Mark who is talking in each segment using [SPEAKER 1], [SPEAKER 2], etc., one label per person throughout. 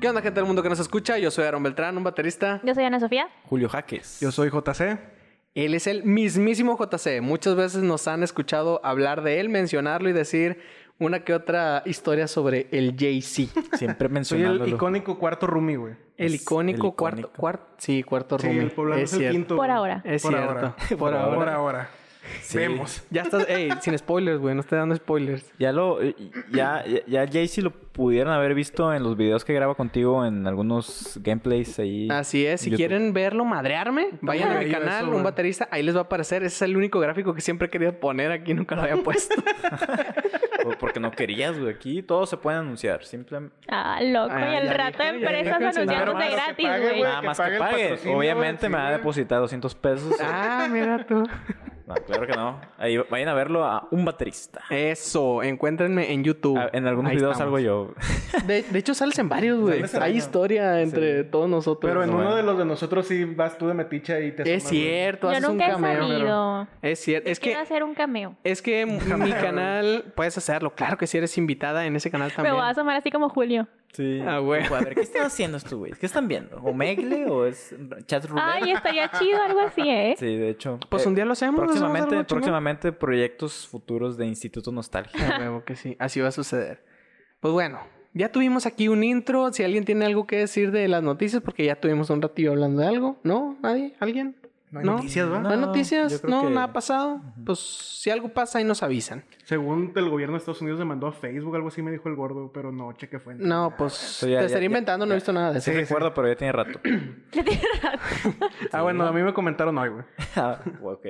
[SPEAKER 1] ¿Qué onda, gente del mundo que nos escucha? Yo soy Aaron Beltrán, un baterista.
[SPEAKER 2] Yo soy Ana Sofía.
[SPEAKER 3] Julio Jaques.
[SPEAKER 4] Yo soy JC.
[SPEAKER 1] Él es el mismísimo JC. Muchas veces nos han escuchado hablar de él, mencionarlo y decir una que otra historia sobre el Jay-Z.
[SPEAKER 3] Siempre
[SPEAKER 4] Soy
[SPEAKER 3] mencionándolo.
[SPEAKER 4] el icónico cuarto roomie, güey.
[SPEAKER 1] El
[SPEAKER 3] Es
[SPEAKER 1] icónico
[SPEAKER 3] el
[SPEAKER 1] cuarto,
[SPEAKER 3] icónico.
[SPEAKER 1] cuarto, sí, cuarto
[SPEAKER 4] Sí,
[SPEAKER 1] roomie.
[SPEAKER 4] el poblano es, el
[SPEAKER 1] cierto.
[SPEAKER 4] quinto.
[SPEAKER 2] Por
[SPEAKER 4] güey.
[SPEAKER 2] ahora.
[SPEAKER 1] Es
[SPEAKER 4] Por
[SPEAKER 1] cierto.
[SPEAKER 4] ahora.
[SPEAKER 1] Por,
[SPEAKER 3] Por
[SPEAKER 1] ahora.
[SPEAKER 4] Por ahora.
[SPEAKER 3] Sí.
[SPEAKER 4] Vemos.
[SPEAKER 1] Ya estás, ey, sin spoilers, güey, no estoy dando spoilers.
[SPEAKER 3] Ya lo... eh, Ya, ya, ya Jay-Z lo pudieron haber visto en los videos que graba contigo en algunos gameplays ahí.
[SPEAKER 1] Así es,
[SPEAKER 3] en
[SPEAKER 1] si
[SPEAKER 3] YouTube.
[SPEAKER 1] quieren verlo, madrearme, vayan a mi
[SPEAKER 4] ahí
[SPEAKER 1] canal,
[SPEAKER 4] eso,
[SPEAKER 1] un
[SPEAKER 4] güey.
[SPEAKER 1] baterista, ahí les va a aparecer. Ese es el único gráfico que siempre he querido poner aquí, nunca lo había puesto.
[SPEAKER 3] O- Porque no querías, güey. Aquí todo se puede anunciar. Simplemente...
[SPEAKER 2] Ah, loco.
[SPEAKER 1] Ah,
[SPEAKER 2] y el
[SPEAKER 1] ya
[SPEAKER 2] rato
[SPEAKER 1] dije, ya
[SPEAKER 2] empresas
[SPEAKER 1] dije, claro,
[SPEAKER 2] anunciándote
[SPEAKER 1] mano, que
[SPEAKER 2] gratis,
[SPEAKER 4] pague,
[SPEAKER 2] güey.
[SPEAKER 4] güey.
[SPEAKER 3] Nada más
[SPEAKER 4] pague
[SPEAKER 3] que
[SPEAKER 4] el
[SPEAKER 3] pague.
[SPEAKER 4] patrocinio,
[SPEAKER 3] Obviamente
[SPEAKER 4] sí,
[SPEAKER 3] me va a
[SPEAKER 4] güey.
[SPEAKER 3] depositar 200 pesos.
[SPEAKER 1] ah, mira tú.
[SPEAKER 3] No, claro que no. Ahí vayan a verlo a un baterista.
[SPEAKER 1] Eso, encuéntrenme en YouTube.
[SPEAKER 3] Ah, en algunos
[SPEAKER 1] Ahí
[SPEAKER 3] videos
[SPEAKER 1] estamos.
[SPEAKER 3] salgo yo.
[SPEAKER 1] De, de hecho, sales en varios, güey.
[SPEAKER 4] Sales en
[SPEAKER 1] Hay
[SPEAKER 4] varios.
[SPEAKER 1] historia entre todos nosotros.
[SPEAKER 4] Pero en
[SPEAKER 3] Bueno.
[SPEAKER 4] uno de los de nosotros sí vas tú de meticha y te
[SPEAKER 1] Es
[SPEAKER 4] asomas, güey.
[SPEAKER 1] cierto,
[SPEAKER 2] Yo
[SPEAKER 1] haces
[SPEAKER 2] nunca
[SPEAKER 1] un
[SPEAKER 2] he
[SPEAKER 1] cameo.
[SPEAKER 2] salido.
[SPEAKER 1] Es cierto, es que
[SPEAKER 2] Quiero hacer un cameo.
[SPEAKER 1] es que mi canal puedes hacerlo, claro que si eres invitada en ese canal
[SPEAKER 2] Me
[SPEAKER 1] también.
[SPEAKER 2] voy a asomar así como Julio.
[SPEAKER 3] Sí.
[SPEAKER 1] Ah, güey.
[SPEAKER 3] Ojo, A ver, ¿qué están haciendo estos güeyes? ¿Qué están viendo? ¿O Megle o es Chat Roulette?
[SPEAKER 2] Ay, estaría chido algo así, ¿eh?
[SPEAKER 3] Sí, de hecho.
[SPEAKER 1] Pues
[SPEAKER 3] Eh,
[SPEAKER 1] un día lo hacemos. hacemos
[SPEAKER 3] próximamente,
[SPEAKER 1] algo chingón.
[SPEAKER 3] próximamente proyectos futuros de Instituto Nostalgia.
[SPEAKER 1] A huevo que sí, así va a suceder. Pues bueno, ya tuvimos aquí un intro. Si alguien tiene algo que decir de las noticias, porque ya tuvimos un ratillo hablando de algo. ¿No? ¿Nadie? ¿Alguien?
[SPEAKER 4] No hay noticias, ¿va?
[SPEAKER 1] No hay
[SPEAKER 3] No, yo
[SPEAKER 1] noticias,
[SPEAKER 3] creo
[SPEAKER 1] no,
[SPEAKER 3] que-
[SPEAKER 1] nada ha pasado. Pues si algo pasa, ahí nos avisan.
[SPEAKER 4] Según el gobierno de Estados Unidos demandó a Facebook, algo así me dijo el gordo, pero no, cheque fuente.
[SPEAKER 1] No, pues
[SPEAKER 3] ya-
[SPEAKER 1] te
[SPEAKER 3] ya-
[SPEAKER 1] estaría
[SPEAKER 3] ya-
[SPEAKER 1] inventando, no he
[SPEAKER 3] ya.
[SPEAKER 1] visto nada de eso.
[SPEAKER 3] Sí, recuerdo, pero ya tiene rato.
[SPEAKER 4] Ah, bueno, a mí me comentaron hoy, güey.
[SPEAKER 3] Ah, ok.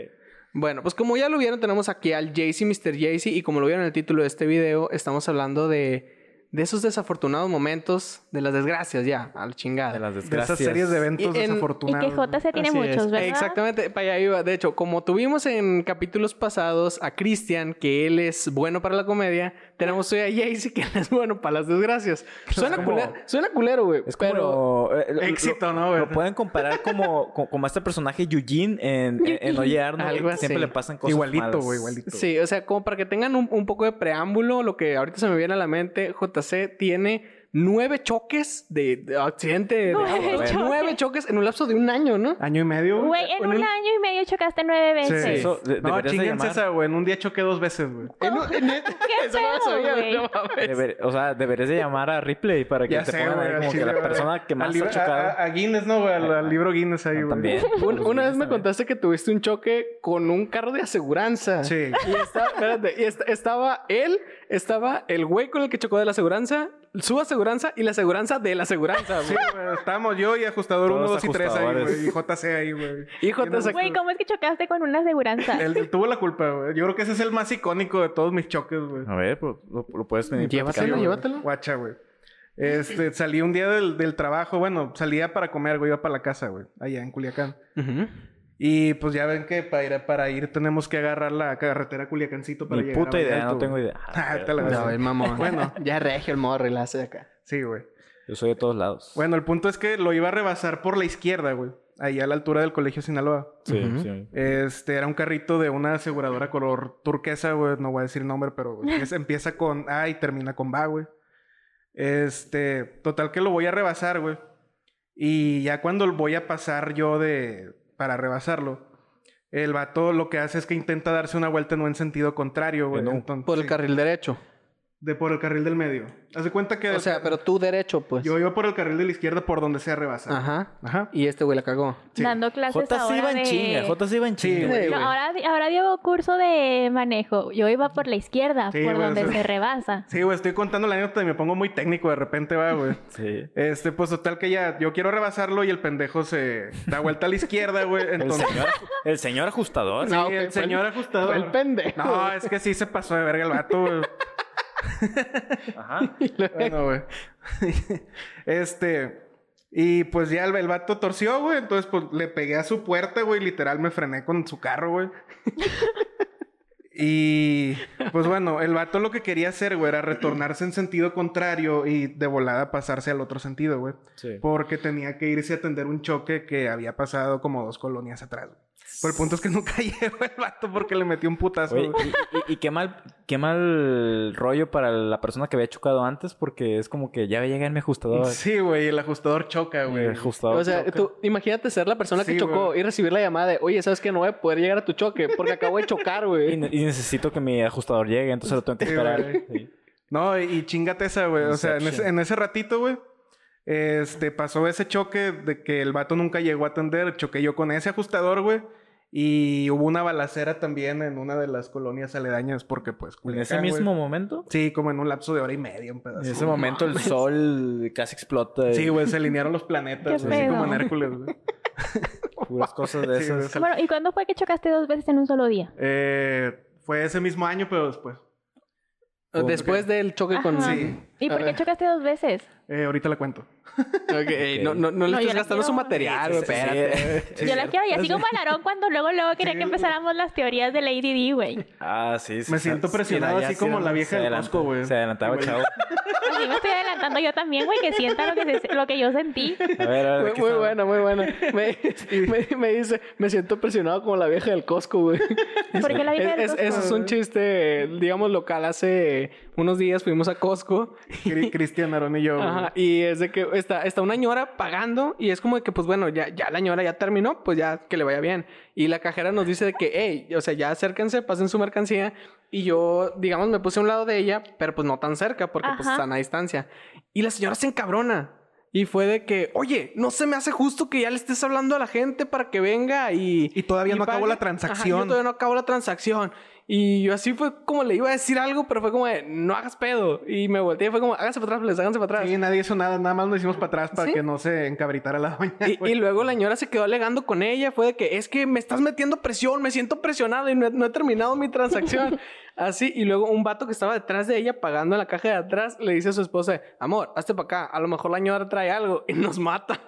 [SPEAKER 1] Bueno, pues como ya lo vieron, tenemos aquí al Jay-Z, Mr. Jay-Z, y como lo vieron en el título de este video, estamos hablando de, de esos desafortunados momentos, de las desgracias ya, al chingada.
[SPEAKER 3] De las
[SPEAKER 4] De esas
[SPEAKER 3] desgracias.
[SPEAKER 4] series de eventos
[SPEAKER 1] Y en-
[SPEAKER 2] Y
[SPEAKER 4] desafortunados.
[SPEAKER 2] que JC tiene
[SPEAKER 1] Así
[SPEAKER 2] muchos,
[SPEAKER 1] es.
[SPEAKER 2] ¿verdad?
[SPEAKER 1] Exactamente, para allá iba. De hecho, como tuvimos en capítulos pasados a Cristian, que él es bueno para la comedia, tenemos hoy a Jaycee, que él es bueno para las desgracias. Suena,
[SPEAKER 3] como-
[SPEAKER 1] culero, suena culero, güey.
[SPEAKER 3] Es como...
[SPEAKER 1] Pero
[SPEAKER 3] eh, lo-
[SPEAKER 4] Éxito,
[SPEAKER 3] lo-
[SPEAKER 4] ¿no, güey?
[SPEAKER 3] Lo pueden comparar como, co- como a este personaje Eugene en, en, en Oye Arnold.
[SPEAKER 1] Algo
[SPEAKER 3] que Siempre
[SPEAKER 1] así.
[SPEAKER 3] le pasan cosas
[SPEAKER 4] Igualito,
[SPEAKER 3] malas.
[SPEAKER 4] güey, igualito.
[SPEAKER 1] sí, o sea, como para que tengan un, un poco de preámbulo, lo que ahorita se me viene a la mente, JC tiene nueve choques de, de accidente. de
[SPEAKER 2] Nueve
[SPEAKER 1] auto, güey.
[SPEAKER 2] choques.
[SPEAKER 1] Nueve choques en un lapso de un año, ¿no?
[SPEAKER 4] Año y medio, güey.
[SPEAKER 2] Güey, en
[SPEAKER 1] Con
[SPEAKER 2] un
[SPEAKER 1] un-
[SPEAKER 2] año y medio chocaste nueve veces.
[SPEAKER 4] Sí.
[SPEAKER 3] Eso de-
[SPEAKER 4] no,
[SPEAKER 3] deberías de
[SPEAKER 4] chinguense
[SPEAKER 3] llamar-
[SPEAKER 4] esa, güey. En un día choqué dos veces, güey.
[SPEAKER 1] En un- en- e-
[SPEAKER 2] ¿Qué
[SPEAKER 1] eso no lo
[SPEAKER 2] pedo,
[SPEAKER 1] sabía,
[SPEAKER 2] güey?
[SPEAKER 1] no mames.
[SPEAKER 3] Deber- o sea, deberías de llamar a Ripley para que
[SPEAKER 4] Ya
[SPEAKER 3] te
[SPEAKER 4] sé,
[SPEAKER 3] pongan
[SPEAKER 4] güey.
[SPEAKER 3] ahí
[SPEAKER 4] al
[SPEAKER 3] como
[SPEAKER 4] chile,
[SPEAKER 3] que la
[SPEAKER 4] güey.
[SPEAKER 3] persona que
[SPEAKER 4] Al
[SPEAKER 3] más
[SPEAKER 4] libro-
[SPEAKER 3] ha
[SPEAKER 4] a-
[SPEAKER 3] chocado.
[SPEAKER 4] A, a Guinness, ¿no, güey? Al, al libro Guinness ahí, güey.
[SPEAKER 3] ah, También.
[SPEAKER 1] Un-
[SPEAKER 3] Los
[SPEAKER 1] una vez
[SPEAKER 3] Guinness
[SPEAKER 1] me
[SPEAKER 3] también.
[SPEAKER 1] contaste que tuviste un choque con un carro de aseguranza.
[SPEAKER 4] Sí.
[SPEAKER 1] Y, está- espérate, y est- estaba él, estaba el güey con el que chocó de la aseguranza, su aseguranza y la aseguranza de la aseguranza.
[SPEAKER 4] Sí, güey. Estábamos yo y ajustador
[SPEAKER 3] Todos
[SPEAKER 4] 1, 2 y 3 ahí,
[SPEAKER 3] ajustadores.
[SPEAKER 4] güey. Y JC ahí, güey.
[SPEAKER 1] Y JC.
[SPEAKER 2] Güey, ¿cómo es que chocaste con una aseguranza?
[SPEAKER 4] Él, él tuvo la culpa, güey. Yo creo que ese es el más icónico de todos mis choques, güey.
[SPEAKER 3] A ver, pues, lo, lo puedes venir
[SPEAKER 1] Llévatelo,
[SPEAKER 4] Sí,
[SPEAKER 3] platicando.
[SPEAKER 4] güey.
[SPEAKER 1] llévatelo.
[SPEAKER 4] Guacha, güey. Este, salí un día del, del trabajo, bueno, salía para comer, güey, iba para la casa, güey, allá en Culiacán.
[SPEAKER 1] Ujú.
[SPEAKER 4] Y pues ya ven que para ir, para ir tenemos que agarrar la carretera a Culiacancito para
[SPEAKER 3] Ni
[SPEAKER 4] llegar.
[SPEAKER 3] puta
[SPEAKER 4] a
[SPEAKER 3] idea,
[SPEAKER 4] Valle Alto,
[SPEAKER 3] no
[SPEAKER 4] güey.
[SPEAKER 3] tengo idea.
[SPEAKER 4] Ah, te la
[SPEAKER 1] No,
[SPEAKER 4] vas
[SPEAKER 1] el mamón.
[SPEAKER 4] Bueno.
[SPEAKER 1] ya regio el morro y la hace acá.
[SPEAKER 4] Sí, güey.
[SPEAKER 3] Yo soy de todos lados.
[SPEAKER 4] Bueno, el punto es que lo iba a rebasar por la izquierda, güey, ahí a la altura del Colegio Sinaloa.
[SPEAKER 3] sí,
[SPEAKER 1] Ujú.
[SPEAKER 3] sí.
[SPEAKER 4] Este, era un carrito de una aseguradora color turquesa, güey. No voy a decir nombre, pero güey, es- empieza con A y termina con B, güey. Este, total que lo voy a rebasar, güey. Y ya cuando voy a pasar yo de... para rebasarlo, el vato lo que hace es que intenta darse una vuelta no en sentido contrario, güey.
[SPEAKER 3] En un-
[SPEAKER 4] Entonces-
[SPEAKER 1] Por el
[SPEAKER 4] sí,
[SPEAKER 1] carril derecho.
[SPEAKER 4] De por el carril del medio. Haz de cuenta que...
[SPEAKER 1] O sea, pero tú derecho, pues.
[SPEAKER 4] Yo iba por el carril de la izquierda por donde sea rebasar.
[SPEAKER 1] Ajá.
[SPEAKER 4] Ajá.
[SPEAKER 1] Y este güey la cagó.
[SPEAKER 4] sí.
[SPEAKER 2] Dando clases
[SPEAKER 3] J se
[SPEAKER 2] ahora
[SPEAKER 3] iba en
[SPEAKER 2] de...
[SPEAKER 3] chinga, J se iba en
[SPEAKER 1] Sí,
[SPEAKER 3] chinga.
[SPEAKER 1] güey.
[SPEAKER 2] No, ahora, ahora llevo curso de manejo. Yo iba por la izquierda,
[SPEAKER 4] Sí,
[SPEAKER 2] por
[SPEAKER 4] güey,
[SPEAKER 2] donde
[SPEAKER 4] o sea-
[SPEAKER 2] se rebasa.
[SPEAKER 4] Sí, güey. Estoy contando la anécdota y me pongo muy técnico de repente, va, güey.
[SPEAKER 3] Sí.
[SPEAKER 4] Este, pues total que ya, yo quiero rebasarlo y el pendejo se da vuelta a la izquierda, güey.
[SPEAKER 3] El
[SPEAKER 4] Entonces,
[SPEAKER 3] señor, el señor ajustador.
[SPEAKER 1] No,
[SPEAKER 4] sí,
[SPEAKER 1] que
[SPEAKER 4] el
[SPEAKER 1] fue el-
[SPEAKER 4] señor
[SPEAKER 1] Fue
[SPEAKER 4] ajustador.
[SPEAKER 1] el pendejo.
[SPEAKER 4] No, es que sí se pasó de verga el vato, güey.
[SPEAKER 3] Ajá.
[SPEAKER 4] Bueno, güey. este, y pues ya el, el vato torció, güey. Entonces, pues le pegué a su puerta, güey. Literal me frené con su carro, güey. Y pues bueno, el vato lo que quería hacer, güey, era retornarse en sentido contrario y de volada pasarse al otro sentido, güey.
[SPEAKER 3] Sí.
[SPEAKER 4] Porque tenía que irse a atender un choque que había pasado como dos colonias atrás. güey. Pero el punto es que nunca llegó el vato porque le metió un putazo.
[SPEAKER 3] Oye, y,
[SPEAKER 4] güey.
[SPEAKER 3] y- y qué mal, qué mal rollo para la persona que había chocado antes, porque es como que ya llega mi ajustador.
[SPEAKER 4] Sí, güey, el ajustador choca,
[SPEAKER 3] Mi
[SPEAKER 4] güey.
[SPEAKER 3] ajustador.
[SPEAKER 1] O sea,
[SPEAKER 4] choca.
[SPEAKER 1] tú imagínate ser la persona que
[SPEAKER 4] Sí,
[SPEAKER 1] chocó
[SPEAKER 4] güey.
[SPEAKER 1] y recibir la llamada de, oye, ¿sabes que No voy a poder llegar a tu choque porque acabo de chocar,
[SPEAKER 3] y,
[SPEAKER 1] güey.
[SPEAKER 3] ne- y necesito que mi ajustador llegue, entonces lo tengo que
[SPEAKER 4] Sí,
[SPEAKER 3] esperar.
[SPEAKER 4] güey.
[SPEAKER 3] Sí.
[SPEAKER 4] No, y chingate esa, güey. O sea, en ese,
[SPEAKER 3] Inception.
[SPEAKER 4] en ese ratito, güey, este, pasó ese choque de que el vato nunca llegó a atender. Choqué yo con ese ajustador, güey. Y hubo una balacera también en una de las colonias aledañas porque, pues,
[SPEAKER 3] En
[SPEAKER 4] Culiacán,
[SPEAKER 3] ese
[SPEAKER 4] güey.
[SPEAKER 3] mismo momento.
[SPEAKER 4] Sí, como en un lapso de hora y media, un pedazo.
[SPEAKER 3] En ese momento el sol casi explota. y
[SPEAKER 4] Sí, güey, se alinearon los planetas,
[SPEAKER 2] Qué
[SPEAKER 4] güey, así
[SPEAKER 2] pedo.
[SPEAKER 4] como en Hércules, güey.
[SPEAKER 3] Puras cosas de
[SPEAKER 4] Sí, güey,
[SPEAKER 3] esas.
[SPEAKER 4] se-
[SPEAKER 2] Bueno, ¿y cuándo fue que chocaste dos veces en un solo día?
[SPEAKER 4] Eh, fue ese mismo año, pero después.
[SPEAKER 1] Después del choque con...
[SPEAKER 2] Ajá.
[SPEAKER 4] Sí.
[SPEAKER 2] ¿Y por
[SPEAKER 1] A
[SPEAKER 2] qué
[SPEAKER 1] ver.
[SPEAKER 2] chocaste dos veces?
[SPEAKER 4] Eh, ahorita la cuento.
[SPEAKER 1] Ok, ey, No, no, no le
[SPEAKER 2] No, yo
[SPEAKER 1] estés
[SPEAKER 2] la
[SPEAKER 1] gastando su
[SPEAKER 2] quiero.
[SPEAKER 4] Ah,
[SPEAKER 1] material, güey.
[SPEAKER 3] Sí, sí, sí.
[SPEAKER 1] Espérate.
[SPEAKER 4] Sí,
[SPEAKER 2] Yo la
[SPEAKER 4] cierto.
[SPEAKER 2] quiero, y así como Alarón cuando luego, luego quería
[SPEAKER 4] Sí.
[SPEAKER 2] que empezáramos las teorías de Lady D, güey.
[SPEAKER 3] Ah, sí, sí.
[SPEAKER 4] Me
[SPEAKER 3] sí,
[SPEAKER 4] siento
[SPEAKER 3] sí,
[SPEAKER 4] presionado
[SPEAKER 3] ya
[SPEAKER 4] así
[SPEAKER 3] se
[SPEAKER 4] como la
[SPEAKER 3] adelanta-
[SPEAKER 4] vieja
[SPEAKER 3] se
[SPEAKER 4] del
[SPEAKER 3] adelanta-
[SPEAKER 4] Costco, güey.
[SPEAKER 3] Se adelantaba,
[SPEAKER 4] Güey.
[SPEAKER 3] chavo.
[SPEAKER 2] Así me estoy adelantando yo también, güey, que sienta lo que, se- lo que yo sentí.
[SPEAKER 3] A ver, a ver.
[SPEAKER 1] Muy,
[SPEAKER 3] aquí
[SPEAKER 1] muy
[SPEAKER 3] está.
[SPEAKER 1] buena, muy buena. Me, me- me dice, me siento presionado como la vieja del Costco, güey.
[SPEAKER 2] Porque la vieja del
[SPEAKER 1] Es- es-
[SPEAKER 2] Costco,
[SPEAKER 1] Eso es un
[SPEAKER 2] güey.
[SPEAKER 1] chiste, digamos, local. Hace unos días fuimos a Costco
[SPEAKER 4] Cri- Cristian, Aaron y yo. güey.
[SPEAKER 1] Ajá, y es de que está, está una ñora pagando y es como de que, pues bueno, ya, ya la ñora ya terminó, pues ya que le vaya bien. Y la cajera nos dice de que, hey, o sea, ya acérquense, pasen su mercancía. Y yo, digamos, me puse a un lado de ella, pero pues no tan cerca porque pues
[SPEAKER 2] Ajá.
[SPEAKER 1] están a distancia. Y la señora se encabrona. Y fue de que, oye, no se me hace justo que ya le estés hablando a la gente para que venga y...
[SPEAKER 4] Y todavía no acabó
[SPEAKER 1] pague".
[SPEAKER 4] la
[SPEAKER 1] Ajá, yo
[SPEAKER 4] transacción.
[SPEAKER 1] todavía no acabó la transacción. Y yo así fue como le iba a decir algo, pero fue como de, no hagas pedo. Y me volteé y fue como, hágase para atrás, les háganse para atrás.
[SPEAKER 4] Sí, nadie hizo nada, nada más nos hicimos para atrás para
[SPEAKER 1] ¿Sí?
[SPEAKER 4] que no se encabritara la doña.
[SPEAKER 1] Y, y
[SPEAKER 4] güey.
[SPEAKER 1] luego la señora se quedó alegando con ella. Fue de que es que me estás metiendo presión, me siento presionado y no he, no he terminado mi transacción. Así. Y luego un vato que estaba detrás de ella pagando en la caja de atrás le dice a su esposa: Amor, hazte para acá. A lo mejor la señora trae algo y nos mata.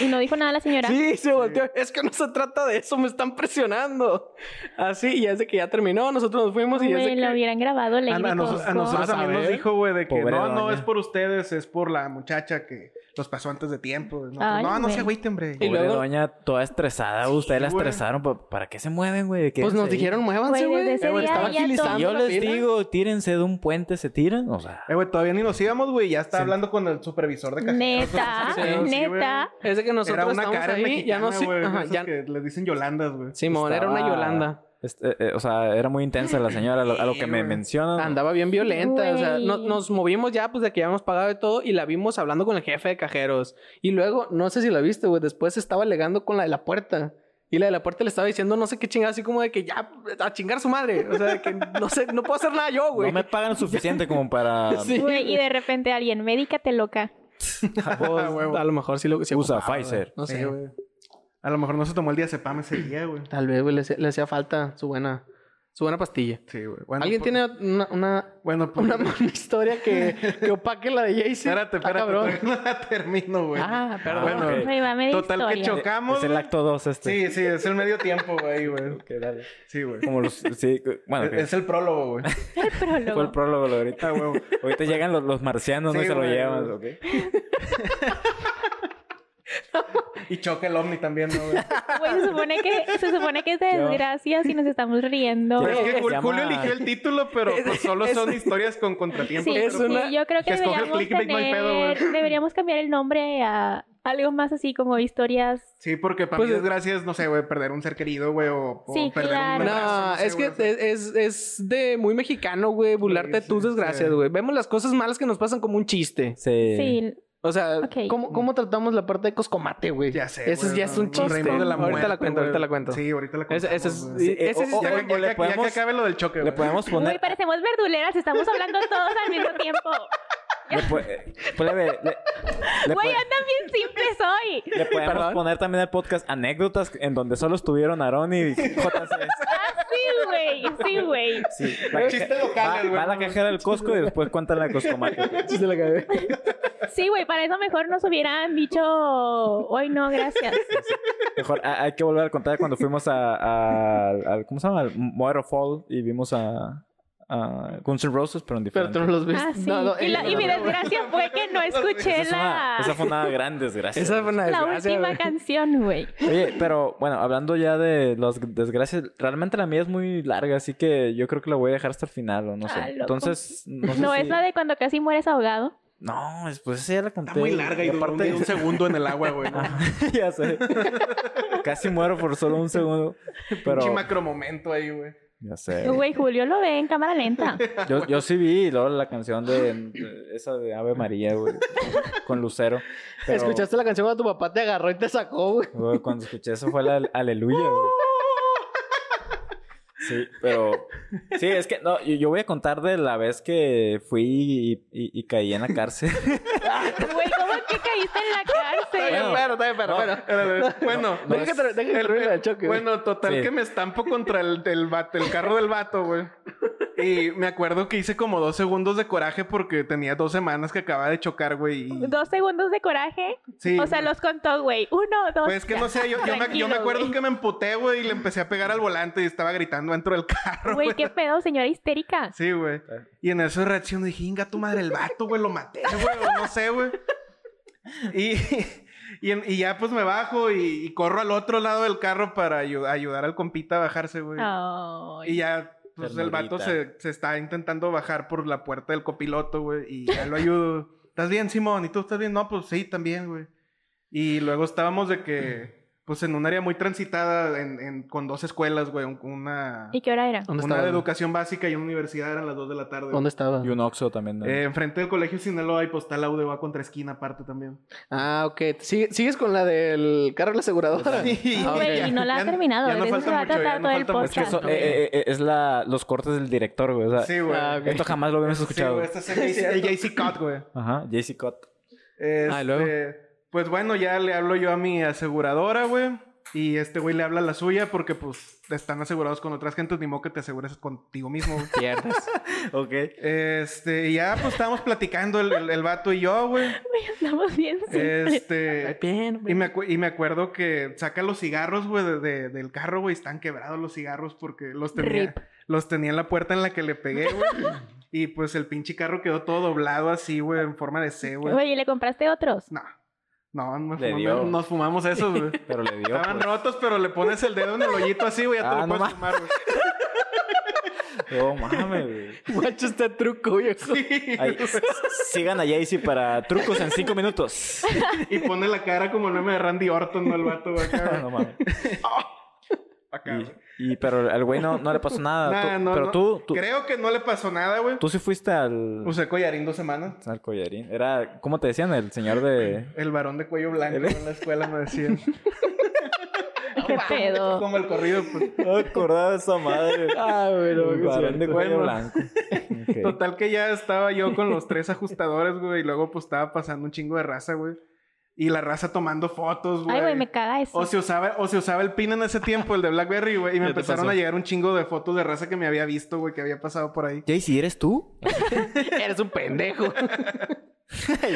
[SPEAKER 2] Y no dijo nada la señora.
[SPEAKER 1] Sí, se volteó. Es que no se trata de eso, me están presionando. Así. Y ya es de que ya terminó. Nosotros nos fuimos y ya es de
[SPEAKER 2] Güey, lo
[SPEAKER 1] que-
[SPEAKER 2] hubieran grabado
[SPEAKER 4] A,
[SPEAKER 2] Lady
[SPEAKER 4] a nos- a
[SPEAKER 2] Costco.
[SPEAKER 4] nosotros
[SPEAKER 1] Vas a
[SPEAKER 4] también nos
[SPEAKER 1] ver.
[SPEAKER 4] dijo, güey, de que
[SPEAKER 3] Pobre
[SPEAKER 4] no, no
[SPEAKER 3] doña.
[SPEAKER 4] es por ustedes, es por la muchacha que los pasó antes de tiempo. Nosotros,
[SPEAKER 2] Ay,
[SPEAKER 4] no, no
[SPEAKER 2] güey.
[SPEAKER 4] se agüite, hombre.
[SPEAKER 1] Y
[SPEAKER 3] Pobre
[SPEAKER 1] luego-
[SPEAKER 3] doña, toda estresada. Ustedes la
[SPEAKER 4] güey.
[SPEAKER 3] estresaron. ¿pa- ¿Para qué se mueven, güey?
[SPEAKER 1] Pues nos dijeron, muévanse,
[SPEAKER 2] Güey,
[SPEAKER 1] güey.
[SPEAKER 2] desde ese
[SPEAKER 1] Eh, güey,
[SPEAKER 2] día
[SPEAKER 1] estaba
[SPEAKER 2] ella
[SPEAKER 1] agilizando
[SPEAKER 2] toda-
[SPEAKER 3] Yo
[SPEAKER 1] la
[SPEAKER 3] les
[SPEAKER 1] fila.
[SPEAKER 3] digo, tírense de un puente, se tiran. O sea,
[SPEAKER 4] Eh, güey, todavía ni nos íbamos, güey, ya está
[SPEAKER 3] Sí.
[SPEAKER 4] hablando con el supervisor de cajera.
[SPEAKER 2] Neta,
[SPEAKER 1] Sí, sí,
[SPEAKER 2] neta.
[SPEAKER 1] Es de que nosotros
[SPEAKER 4] Era una
[SPEAKER 1] estábamos
[SPEAKER 4] cara
[SPEAKER 1] ahí, ya no
[SPEAKER 4] mexicana,
[SPEAKER 1] sí-
[SPEAKER 4] güey, de
[SPEAKER 1] ajá,
[SPEAKER 4] esas
[SPEAKER 1] ya-
[SPEAKER 4] que les dicen Yolandas, güey.
[SPEAKER 1] Simón, era una
[SPEAKER 3] estaba-
[SPEAKER 1] Yolanda.
[SPEAKER 3] este, eh, o sea, era muy intensa la señora, a lo, a lo que
[SPEAKER 4] Sí,
[SPEAKER 3] me
[SPEAKER 4] güey.
[SPEAKER 3] mencionan.
[SPEAKER 1] Andaba bien violenta, o sea, no-
[SPEAKER 2] Güey.
[SPEAKER 1] nos movimos ya, pues de que ya habíamos pagado y todo, y la vimos hablando con el jefe de cajeros. Y luego, no sé si la viste, güey, después estaba alegando con la de la puerta. Y la de la puerta le estaba diciendo no sé qué chingada, así como de que ya, a chingar a su madre. O sea, de que no sé, no puedo hacer nada yo, güey.
[SPEAKER 3] No me pagan lo suficiente como para.
[SPEAKER 1] Sí.
[SPEAKER 2] Güey, y de repente alguien, médicate loca.
[SPEAKER 4] Ah, güey,
[SPEAKER 1] A lo mejor sí lo sí
[SPEAKER 3] Usa
[SPEAKER 1] ocupaba,
[SPEAKER 3] Pfizer.
[SPEAKER 1] güey. No sé,
[SPEAKER 4] Sí,
[SPEAKER 1] güey.
[SPEAKER 4] güey. A lo mejor no se tomó el diazepam ese día, güey.
[SPEAKER 1] Tal vez, güey, le, hacía- le hacía falta su buena, su buena pastilla.
[SPEAKER 4] Sí, güey. Bueno,
[SPEAKER 1] ¿Alguien
[SPEAKER 4] pues-
[SPEAKER 1] tiene una, una,
[SPEAKER 4] Bueno, pues...
[SPEAKER 1] una mala historia que, que opaque la de Jay-Z?
[SPEAKER 4] Espérate,
[SPEAKER 1] Ah,
[SPEAKER 4] espérate,
[SPEAKER 1] cabrón.
[SPEAKER 4] todavía no la termino, güey.
[SPEAKER 1] Ah, perdón.
[SPEAKER 3] bueno,
[SPEAKER 4] Bueno,
[SPEAKER 2] Güey, va media
[SPEAKER 4] Total que
[SPEAKER 2] historia.
[SPEAKER 4] chocamos.
[SPEAKER 3] Es el
[SPEAKER 4] güey.
[SPEAKER 3] acto 2 este.
[SPEAKER 4] Sí, sí, es el medio tiempo, güey, güey. Sí, güey.
[SPEAKER 3] Como los. Sí, bueno,
[SPEAKER 4] Es,
[SPEAKER 3] que
[SPEAKER 4] es el prólogo, güey.
[SPEAKER 2] El prólogo.
[SPEAKER 3] fue el prólogo de ahorita.
[SPEAKER 4] Ah, huevo.
[SPEAKER 3] Ahorita llegan los, los marcianos, ¿no?
[SPEAKER 4] Sí,
[SPEAKER 3] Y se lo
[SPEAKER 4] güey.
[SPEAKER 3] llevan, ¿ok?
[SPEAKER 4] Y choca el ovni también, ¿no, güey?
[SPEAKER 2] Güey, se supone que, se supone que es de
[SPEAKER 3] Yo-
[SPEAKER 2] desgracia si nos estamos riendo.
[SPEAKER 3] Yo-
[SPEAKER 4] Es que
[SPEAKER 3] Se
[SPEAKER 4] Jul-
[SPEAKER 3] llama-
[SPEAKER 4] Julio eligió el título, pero
[SPEAKER 1] Es-
[SPEAKER 4] pues, solo
[SPEAKER 1] es-
[SPEAKER 4] son historias con contratiempos.
[SPEAKER 2] Sí,
[SPEAKER 1] es
[SPEAKER 2] sí,
[SPEAKER 3] pues
[SPEAKER 1] una-
[SPEAKER 2] yo creo que
[SPEAKER 4] escoge el
[SPEAKER 2] deberíamos,
[SPEAKER 4] clickbait, no hay pedo,
[SPEAKER 2] tener-
[SPEAKER 4] güey.
[SPEAKER 2] deberíamos cambiar el nombre a algo más así como historias.
[SPEAKER 4] Sí, porque para
[SPEAKER 1] Pues-
[SPEAKER 4] mí desgracia es, no sé, güey, perder un ser querido, güey, o, o
[SPEAKER 2] Sí,
[SPEAKER 4] perder
[SPEAKER 2] claro.
[SPEAKER 4] un
[SPEAKER 1] No,
[SPEAKER 4] abrazo, sé,
[SPEAKER 1] es que
[SPEAKER 4] güey, o sea.
[SPEAKER 1] es, es- es de muy mexicano, güey, burlarte de
[SPEAKER 4] sí,
[SPEAKER 1] tus
[SPEAKER 4] sí.
[SPEAKER 1] desgracias, güey. Vemos las cosas malas que nos pasan como un chiste.
[SPEAKER 3] Sí.
[SPEAKER 2] Sí,
[SPEAKER 1] O sea,
[SPEAKER 2] Ok.
[SPEAKER 1] ¿cómo, cómo tratamos la parte de Coscomate, güey?
[SPEAKER 4] Ya sé,
[SPEAKER 1] Ese
[SPEAKER 4] güey,
[SPEAKER 1] ya es un
[SPEAKER 4] nos
[SPEAKER 1] chiste.
[SPEAKER 4] reímos de
[SPEAKER 1] ahorita
[SPEAKER 4] la
[SPEAKER 1] la
[SPEAKER 4] muerte,
[SPEAKER 1] cuento,
[SPEAKER 4] güey.
[SPEAKER 1] ahorita la cuento.
[SPEAKER 4] Sí, ahorita la cuento.
[SPEAKER 1] Ese- ese es-
[SPEAKER 3] Sí,
[SPEAKER 1] Ese sí
[SPEAKER 3] o-
[SPEAKER 1] está bien,
[SPEAKER 3] o- o
[SPEAKER 4] Ya,
[SPEAKER 3] le
[SPEAKER 4] que- ya que
[SPEAKER 3] podemos,
[SPEAKER 4] acabe lo del choque,
[SPEAKER 3] le
[SPEAKER 4] güey.
[SPEAKER 3] podemos
[SPEAKER 2] Uy,
[SPEAKER 3] poner.
[SPEAKER 2] parecemos verduleras, estamos hablando todos al mismo tiempo.
[SPEAKER 3] Le, po- eh, plebe, le- le
[SPEAKER 2] Güey,
[SPEAKER 3] po-
[SPEAKER 2] yo también simple soy.
[SPEAKER 3] le podemos
[SPEAKER 1] ¿Perdón?
[SPEAKER 3] poner también al podcast anécdotas en donde solo estuvieron Aarón y JC.
[SPEAKER 2] Ah, Sí, güey, sí, güey.
[SPEAKER 3] Sí, la
[SPEAKER 4] Chistes
[SPEAKER 3] caja-
[SPEAKER 4] locales,
[SPEAKER 3] va,
[SPEAKER 4] güey.
[SPEAKER 3] va a la cajera del Costco y después cuentan la Coscomate.
[SPEAKER 1] Sí, se la cagué.
[SPEAKER 2] Sí, güey, para eso mejor nos hubieran dicho hoy no, gracias.
[SPEAKER 3] Mejor ha- hay que volver a contar cuando fuimos a, a- al- al- ¿cómo se llama? Al Moero Fall y vimos a, ah, Guns N' Roses, pero en
[SPEAKER 1] Pero
[SPEAKER 3] diferente.
[SPEAKER 1] tú no los viste.
[SPEAKER 2] Ah, sí.
[SPEAKER 1] No, no,
[SPEAKER 2] y, la-
[SPEAKER 1] ella
[SPEAKER 2] y
[SPEAKER 1] no
[SPEAKER 2] mi
[SPEAKER 1] lo-
[SPEAKER 2] desgracia fue que no
[SPEAKER 3] esa,
[SPEAKER 2] escuché
[SPEAKER 3] es
[SPEAKER 2] la,
[SPEAKER 3] una, esa fue una gran desgracia.
[SPEAKER 1] Esa fue una
[SPEAKER 2] la
[SPEAKER 1] desgracia.
[SPEAKER 2] última
[SPEAKER 1] güey.
[SPEAKER 2] canción, güey.
[SPEAKER 3] Oye, pero bueno, hablando ya de las desgracias, realmente la mía es muy larga, así que yo creo que la voy a dejar hasta el final, o no sé.
[SPEAKER 2] Ah, loco.
[SPEAKER 3] Entonces, no sé
[SPEAKER 2] No,
[SPEAKER 3] si-
[SPEAKER 2] es la de cuando casi mueres ahogado.
[SPEAKER 3] No, es- pues esa ya la conté.
[SPEAKER 4] Está muy larga y
[SPEAKER 3] aparte-
[SPEAKER 4] duró un, un segundo en el agua, güey. ¿no?
[SPEAKER 3] ya sé. Casi muero por solo un segundo, pero...
[SPEAKER 4] Pinche macro momento ahí, güey.
[SPEAKER 3] Ya
[SPEAKER 1] Eh.
[SPEAKER 3] sé.
[SPEAKER 2] Güey, Julio lo ve en cámara lenta.
[SPEAKER 3] Yo, yo sí vi luego la canción de, de- esa de Ave María, güey, con Lucero. pero-
[SPEAKER 1] Escuchaste la canción cuando tu papá te agarró y te sacó, güey.
[SPEAKER 3] Güey, cuando escuché eso fue la aleluya, güey. Sí, pero... Sí, es que no, yo, yo voy a contar de la vez que fui y, y- y caí en la cárcel.
[SPEAKER 2] Güey, ¿cómo es que caíste en la
[SPEAKER 4] Está
[SPEAKER 2] cárcel?
[SPEAKER 4] bien,
[SPEAKER 1] Pero, está bien, pero,
[SPEAKER 3] No.
[SPEAKER 1] bueno.
[SPEAKER 4] Espérate, Bueno,
[SPEAKER 3] no
[SPEAKER 1] Deja que
[SPEAKER 3] es-
[SPEAKER 1] termine- deja que
[SPEAKER 4] el-
[SPEAKER 1] termine
[SPEAKER 4] el-
[SPEAKER 1] el choque. güey.
[SPEAKER 4] bueno, total
[SPEAKER 3] Sí.
[SPEAKER 4] que me estampo contra el, el va- el carro del vato, güey. Y me acuerdo que hice como dos segundos de coraje porque tenía dos semanas que acababa de chocar, güey. y-
[SPEAKER 2] Dos segundos de coraje.
[SPEAKER 4] Sí.
[SPEAKER 2] O sea, los contó, güey. Uno, dos.
[SPEAKER 4] Pues que no sé, yo, yo me, yo
[SPEAKER 2] Tranquilo,
[SPEAKER 4] me acuerdo
[SPEAKER 2] güey.
[SPEAKER 4] que me emputé, güey, y le empecé a pegar al volante y estaba gritando dentro del carro.
[SPEAKER 2] Güey, qué pedo, señora histérica.
[SPEAKER 4] Sí, güey. Y en eso reacción dije, inga tu madre, el vato, güey, lo maté, güey, o no sé, güey. Y, y, en- y ya pues me bajo y, y corro al otro lado del carro para ayu- ayudar al compita a bajarse, güey.
[SPEAKER 2] Ay.
[SPEAKER 4] Y ya, pues el
[SPEAKER 3] Ternurita.
[SPEAKER 4] vato se, se está intentando bajar por la puerta del copiloto, güey, y ya lo ayudo. ¿Estás bien, Simón? ¿Y tú estás bien? No, pues sí, también, güey. Y luego estábamos de que, pues en un área muy transitada, en, en- con dos escuelas, güey, un- una...
[SPEAKER 2] ¿Y qué hora era?
[SPEAKER 1] ¿Dónde
[SPEAKER 4] Una
[SPEAKER 1] estaba?
[SPEAKER 4] de educación básica y una universidad eran las dos de la tarde. güey.
[SPEAKER 1] ¿Dónde estaba?
[SPEAKER 3] Y un Oxxo también. ¿no?
[SPEAKER 4] Eh, enfrente del colegio Sinaloa y pues postal Aude va contra esquina aparte también.
[SPEAKER 1] Ah, ok. Sigue- ¿Sigues con la del carro de la aseguradora?
[SPEAKER 4] Sí.
[SPEAKER 1] Ah, ok.
[SPEAKER 2] Güey, y no la ha terminado.
[SPEAKER 4] ya no
[SPEAKER 2] de eso
[SPEAKER 4] falta
[SPEAKER 2] se va a
[SPEAKER 4] mucho, ya
[SPEAKER 2] tratar
[SPEAKER 4] no
[SPEAKER 2] todo el
[SPEAKER 4] falta mucho.
[SPEAKER 3] es que
[SPEAKER 2] podcast.
[SPEAKER 3] eso, eh, eh, eh, es la, los cortes del director, güey. O sea,
[SPEAKER 4] Sí, güey.
[SPEAKER 1] Ah, ok.
[SPEAKER 3] Esto jamás lo habíamos
[SPEAKER 4] Sí,
[SPEAKER 3] escuchado.
[SPEAKER 4] güey, este es el JC el JC Cut, güey.
[SPEAKER 3] Ajá, JC Cott.
[SPEAKER 1] Ah, ¿y luego?
[SPEAKER 4] Este, Pues bueno, ya le hablo yo a mi aseguradora, güey. Y este güey le habla a la suya porque, pues, están asegurados con otras gentes. Ni modo que te asegures contigo mismo, güey.
[SPEAKER 1] Pierdes.
[SPEAKER 3] Ok.
[SPEAKER 4] Este, y ya, pues, estábamos platicando el, el- el vato y yo, güey.
[SPEAKER 2] Estamos bien simples.
[SPEAKER 4] Este...
[SPEAKER 1] Bien,
[SPEAKER 4] Y
[SPEAKER 1] güey.
[SPEAKER 4] me, acu- y me acuerdo que saca los cigarros, güey, de- de- del carro, güey. Están quebrados los cigarros porque los tenía,
[SPEAKER 2] Rip.
[SPEAKER 4] los tenía en la puerta en la que le pegué, güey. y pues el pinche carro quedó todo doblado así, güey, en forma de C, güey.
[SPEAKER 2] Güey, ¿y le compraste otros?
[SPEAKER 4] No. No, no
[SPEAKER 3] Le
[SPEAKER 4] fumamos-
[SPEAKER 3] dio.
[SPEAKER 4] nos fumamos esos, güey.
[SPEAKER 3] Pero le dio.
[SPEAKER 4] Estaban
[SPEAKER 3] pues.
[SPEAKER 4] rotos, pero le pones el dedo en el hoyito así, güey, ya te
[SPEAKER 3] Ah,
[SPEAKER 4] lo
[SPEAKER 3] no
[SPEAKER 4] puedes fumar, güey.
[SPEAKER 3] No pues. Oh, mames, güey.
[SPEAKER 1] Guacho este truco, güey.
[SPEAKER 4] Sí,
[SPEAKER 3] Ay, s- sigan a Jaycee para trucos en cinco minutos.
[SPEAKER 4] y pone la cara como el meme de Randy Orton, ¿no? El vato, güey, acá, güey.
[SPEAKER 3] No mames.
[SPEAKER 4] Acá, güey.
[SPEAKER 3] Y, y- pero al güey no, no le pasó nada.
[SPEAKER 4] Nah,
[SPEAKER 3] Tú-
[SPEAKER 4] no,
[SPEAKER 3] pero
[SPEAKER 4] no.
[SPEAKER 3] tú, tú,
[SPEAKER 4] Creo que no le pasó nada, güey.
[SPEAKER 3] tú sí fuiste al,
[SPEAKER 4] Usé collarín dos semanas.
[SPEAKER 3] al collarín. Era, ¿cómo te decían? El señor de...
[SPEAKER 4] El varón de cuello blanco
[SPEAKER 3] ¿Eres?
[SPEAKER 4] en la escuela me decían.
[SPEAKER 2] Qué pedo.
[SPEAKER 4] Como el corrido, pues.
[SPEAKER 3] No acordaba de esa madre.
[SPEAKER 1] Ah, bueno,
[SPEAKER 3] El varón de cuello
[SPEAKER 4] Bueno.
[SPEAKER 3] blanco. Ok.
[SPEAKER 4] Total que ya estaba yo con los tres ajustadores, güey. Y luego pues estaba pasando un chingo de raza, güey. Y la raza tomando fotos, güey.
[SPEAKER 2] Ay, güey, me caga eso.
[SPEAKER 4] O se usaba, o se usaba el pin en ese tiempo, el de Blackberry, güey. Y me
[SPEAKER 1] te
[SPEAKER 4] empezaron
[SPEAKER 1] pasó?
[SPEAKER 4] a llegar un chingo de fotos de raza que me había visto, güey, que había pasado por ahí.
[SPEAKER 3] Jaycee, ¿eres tú?
[SPEAKER 1] Eres un pendejo.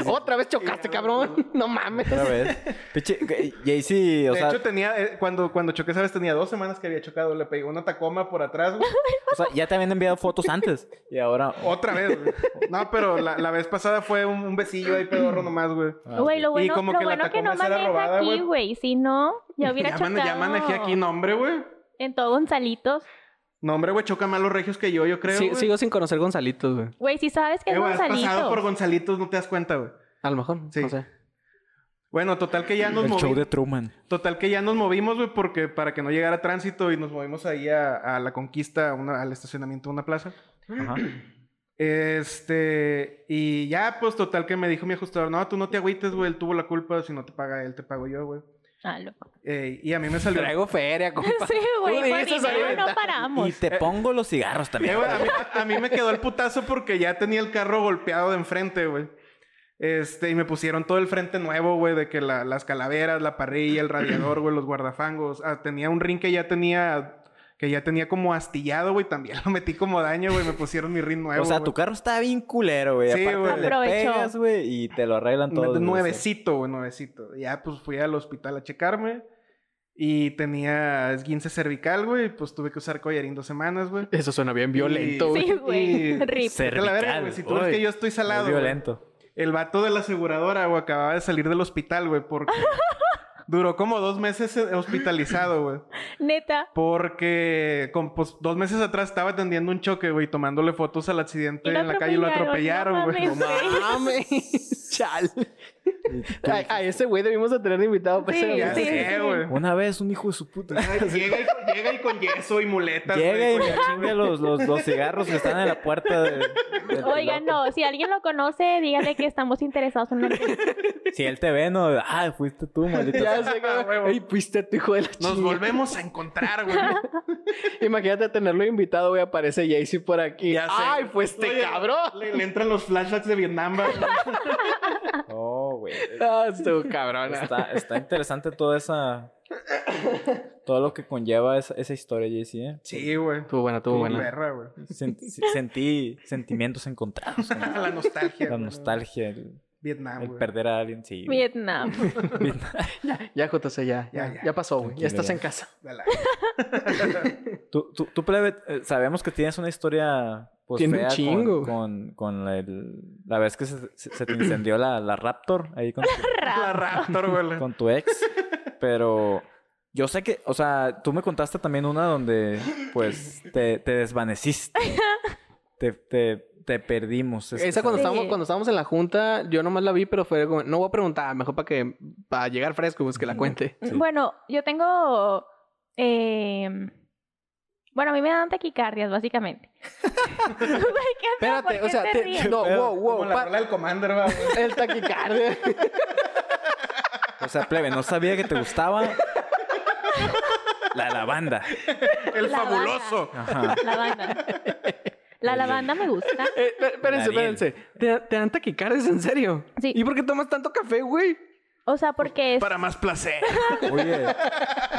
[SPEAKER 1] Otra vez chocaste, cabrón. No mames.
[SPEAKER 3] Otra vez. Pinche, que- Jaycee, o
[SPEAKER 4] de
[SPEAKER 3] sea,
[SPEAKER 4] hecho, tenía, eh, cuando, cuando choqué, ¿sabes? Tenía dos semanas que había chocado. Le pegué una tacoma por atrás, güey.
[SPEAKER 3] o sea, ya te habían enviado fotos antes. Y ahora...
[SPEAKER 4] Otra vez, güey. No, pero la, la vez pasada fue un, un besillo ahí pedorro nomás, güey.
[SPEAKER 3] Ah,
[SPEAKER 2] Güey, lo
[SPEAKER 4] Y
[SPEAKER 2] bueno,
[SPEAKER 4] como
[SPEAKER 2] lo
[SPEAKER 4] que la
[SPEAKER 2] bueno que no
[SPEAKER 4] Tacoma era
[SPEAKER 2] maneja
[SPEAKER 4] robada,
[SPEAKER 2] aquí,
[SPEAKER 4] güey.
[SPEAKER 2] güey. Si no, ya hubiera
[SPEAKER 4] Ya,
[SPEAKER 2] chocado.
[SPEAKER 4] mane- ya manejé aquí, no, hombre, güey.
[SPEAKER 2] En todo Gonzalitos.
[SPEAKER 4] No, hombre, güey, choca más los regios que yo, yo creo.
[SPEAKER 1] Sí-
[SPEAKER 4] güey.
[SPEAKER 1] sigo sin conocer Gonzalitos, güey.
[SPEAKER 2] Güey, si sabes que
[SPEAKER 4] Eh,
[SPEAKER 2] es
[SPEAKER 4] güey, has pasado por
[SPEAKER 2] Gonzalitos.
[SPEAKER 4] Gonzalitos, no te das cuenta, güey.
[SPEAKER 1] A lo mejor.
[SPEAKER 4] Sí.
[SPEAKER 1] No sé.
[SPEAKER 4] Bueno, total que ya nos
[SPEAKER 3] El show
[SPEAKER 4] movimos.
[SPEAKER 3] de Truman.
[SPEAKER 4] Total que ya nos movimos, güey, porque para que no llegara tránsito y nos movimos ahí a, a la conquista, a una- al estacionamiento de una plaza.
[SPEAKER 3] Ajá.
[SPEAKER 4] Este, y ya, pues, total que me dijo mi ajustador, no, tú no te agüites, güey, él tuvo la culpa, si no te paga él, te pago yo, güey.
[SPEAKER 2] Ah, loco.
[SPEAKER 4] Eh, y a mí me salió...
[SPEAKER 1] Traigo feria, compa.
[SPEAKER 2] Sí,
[SPEAKER 1] Tú
[SPEAKER 2] güey, por
[SPEAKER 1] dijiste
[SPEAKER 2] dinero
[SPEAKER 1] ahorita.
[SPEAKER 2] no
[SPEAKER 3] Y
[SPEAKER 2] paramos.
[SPEAKER 3] te pongo los cigarros
[SPEAKER 4] Eh,
[SPEAKER 3] también.
[SPEAKER 4] güey, a, mí, a mí me quedó el putazo porque ya tenía el carro golpeado de enfrente, güey. Este, y me pusieron todo el frente nuevo, güey, de que la- las calaveras, la parrilla, el radiador, güey, los guardafangos. Ah, tenía un ring que ya tenía, que ya tenía como astillado, güey, también lo metí como daño, güey, me pusieron mi ring nuevo.
[SPEAKER 3] O sea,
[SPEAKER 4] güey.
[SPEAKER 3] tu carro está bien culero, güey.
[SPEAKER 4] Sí,
[SPEAKER 3] Aparte
[SPEAKER 4] güey.
[SPEAKER 3] le
[SPEAKER 2] Aprovechó.
[SPEAKER 3] pegas, güey, y te lo arreglan todo.
[SPEAKER 4] Me-
[SPEAKER 3] desde
[SPEAKER 4] Nuevecito, güey, nuevecito. Ya, pues, fui al hospital a checarme. Y tenía esguince cervical, güey. Y pues tuve que usar collarín dos semanas, güey.
[SPEAKER 1] Eso suena bien violento,
[SPEAKER 4] Sí.
[SPEAKER 1] güey.
[SPEAKER 2] Sí, güey.
[SPEAKER 4] Y-
[SPEAKER 2] Rip.
[SPEAKER 3] Cervical.
[SPEAKER 4] Vete a la verga, güey. Si tú ves
[SPEAKER 3] Uy,
[SPEAKER 4] que yo estoy
[SPEAKER 3] muy
[SPEAKER 4] salado. güey.
[SPEAKER 3] violento.
[SPEAKER 4] El vato de la aseguradora, güey, acababa de salir del hospital, güey, porque duró como dos meses eh, hospitalizado, güey.
[SPEAKER 2] Neta.
[SPEAKER 4] Porque con, pues, dos meses atrás estaba atendiendo un choque, güey, tomándole fotos al accidente
[SPEAKER 2] Y lo
[SPEAKER 4] en la calle y lo
[SPEAKER 2] atropellaron, no
[SPEAKER 4] atropellaron, güey.
[SPEAKER 2] mames.
[SPEAKER 1] No mames. Chal. A, a ese güey debimos de tener de invitado para
[SPEAKER 2] Sí,
[SPEAKER 1] ese
[SPEAKER 4] pues, Ya
[SPEAKER 1] güey.
[SPEAKER 2] sí.
[SPEAKER 4] sé, güey.
[SPEAKER 3] Una vez un hijo de su puta.
[SPEAKER 4] Ay, Llega y, con- llega y con yeso y muletas.
[SPEAKER 3] Llega
[SPEAKER 4] güey,
[SPEAKER 3] y
[SPEAKER 4] con-
[SPEAKER 3] me chinga los, los, los cigarros que están en la puerta de. del
[SPEAKER 2] Oigan,
[SPEAKER 3] loco.
[SPEAKER 2] no, si alguien lo conoce, dígale que estamos interesados en una entrevista.
[SPEAKER 3] Si él te ve, no. Ah, fuiste tú, maldito.
[SPEAKER 1] Ya sé
[SPEAKER 4] Ah,
[SPEAKER 1] que.
[SPEAKER 4] huevo.
[SPEAKER 1] Ey, fuiste tu hijo de la
[SPEAKER 4] Nos
[SPEAKER 1] chingada.
[SPEAKER 4] volvemos a encontrar, güey.
[SPEAKER 1] Imagínate tenerlo invitado, güey. Aparece Jaycee por aquí.
[SPEAKER 4] Ya sé.
[SPEAKER 1] Ay, pues este
[SPEAKER 4] Oye,
[SPEAKER 1] cabrón.
[SPEAKER 4] Le, le entran los flashbacks de Vietnam, güey.
[SPEAKER 3] Oh, güey.
[SPEAKER 1] Ah, su cabrona.
[SPEAKER 3] Está, está interesante toda esa. Todo lo que conlleva esa, esa historia, JC, ¿eh?
[SPEAKER 4] Sí, güey.
[SPEAKER 1] Estuvo buena, estuvo
[SPEAKER 4] Muy
[SPEAKER 1] buena.
[SPEAKER 4] perra, güey.
[SPEAKER 3] Sen- sentí sentimientos encontrados. con
[SPEAKER 4] La nostalgia.
[SPEAKER 3] La
[SPEAKER 4] güey.
[SPEAKER 3] nostalgia, el,
[SPEAKER 4] Vietnam,
[SPEAKER 3] el
[SPEAKER 4] güey.
[SPEAKER 3] perder a alguien, sí. güey.
[SPEAKER 2] Vietnam.
[SPEAKER 1] Ya, JC, ya. Ya,
[SPEAKER 4] Ya,
[SPEAKER 1] ya.
[SPEAKER 4] ya.
[SPEAKER 1] pasó, güey. Ya
[SPEAKER 3] Tranquilo,
[SPEAKER 1] estás
[SPEAKER 3] ya.
[SPEAKER 1] en casa.
[SPEAKER 4] De la-
[SPEAKER 3] Tú, tú, tú, plebe, eh, sabemos que tienes una historia pues,
[SPEAKER 1] Tiene un
[SPEAKER 3] fea con-
[SPEAKER 1] chingo.
[SPEAKER 3] Con, con la, el- la vez que se, se- se te incendió la, la Raptor ahí con tu,
[SPEAKER 4] La Raptor, güey.
[SPEAKER 3] con tu ex. Pero yo sé que, o sea, tú me contaste también una donde pues te, te desvaneciste. te, te, te perdimos. Es-
[SPEAKER 1] Esa cuando
[SPEAKER 2] Sí.
[SPEAKER 1] estábamos, cuando estábamos en la junta, yo nomás la vi, pero fue como, no voy a preguntar, mejor para que, para llegar fresco, pues que la cuente.
[SPEAKER 3] Sí.
[SPEAKER 2] Bueno, yo tengo. em, bueno, a mí me dan taquicardias, básicamente. Güey, ¿qué pedo? ¿Por
[SPEAKER 1] Espérate,
[SPEAKER 2] qué
[SPEAKER 1] o sea,
[SPEAKER 2] te
[SPEAKER 1] te-
[SPEAKER 2] ríes?
[SPEAKER 1] no, wow, wow,
[SPEAKER 4] Como la
[SPEAKER 1] pa-
[SPEAKER 4] rola del Commander, va, güey.
[SPEAKER 1] el taquicardia.
[SPEAKER 3] O sea, plebe, no sabía que te gustaba la lavanda.
[SPEAKER 4] El
[SPEAKER 2] La
[SPEAKER 4] fabuloso.
[SPEAKER 3] Ajá.
[SPEAKER 2] Lavanda. La
[SPEAKER 3] Dale.
[SPEAKER 2] lavanda me gusta.
[SPEAKER 1] Eh, pe- espérense,
[SPEAKER 3] Ariel.
[SPEAKER 1] espérense. ¿Te, te dan taquicardias en serio?
[SPEAKER 2] Sí.
[SPEAKER 1] ¿Y por qué tomas tanto café, güey?
[SPEAKER 2] O sea, porque es.
[SPEAKER 4] Para más placer.
[SPEAKER 3] Oye,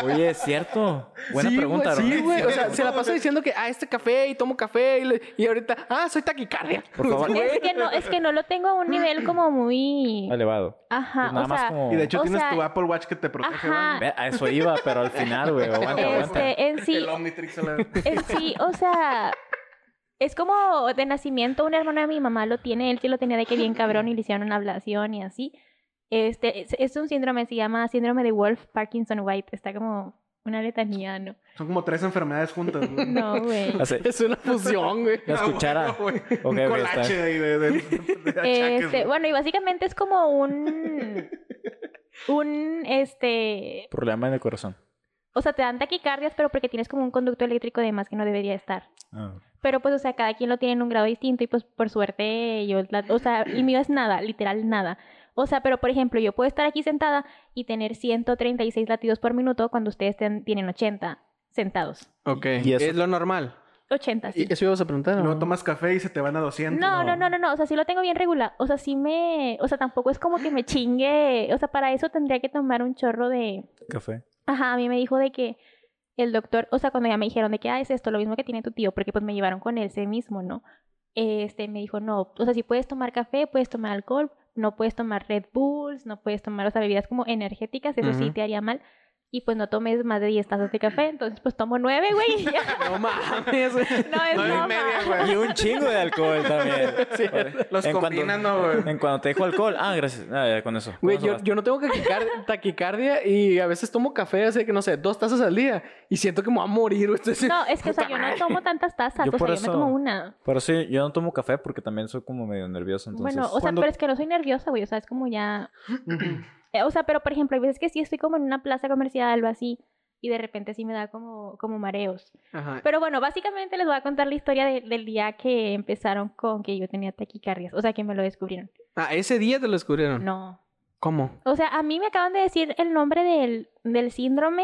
[SPEAKER 3] oye, es cierto. Buena
[SPEAKER 1] Sí,
[SPEAKER 3] pregunta,
[SPEAKER 1] güey,
[SPEAKER 3] ¿no?
[SPEAKER 1] Sí, güey. O sea, se la pasa diciendo que, ah, este café y tomo café y, le- y ahorita, ah, soy taquicardia.
[SPEAKER 3] Por favor.
[SPEAKER 1] Güey.
[SPEAKER 2] Es que, no, es que no lo tengo a un nivel como muy.
[SPEAKER 3] Elevado.
[SPEAKER 2] Ajá,
[SPEAKER 3] Pues nada
[SPEAKER 2] o
[SPEAKER 3] más
[SPEAKER 2] sea,
[SPEAKER 3] como-
[SPEAKER 4] Y de hecho
[SPEAKER 2] O
[SPEAKER 4] tienes
[SPEAKER 2] sea,
[SPEAKER 4] tu Apple Watch que te protege,
[SPEAKER 2] ajá.
[SPEAKER 3] Ve, A eso iba, pero al final, güey. Aguanta, aguanta.
[SPEAKER 2] este, en
[SPEAKER 4] güey.
[SPEAKER 2] sí,
[SPEAKER 4] El Omnitrix. a la-
[SPEAKER 2] en Eh, sí, o sea, es como de nacimiento, un hermano de mi mamá lo tiene, él sí lo tenía de que bien cabrón y le hicieron una ablación y así. Este, es, es un síndrome, se llama síndrome de Wolf Parkinson White, está como una letanía, ¿no?
[SPEAKER 4] Son como tres enfermedades juntas, güey.
[SPEAKER 2] No, güey.
[SPEAKER 3] Así,
[SPEAKER 1] Es una fusión, güey.
[SPEAKER 3] La escuchara.
[SPEAKER 4] Ah, bueno, güey.
[SPEAKER 3] Ok,
[SPEAKER 4] Un
[SPEAKER 3] güey, está.
[SPEAKER 4] colache de ahí de, de, de achaques,
[SPEAKER 2] Este,
[SPEAKER 4] güey.
[SPEAKER 2] bueno, y básicamente es como un, un, este,
[SPEAKER 3] Problema en el corazón.
[SPEAKER 2] o sea, te dan taquicardias, pero porque tienes como un conducto eléctrico de más que no debería estar. Pero pues, o sea, cada quien lo tiene en un grado distinto y pues por suerte yo, la- o sea, el mío es nada, literal nada. O sea, pero por ejemplo, yo puedo estar aquí sentada y tener 136 latidos por minuto cuando ustedes ten- tienen 80 sentados.
[SPEAKER 1] Ok.
[SPEAKER 3] Y eso-
[SPEAKER 1] Es lo normal.
[SPEAKER 2] 80, sí.
[SPEAKER 1] ¿Y ¿Eso ibas a preguntar? o
[SPEAKER 4] Luego
[SPEAKER 1] no?
[SPEAKER 4] tomas café y se te van a 200.
[SPEAKER 2] No, no,
[SPEAKER 3] no.
[SPEAKER 2] no, no, no, o sea, sí lo tengo bien regular. O sea, sí me, o sea, tampoco es como que me chingue. O sea, para eso tendría que tomar un chorro de...
[SPEAKER 3] Café.
[SPEAKER 2] Ajá, a mí me dijo de que el doctor, o sea, cuando ya me dijeron de que, ah, es esto, lo mismo que tiene tu tío, porque pues me llevaron con él, ese mismo, ¿no? Este, me dijo, no, o sea, si puedes tomar café, puedes tomar alcohol, no puedes tomar Red Bulls, no puedes tomar, o sea, bebidas como energéticas, eso sí
[SPEAKER 1] Ujú.
[SPEAKER 2] te haría mal. Y pues no tomes más de 10 tazas de café, entonces pues tomo 9, güey, y ya.
[SPEAKER 1] No mames. güey.
[SPEAKER 2] No es
[SPEAKER 4] Nueve y
[SPEAKER 2] broma.
[SPEAKER 4] media, güey.
[SPEAKER 3] Y un chingo de alcohol también.
[SPEAKER 1] Sí.
[SPEAKER 3] Vale.
[SPEAKER 4] Los
[SPEAKER 3] En cuanto-
[SPEAKER 4] combinan, no, güey.
[SPEAKER 3] En cuanto te dijo alcohol. Ah, gracias. Ah, ya, con eso.
[SPEAKER 1] Güey,
[SPEAKER 3] Con eso
[SPEAKER 1] yo,
[SPEAKER 3] basta.
[SPEAKER 1] yo no tengo taquicar- taquicardia y a veces tomo café, así que no sé, dos tazas al día y siento que me voy a morir. güey. Entonces,
[SPEAKER 2] No, es que, o sea,
[SPEAKER 1] puta
[SPEAKER 2] yo no
[SPEAKER 1] madre.
[SPEAKER 2] tomo tantas tazas,
[SPEAKER 3] Yo
[SPEAKER 2] o sea,
[SPEAKER 3] por
[SPEAKER 2] yo
[SPEAKER 3] eso-
[SPEAKER 2] me tomo una.
[SPEAKER 3] Por eso yo- yo no tomo café porque también soy como medio nervioso. Entonces,
[SPEAKER 2] bueno, o sea,
[SPEAKER 4] cuando-
[SPEAKER 2] pero es que no soy nerviosa, güey, o sea, es como ya... Eh, O sea, pero por ejemplo, hay veces que sí estoy como en una plaza comercial o algo así y de repente sí me da como, como mareos.
[SPEAKER 1] Ajá.
[SPEAKER 2] Pero bueno, básicamente les voy a contar la historia de- del día que empezaron con que yo tenía taquicardias, o sea, que me lo descubrieron.
[SPEAKER 1] Ah, ese día te lo descubrieron.
[SPEAKER 2] No.
[SPEAKER 1] ¿Cómo?
[SPEAKER 2] O sea, a mí me acaban de decir el nombre del, del síndrome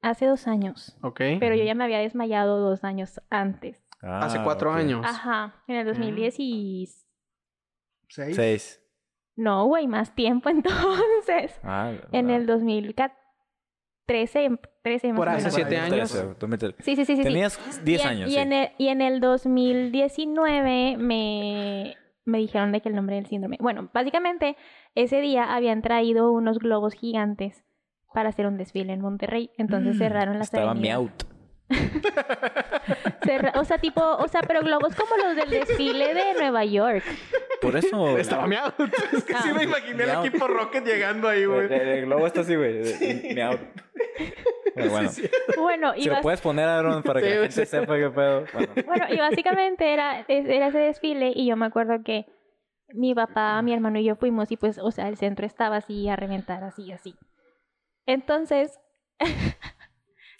[SPEAKER 2] hace dos años,
[SPEAKER 1] Ok.
[SPEAKER 2] pero yo ya me había desmayado dos años antes.
[SPEAKER 3] Ah,
[SPEAKER 1] Hace cuatro
[SPEAKER 3] ok.
[SPEAKER 1] años.
[SPEAKER 2] Ajá, en el
[SPEAKER 4] Ah.
[SPEAKER 2] 2010 y...
[SPEAKER 4] Seis.
[SPEAKER 3] Seis.
[SPEAKER 2] No, güey, más tiempo entonces.
[SPEAKER 3] Ah,
[SPEAKER 2] En
[SPEAKER 3] ah.
[SPEAKER 2] el 2013, 13 más
[SPEAKER 4] Por
[SPEAKER 2] o
[SPEAKER 4] ahí,
[SPEAKER 2] menos.
[SPEAKER 1] Hace
[SPEAKER 4] por
[SPEAKER 1] siete
[SPEAKER 4] ahí.
[SPEAKER 1] años.
[SPEAKER 3] 2013, 2013.
[SPEAKER 2] Sí, sí, sí, sí. sí.
[SPEAKER 3] Tenías 10
[SPEAKER 2] y en,
[SPEAKER 3] años.
[SPEAKER 2] Y,
[SPEAKER 3] sí.
[SPEAKER 2] en el, y en el 2019 me, me dijeron de que el nombre del síndrome. Bueno, básicamente ese día habían traído unos globos gigantes para hacer un desfile en Monterrey.
[SPEAKER 1] Mm,
[SPEAKER 4] Mm,
[SPEAKER 2] Entonces cerraron las
[SPEAKER 3] Estaba mi
[SPEAKER 2] avenidas.
[SPEAKER 3] out.
[SPEAKER 2] Cerra- o sea, tipo, o sea, pero globos como los del desfile de Nueva York.
[SPEAKER 3] Por eso.
[SPEAKER 1] Estaba miado.
[SPEAKER 4] Es que sí
[SPEAKER 2] Ah.
[SPEAKER 4] me imaginé el
[SPEAKER 3] Miau.
[SPEAKER 4] equipo Rocket llegando ahí,
[SPEAKER 3] El,
[SPEAKER 4] güey.
[SPEAKER 3] globo está así, güey. Mi out. Pero bueno.
[SPEAKER 2] Ah, Bueno, y
[SPEAKER 3] Si lo
[SPEAKER 2] bas-
[SPEAKER 3] puedes poner, Aaron, para que
[SPEAKER 1] Sí,
[SPEAKER 3] la
[SPEAKER 1] sí.
[SPEAKER 3] gente sepa qué pedo. Bueno,
[SPEAKER 2] bueno, y básicamente era, es- era ese desfile y yo me acuerdo que mi papá, mi hermano y yo fuimos y pues, o sea, el centro estaba así a reventar, así, así. Entonces,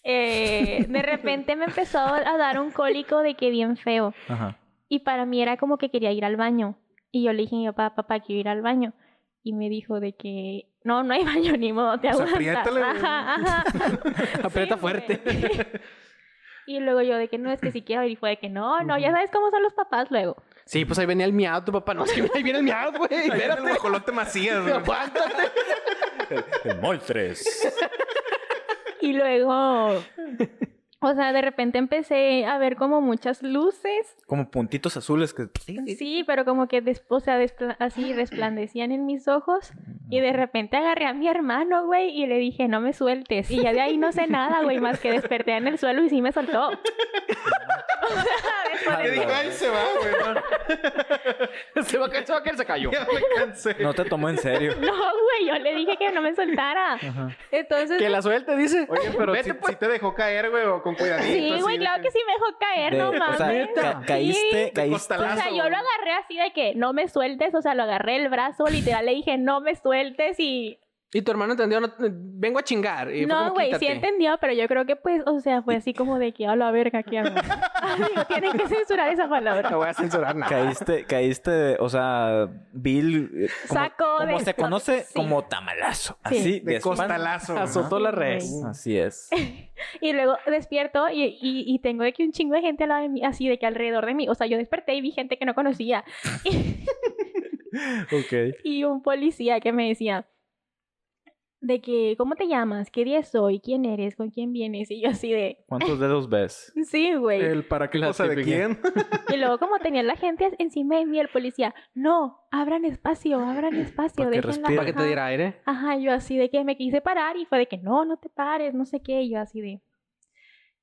[SPEAKER 2] eh, de repente me empezó a dar un cólico de que bien feo.
[SPEAKER 3] ajá.
[SPEAKER 2] Y para mí era como que quería ir al baño. Y yo le dije a mi papá, papá, quiero ir al baño. Y me dijo de que, no, no hay baño, ni modo, te
[SPEAKER 4] Pues
[SPEAKER 2] aguantas.
[SPEAKER 4] apriétale, güey.
[SPEAKER 2] Ajá, ajá.
[SPEAKER 1] Aprieta
[SPEAKER 2] Sí,
[SPEAKER 1] fuerte.
[SPEAKER 2] güey. y luego yo de que, no, es que si quiero ir. Y fue de que, no, no, ya sabes cómo son los papás luego.
[SPEAKER 1] Sí, pues ahí venía el miado, tu papá. No, sí, ahí viene el miado, güey.
[SPEAKER 4] Ahí viene el
[SPEAKER 1] Espérate.
[SPEAKER 4] guajolote Macías, güey.
[SPEAKER 1] Aguántate.
[SPEAKER 3] El Moltres.
[SPEAKER 2] Y luego, o sea, de repente empecé a ver como muchas luces.
[SPEAKER 3] Como puntitos azules que. pues,
[SPEAKER 2] Sí, pero como que, des- o sea, despla- así resplandecían en mis ojos. Y de repente agarré a mi hermano, güey, y le dije, no me sueltes. Y ya de ahí no sé nada, güey, más que desperté en el suelo y sí me soltó.
[SPEAKER 4] Yo dije, ay, se va, güey. no,
[SPEAKER 1] Se va a caer, se va a caer, se cayó.
[SPEAKER 4] ya me cansé.
[SPEAKER 3] No te tomó en serio.
[SPEAKER 2] No, güey, yo le dije que no me soltara. Entonces,
[SPEAKER 1] Que la suelte, dice.
[SPEAKER 4] Oye, pero
[SPEAKER 1] Vete,
[SPEAKER 4] si,
[SPEAKER 1] pues.
[SPEAKER 4] te dejó caer, güey, o con cuidadito.
[SPEAKER 2] sí,
[SPEAKER 4] así
[SPEAKER 2] güey,
[SPEAKER 4] de
[SPEAKER 2] claro que sí me dejó caer,
[SPEAKER 3] De-
[SPEAKER 2] no mames.
[SPEAKER 3] o sea,
[SPEAKER 1] Neta.
[SPEAKER 3] ca- caíste,
[SPEAKER 2] Sí.
[SPEAKER 3] caíste.
[SPEAKER 4] costalazo,
[SPEAKER 2] O sea, yo
[SPEAKER 4] güey.
[SPEAKER 2] lo agarré así de que no me sueltes, o sea, lo agarré el brazo, literal, le dije, no me sueltes y...
[SPEAKER 1] Y tu hermano entendió, no, vengo a chingar. Y fue
[SPEAKER 2] No,
[SPEAKER 1] como,
[SPEAKER 2] güey, sí
[SPEAKER 1] "Quítate".
[SPEAKER 2] entendió, pero yo creo que pues, o sea, fue así como de que, a la verga, ¿qué hago? Amigo, tienen que censurar esa palabra.
[SPEAKER 1] No voy a censurar nada.
[SPEAKER 3] Caíste, caíste, o sea, Bill. eh, Como,
[SPEAKER 2] Sacó
[SPEAKER 3] como
[SPEAKER 2] de-
[SPEAKER 3] se conoce
[SPEAKER 2] sí.
[SPEAKER 3] como tamalazo.
[SPEAKER 2] Sí.
[SPEAKER 3] Así,
[SPEAKER 4] De
[SPEAKER 3] espalda.
[SPEAKER 4] costalazo, güey.
[SPEAKER 1] Azotó la res.
[SPEAKER 3] Así es.
[SPEAKER 2] Y luego despierto y, y- y tengo de que un chingo de gente al lado de mí, así de que alrededor de mí. O sea, yo desperté y vi gente que no conocía.
[SPEAKER 3] ok.
[SPEAKER 2] Y un policía que me decía de que, ¿cómo te llamas? ¿Qué día soy? ¿Quién eres? ¿Con quién vienes? Y yo así de,
[SPEAKER 3] ¿Cuántos dedos ves?
[SPEAKER 2] sí, güey.
[SPEAKER 4] El para qué
[SPEAKER 1] La
[SPEAKER 4] cosa de
[SPEAKER 1] típica.
[SPEAKER 4] quién.
[SPEAKER 2] Y luego como tenía la gente encima de mí, el policía, no, abran espacio, abran espacio,
[SPEAKER 3] Para que
[SPEAKER 2] déjenla.
[SPEAKER 3] respire.
[SPEAKER 1] Para que te
[SPEAKER 2] ajá".
[SPEAKER 1] diera aire.
[SPEAKER 2] Ajá, yo así de que me quise parar y fue de que no, no te pares, no sé qué, y yo así de...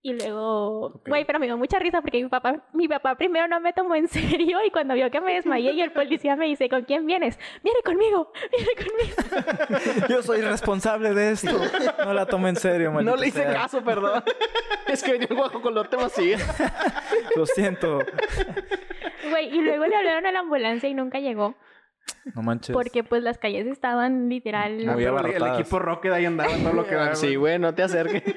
[SPEAKER 2] Y luego, güey, pero me dio mucha risa porque mi papá, mi papá primero no me tomó en serio y cuando vio que me desmayé y el policía me dice, ¿con quién vienes? Viene conmigo, viene conmigo.
[SPEAKER 3] Yo soy responsable de esto. No la tomo en serio, maldita
[SPEAKER 1] No le hice
[SPEAKER 3] sea.
[SPEAKER 1] caso, perdón. es que venía un guajolote vacío.
[SPEAKER 3] Lo siento.
[SPEAKER 2] Güey, y luego le hablaron a la ambulancia y nunca llegó
[SPEAKER 3] No manches.
[SPEAKER 2] porque pues las calles estaban literal...
[SPEAKER 3] Muy
[SPEAKER 4] Pero el
[SPEAKER 3] abarrotadas.
[SPEAKER 4] equipo Rocket ahí andaba todo lo que da.
[SPEAKER 1] Sí, güey, no te acerques.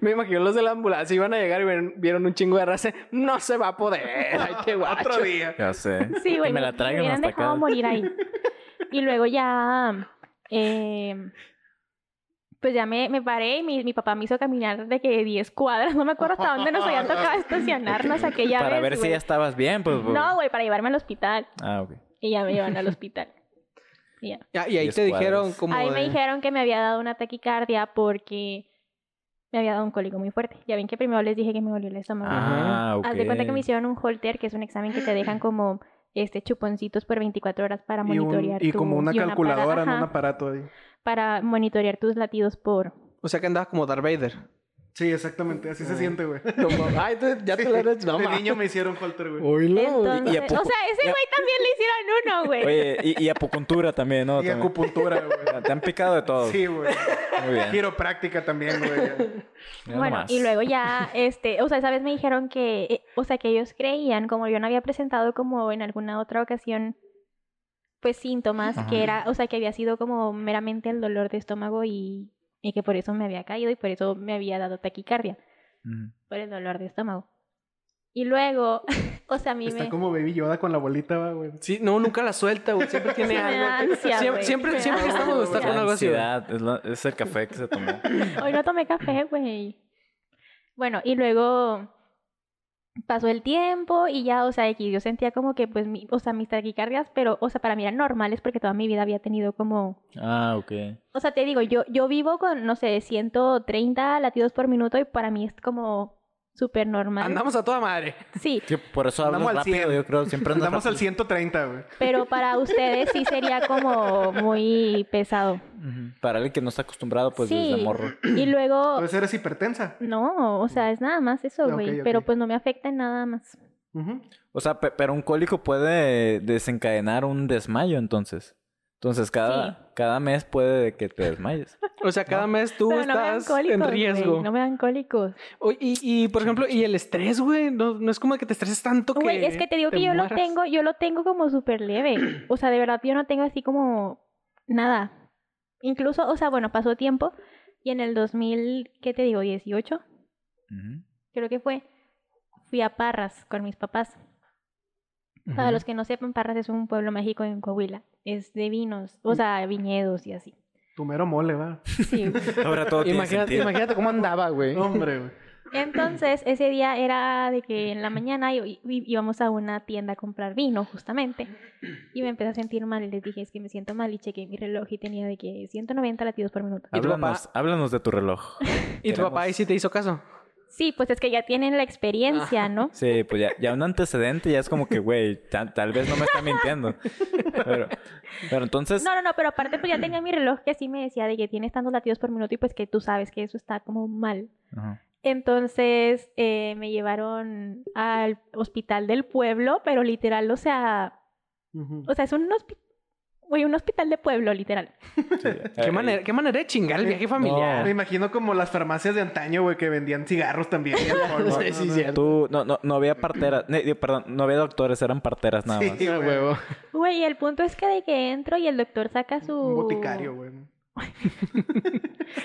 [SPEAKER 1] Me imagino los de la ambulancia iban a llegar y ven- vieron un chingo de raza. No se va a poder. Ay, qué guacho.
[SPEAKER 4] Otro día.
[SPEAKER 3] Ya sé.
[SPEAKER 2] Sí, güey.
[SPEAKER 3] Que me la
[SPEAKER 2] me
[SPEAKER 3] traigan
[SPEAKER 2] hubieran
[SPEAKER 3] hasta
[SPEAKER 2] dejado
[SPEAKER 3] acá.
[SPEAKER 2] morir ahí. Y luego ya. eh, pues ya me, me paré y mi, mi papá me hizo caminar de que 10 cuadras. No me acuerdo hasta dónde nos había tocado estacionarnos aquella
[SPEAKER 3] Para
[SPEAKER 2] vez.
[SPEAKER 3] ver si
[SPEAKER 2] güey.
[SPEAKER 3] ya estabas bien, pues. güey.
[SPEAKER 2] No, güey, para llevarme al hospital.
[SPEAKER 3] Ah, ok.
[SPEAKER 2] Y ya me llevan al hospital. Y ya.
[SPEAKER 1] Ya, y ahí
[SPEAKER 3] Diez
[SPEAKER 1] te
[SPEAKER 3] cuadras.
[SPEAKER 1] dijeron como.
[SPEAKER 2] Ahí me
[SPEAKER 1] de-
[SPEAKER 2] dijeron que me había dado una taquicardia porque me había dado un cólico muy fuerte. Ya ven que primero les dije que me dolió el estómago.
[SPEAKER 3] Ah, ok.
[SPEAKER 2] Haz de cuenta que me hicieron un holter, que es un examen que te dejan como este chuponcitos por 24 horas para
[SPEAKER 4] Y, un-
[SPEAKER 2] monitorear
[SPEAKER 4] y
[SPEAKER 2] tu-
[SPEAKER 4] como una
[SPEAKER 2] y un apara-
[SPEAKER 4] calculadora en
[SPEAKER 2] ajá,
[SPEAKER 4] un aparato ahí.
[SPEAKER 2] para monitorear tus latidos por
[SPEAKER 1] O sea que andabas como Darth Vader.
[SPEAKER 4] Sí, exactamente. Así se siente, güey.
[SPEAKER 1] Como, Ay, tú ya te lo eres. No,
[SPEAKER 4] De
[SPEAKER 1] ma.
[SPEAKER 4] niño me hicieron Holter, güey.
[SPEAKER 2] Entonces,
[SPEAKER 3] ¿y a poco-
[SPEAKER 2] o sea, ese güey también le hicieron uno, güey.
[SPEAKER 3] Oye, y, y acupuntura también, ¿no?
[SPEAKER 4] Y
[SPEAKER 3] También. Ah,
[SPEAKER 4] acupuntura, güey.
[SPEAKER 3] Te han picado de todo.
[SPEAKER 4] Sí, güey.
[SPEAKER 3] Muy bien.
[SPEAKER 4] Quiropráctica también, güey.
[SPEAKER 3] Mira
[SPEAKER 2] Bueno,
[SPEAKER 3] nomás.
[SPEAKER 2] y luego ya, este, o sea, esa vez me dijeron que, eh, o sea, que ellos creían, como yo no había presentado como en alguna otra ocasión, pues síntomas,
[SPEAKER 3] Ajá.
[SPEAKER 2] que era, o sea, que había sido como meramente el dolor de estómago y, y que por eso me había caído y por eso me había dado taquicardia,
[SPEAKER 3] Ujú.
[SPEAKER 2] por el dolor de estómago. Y luego, o sea, a mí
[SPEAKER 4] Está
[SPEAKER 2] me...
[SPEAKER 4] como Baby Yoda con la bolita, va, güey.
[SPEAKER 1] Sí, no, nunca la suelta, güey. Siempre tiene
[SPEAKER 2] me
[SPEAKER 1] algo.
[SPEAKER 2] da ansia,
[SPEAKER 1] siempre
[SPEAKER 2] güey.
[SPEAKER 1] siempre,
[SPEAKER 2] Me
[SPEAKER 1] siempre
[SPEAKER 2] da
[SPEAKER 1] que estamos está
[SPEAKER 2] ansia.
[SPEAKER 1] con algo así. güey.
[SPEAKER 3] Ansiedad, es, la- es el café que se tomó.
[SPEAKER 2] Hoy no tomé café, güey. Bueno, y luego pasó el tiempo y ya, o sea, aquí yo sentía como que, pues, mi- o sea, mis taquicardias, pero, o sea, para mí eran normales porque toda mi vida había tenido como...
[SPEAKER 3] Ah, ok.
[SPEAKER 2] O sea, te digo, yo, yo vivo con, no sé, 130 latidos por minuto y para mí es como súper normal.
[SPEAKER 1] Andamos a toda madre.
[SPEAKER 2] Sí,
[SPEAKER 3] Sí, por eso hablas
[SPEAKER 4] Andamos al
[SPEAKER 3] rápido,
[SPEAKER 4] 100.
[SPEAKER 3] yo creo. Siempre andas
[SPEAKER 4] Andamos al
[SPEAKER 3] rápido.
[SPEAKER 4] 130, güey.
[SPEAKER 2] pero para ustedes sí sería como muy pesado.
[SPEAKER 3] Ujú. Para alguien que no está acostumbrado, pues
[SPEAKER 2] sí.
[SPEAKER 3] desde morro.
[SPEAKER 2] Y luego,
[SPEAKER 4] Entonces eres hipertensa.
[SPEAKER 2] no, o sea, es nada más eso,
[SPEAKER 4] Ah,
[SPEAKER 2] güey.
[SPEAKER 4] ok, ok.
[SPEAKER 2] Pero pues no me afecta en nada más.
[SPEAKER 4] Ujú.
[SPEAKER 3] O sea, pe- pero un cólico puede desencadenar un desmayo, entonces. Entonces, cada,
[SPEAKER 2] Sí.
[SPEAKER 3] cada mes puede que te desmayes.
[SPEAKER 1] O sea, cada mes tú
[SPEAKER 2] Pero no me dan
[SPEAKER 1] estás
[SPEAKER 2] cólicos,
[SPEAKER 1] en
[SPEAKER 2] güey,
[SPEAKER 1] riesgo.
[SPEAKER 2] no me dan cólicos.
[SPEAKER 1] Oye, y, y, por ejemplo, y el estrés, güey, no, no es como que te estreses tanto que.
[SPEAKER 2] Güey, es que te digo que yo
[SPEAKER 1] mueras.
[SPEAKER 2] lo tengo, yo lo tengo como súper leve. O sea, de verdad, yo no tengo así como nada. Incluso, o sea, bueno, pasó tiempo y en el 2000, ¿qué te digo? 18,
[SPEAKER 3] Ujú.
[SPEAKER 2] creo que fue, fui a Parras con mis papás. Para los que no sepan, Parras es un pueblo mágico en Coahuila. Es de vinos, o sea, viñedos y así.
[SPEAKER 4] Tu mero mole, va.
[SPEAKER 2] Sí, güey.
[SPEAKER 3] Ahora todo tiene
[SPEAKER 1] Imagínate,
[SPEAKER 3] sentido.
[SPEAKER 1] imagínate cómo andaba, güey.
[SPEAKER 4] Hombre, güey.
[SPEAKER 2] Entonces, ese día era de que en la mañana i- i- íbamos a una tienda a comprar vino, justamente. Y me empecé a sentir mal y les dije, es que me siento mal. Y chequé mi reloj y tenía de que 190 latidos por minuto.
[SPEAKER 3] Ah.
[SPEAKER 1] ¿Y tu
[SPEAKER 3] Háblanos, háblanos de tu reloj.
[SPEAKER 1] Y tu
[SPEAKER 3] Queremos-
[SPEAKER 1] papá ahí sí te hizo caso.
[SPEAKER 2] Sí, pues es que ya tienen la experiencia, ¿no?
[SPEAKER 3] Sí, pues ya, ya un antecedente ya es como que, güey, ta- tal vez no me está mintiendo. Pero, pero entonces,
[SPEAKER 2] No, no, no, pero aparte pues ya tenía mi reloj que así me decía de que tienes tantos latidos por minuto y pues que tú sabes que eso está como mal.
[SPEAKER 3] Ajá.
[SPEAKER 2] Entonces eh, me llevaron al hospital del pueblo, pero literal, o sea,
[SPEAKER 4] Ujú.
[SPEAKER 2] o sea, es un hospital, un hospital de pueblo, literal.
[SPEAKER 3] sí. eh,
[SPEAKER 1] ¿Qué manera, qué manera de chingar el viaje
[SPEAKER 4] Me
[SPEAKER 1] familiar.
[SPEAKER 4] imagino como las farmacias de antaño, güey, que vendían cigarros también. y alcohol,
[SPEAKER 1] No,
[SPEAKER 4] güey.
[SPEAKER 1] sí,
[SPEAKER 4] No, no,
[SPEAKER 1] sí.
[SPEAKER 4] no.
[SPEAKER 3] eh, Tú, no, no, no había parteras, ne- digo, perdón, no había doctores, eran parteras nada
[SPEAKER 4] Sí,
[SPEAKER 3] más.
[SPEAKER 1] Ah,
[SPEAKER 4] güey.
[SPEAKER 1] huevo.
[SPEAKER 2] Güey, el punto es que de que entro y el doctor saca su...
[SPEAKER 3] Uh.
[SPEAKER 4] Un boticario, güey.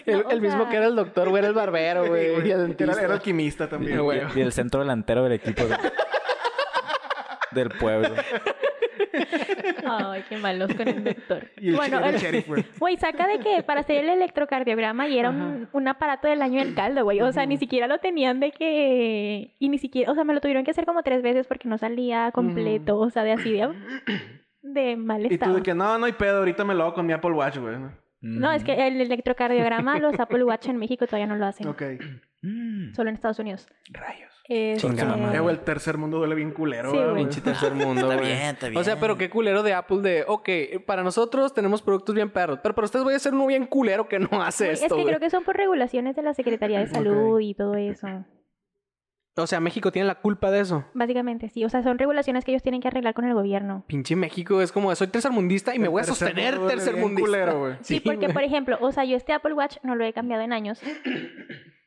[SPEAKER 1] El,
[SPEAKER 2] No, o
[SPEAKER 1] el mismo
[SPEAKER 2] sea-
[SPEAKER 1] que era el doctor, güey, era el barbero,
[SPEAKER 4] Sí,
[SPEAKER 1] güey.
[SPEAKER 4] güey.
[SPEAKER 1] y el
[SPEAKER 4] Era,
[SPEAKER 1] dentista.
[SPEAKER 4] era alquimista
[SPEAKER 3] Y,
[SPEAKER 4] también.
[SPEAKER 1] Ah,
[SPEAKER 4] güey.
[SPEAKER 1] huevo.
[SPEAKER 3] y- y el centro delantero del equipo de- del pueblo.
[SPEAKER 2] Ay, qué malos con el doctor.
[SPEAKER 4] Y el,
[SPEAKER 2] bueno,
[SPEAKER 4] era el
[SPEAKER 2] el-
[SPEAKER 4] sheriff, güey.
[SPEAKER 2] güey, saca de que para hacer el electrocardiograma y era un, un aparato del año del caldo, güey. O sea, ni siquiera lo tenían de que... Y ni siquiera... O sea, me lo tuvieron que hacer como tres veces porque no salía completo. O sea, de así de... De mal
[SPEAKER 4] Y tú
[SPEAKER 2] estado.
[SPEAKER 4] de que no, no hay pedo, ahorita me lo hago con mi Apple Watch, güey.
[SPEAKER 2] No, es que el electrocardiograma, los Apple Watch en México todavía no lo hacen.
[SPEAKER 4] Ok.
[SPEAKER 3] Mm.
[SPEAKER 2] Solo en Estados Unidos.
[SPEAKER 4] Rayos.
[SPEAKER 2] Este,
[SPEAKER 1] Chingada
[SPEAKER 4] Eh, güey, el tercer mundo duele bien culero,
[SPEAKER 2] Sí,
[SPEAKER 4] güey.
[SPEAKER 2] güey.
[SPEAKER 1] Pinche tercer mundo, güey.
[SPEAKER 3] bien, está
[SPEAKER 1] O sea,
[SPEAKER 3] bien.
[SPEAKER 1] pero qué culero de Apple de, ok, para nosotros tenemos productos bien perros, pero para ustedes voy a hacer uno bien culero que no hace
[SPEAKER 2] Güey, es
[SPEAKER 1] esto,
[SPEAKER 2] que
[SPEAKER 1] güey.
[SPEAKER 2] creo que son por regulaciones de la Secretaría de Salud y todo eso.
[SPEAKER 1] O sea, México tiene la culpa de eso.
[SPEAKER 2] Básicamente, sí. O sea, son regulaciones que ellos tienen que arreglar con el gobierno.
[SPEAKER 1] Pinche México es como, de, soy tercermundista y me
[SPEAKER 4] El
[SPEAKER 1] voy a
[SPEAKER 4] tercer
[SPEAKER 1] sostener
[SPEAKER 4] mundo duele bien
[SPEAKER 1] tercermundista.
[SPEAKER 4] culero, güey.
[SPEAKER 2] Sí, porque,
[SPEAKER 1] güey.
[SPEAKER 2] por ejemplo, o sea, yo este Apple Watch no lo he cambiado en años.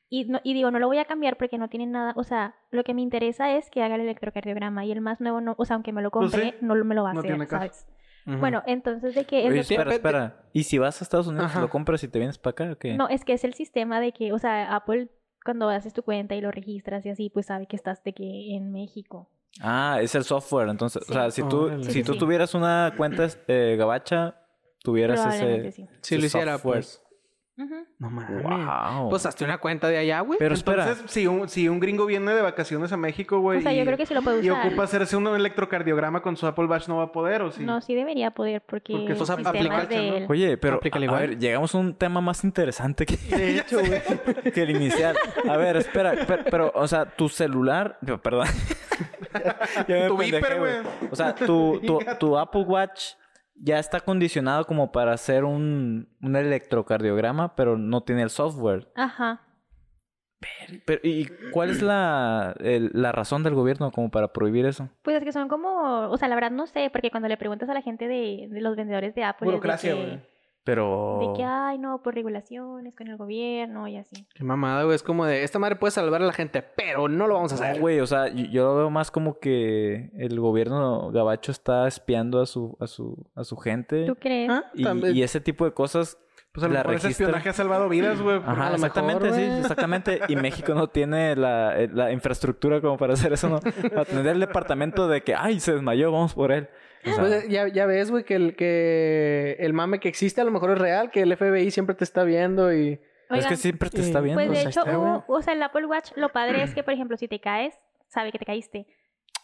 [SPEAKER 2] Y, no- y digo, no lo voy a cambiar porque no tiene nada. O sea, lo que me interesa es que haga el electrocardiograma. Y el más nuevo, no, o sea, aunque me lo
[SPEAKER 4] Pues sí,
[SPEAKER 2] compre, no lo- me lo va a
[SPEAKER 4] no
[SPEAKER 2] hacer,
[SPEAKER 4] tiene caso.
[SPEAKER 2] ¿sabes?
[SPEAKER 1] Ujú.
[SPEAKER 2] Bueno, entonces de que... el
[SPEAKER 3] Oye,
[SPEAKER 2] doctor-
[SPEAKER 3] espera, espera. ¿Y si vas a Estados Unidos,
[SPEAKER 1] Ajá.
[SPEAKER 3] lo compras y te vienes para acá o qué?
[SPEAKER 2] No, es que es el sistema de que, o sea, Apple cuando haces tu cuenta y lo registras y así, pues sabe que estás de que en México.
[SPEAKER 3] Ah, es el software. Entonces, o
[SPEAKER 2] Sí.
[SPEAKER 3] sea, si tú,
[SPEAKER 4] Órale.
[SPEAKER 3] si
[SPEAKER 2] Sí,
[SPEAKER 3] tú
[SPEAKER 2] sí.
[SPEAKER 3] tuvieras una cuenta eh, gabacha, tuvieras
[SPEAKER 2] Probablemente
[SPEAKER 3] ese.
[SPEAKER 2] sí.
[SPEAKER 1] si lo
[SPEAKER 3] ese
[SPEAKER 1] hiciera,
[SPEAKER 3] software.
[SPEAKER 1] pues.
[SPEAKER 2] Ujú.
[SPEAKER 1] No mames.
[SPEAKER 3] Wow.
[SPEAKER 1] Pues hazte una cuenta de allá, güey.
[SPEAKER 3] pero espera.
[SPEAKER 4] Entonces, si un, si un gringo viene de vacaciones a México, güey,
[SPEAKER 2] O sea, yo
[SPEAKER 4] y-
[SPEAKER 2] creo que sí lo puede
[SPEAKER 4] y
[SPEAKER 2] usar.
[SPEAKER 4] ocupa hacerse un electrocardiograma con su Apple Watch, no va a poder, ¿o sí?
[SPEAKER 2] No, sí debería poder porque,
[SPEAKER 4] Porque pues,
[SPEAKER 2] los
[SPEAKER 4] eso
[SPEAKER 2] sistemas
[SPEAKER 1] aplica,
[SPEAKER 4] ¿no?
[SPEAKER 2] de él.
[SPEAKER 3] Oye, pero a,
[SPEAKER 1] Aplícale
[SPEAKER 3] a
[SPEAKER 1] igual.
[SPEAKER 3] ver, llegamos a un tema más interesante que,
[SPEAKER 1] De hecho, güey.
[SPEAKER 3] que el inicial. A ver, espera, per- pero, o sea, tu celular, no, perdón. Ya me
[SPEAKER 4] Tu
[SPEAKER 3] pendejé,
[SPEAKER 4] Viper, güey.
[SPEAKER 3] O sea, tu, tu, tu Apple Watch ya está condicionado como para hacer un, un electrocardiograma, pero no tiene el software.
[SPEAKER 2] Ajá.
[SPEAKER 3] Pero, ¿Y cuál es la, el- la razón del gobierno como para prohibir eso?
[SPEAKER 2] Pues es que son como, o sea, la verdad no sé, porque cuando le preguntas a la gente de, de los vendedores de Apple, es
[SPEAKER 4] Burocracia,
[SPEAKER 2] de,
[SPEAKER 4] güey.
[SPEAKER 2] que,
[SPEAKER 3] Pero...
[SPEAKER 2] de que, ay, no, por regulaciones con el gobierno y así.
[SPEAKER 1] Qué mamada, güey. Es como de, esta madre puede salvar a la gente, pero no lo vamos a
[SPEAKER 3] No,
[SPEAKER 1] hacer.
[SPEAKER 3] güey, o sea, yo, yo lo veo más como que el gobierno gabacho está espiando a su, a su, a su gente.
[SPEAKER 2] ¿Tú crees?
[SPEAKER 1] Ah,
[SPEAKER 3] Y,
[SPEAKER 1] también-
[SPEAKER 3] y ese tipo de cosas.
[SPEAKER 4] Pues a lo
[SPEAKER 3] La
[SPEAKER 4] mejor ese
[SPEAKER 3] registra. Ah.
[SPEAKER 4] espionaje ha salvado vidas, güey.
[SPEAKER 3] Ajá,
[SPEAKER 1] a lo
[SPEAKER 3] exactamente,
[SPEAKER 1] mejor,
[SPEAKER 3] sí,
[SPEAKER 1] güey.
[SPEAKER 3] exactamente. Y México no tiene la, eh, la infraestructura como para hacer eso, ¿no? Para tener el departamento de que, ay, se desmayó, vamos por él. O sea,
[SPEAKER 1] Pues, ya, ya ves, güey, que el, que el mame que existe a lo mejor es real, que el FBI siempre te está viendo y...
[SPEAKER 3] pues es
[SPEAKER 2] Oigan,
[SPEAKER 3] que siempre te
[SPEAKER 1] eh,
[SPEAKER 3] está viendo.
[SPEAKER 2] pues
[SPEAKER 3] o
[SPEAKER 2] de
[SPEAKER 3] sea,
[SPEAKER 2] hecho,
[SPEAKER 3] está, güey.
[SPEAKER 2] hubo- o sea, el Apple Watch, lo padre es que, por ejemplo, si te caes, sabe que te caíste.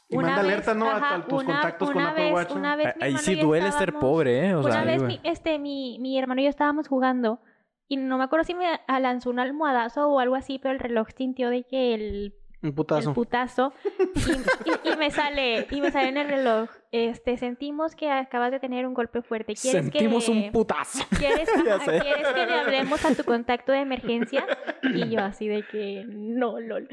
[SPEAKER 4] Y manda alerta, ¿no? A- a tus contactos con
[SPEAKER 2] una
[SPEAKER 4] Apple
[SPEAKER 2] vez-
[SPEAKER 4] Watch, ¿no?
[SPEAKER 2] una vez mi
[SPEAKER 3] Ahí
[SPEAKER 2] hermano
[SPEAKER 3] sí
[SPEAKER 2] y yo
[SPEAKER 3] duele ser
[SPEAKER 2] estábamos-
[SPEAKER 3] pobre, ¿eh? O sea,
[SPEAKER 2] una vez
[SPEAKER 3] güey.
[SPEAKER 2] mi, este, mi, mi hermano y yo estábamos jugando y no me acuerdo si me a- lanzó un almohadazo o algo así, pero el reloj sintió de que el
[SPEAKER 1] Un
[SPEAKER 2] el
[SPEAKER 1] putazo.
[SPEAKER 2] putazo y, y- y me sale y me sale en el reloj este sentimos que acabas de tener un golpe fuerte quieres
[SPEAKER 1] Sentimos
[SPEAKER 2] que
[SPEAKER 1] un putazo.
[SPEAKER 2] ¿Quieres,
[SPEAKER 3] Ya
[SPEAKER 2] ajá,
[SPEAKER 3] sé.
[SPEAKER 2] ¿Quieres que le hablemos a tu contacto de emergencia? Y yo así de que no, lol.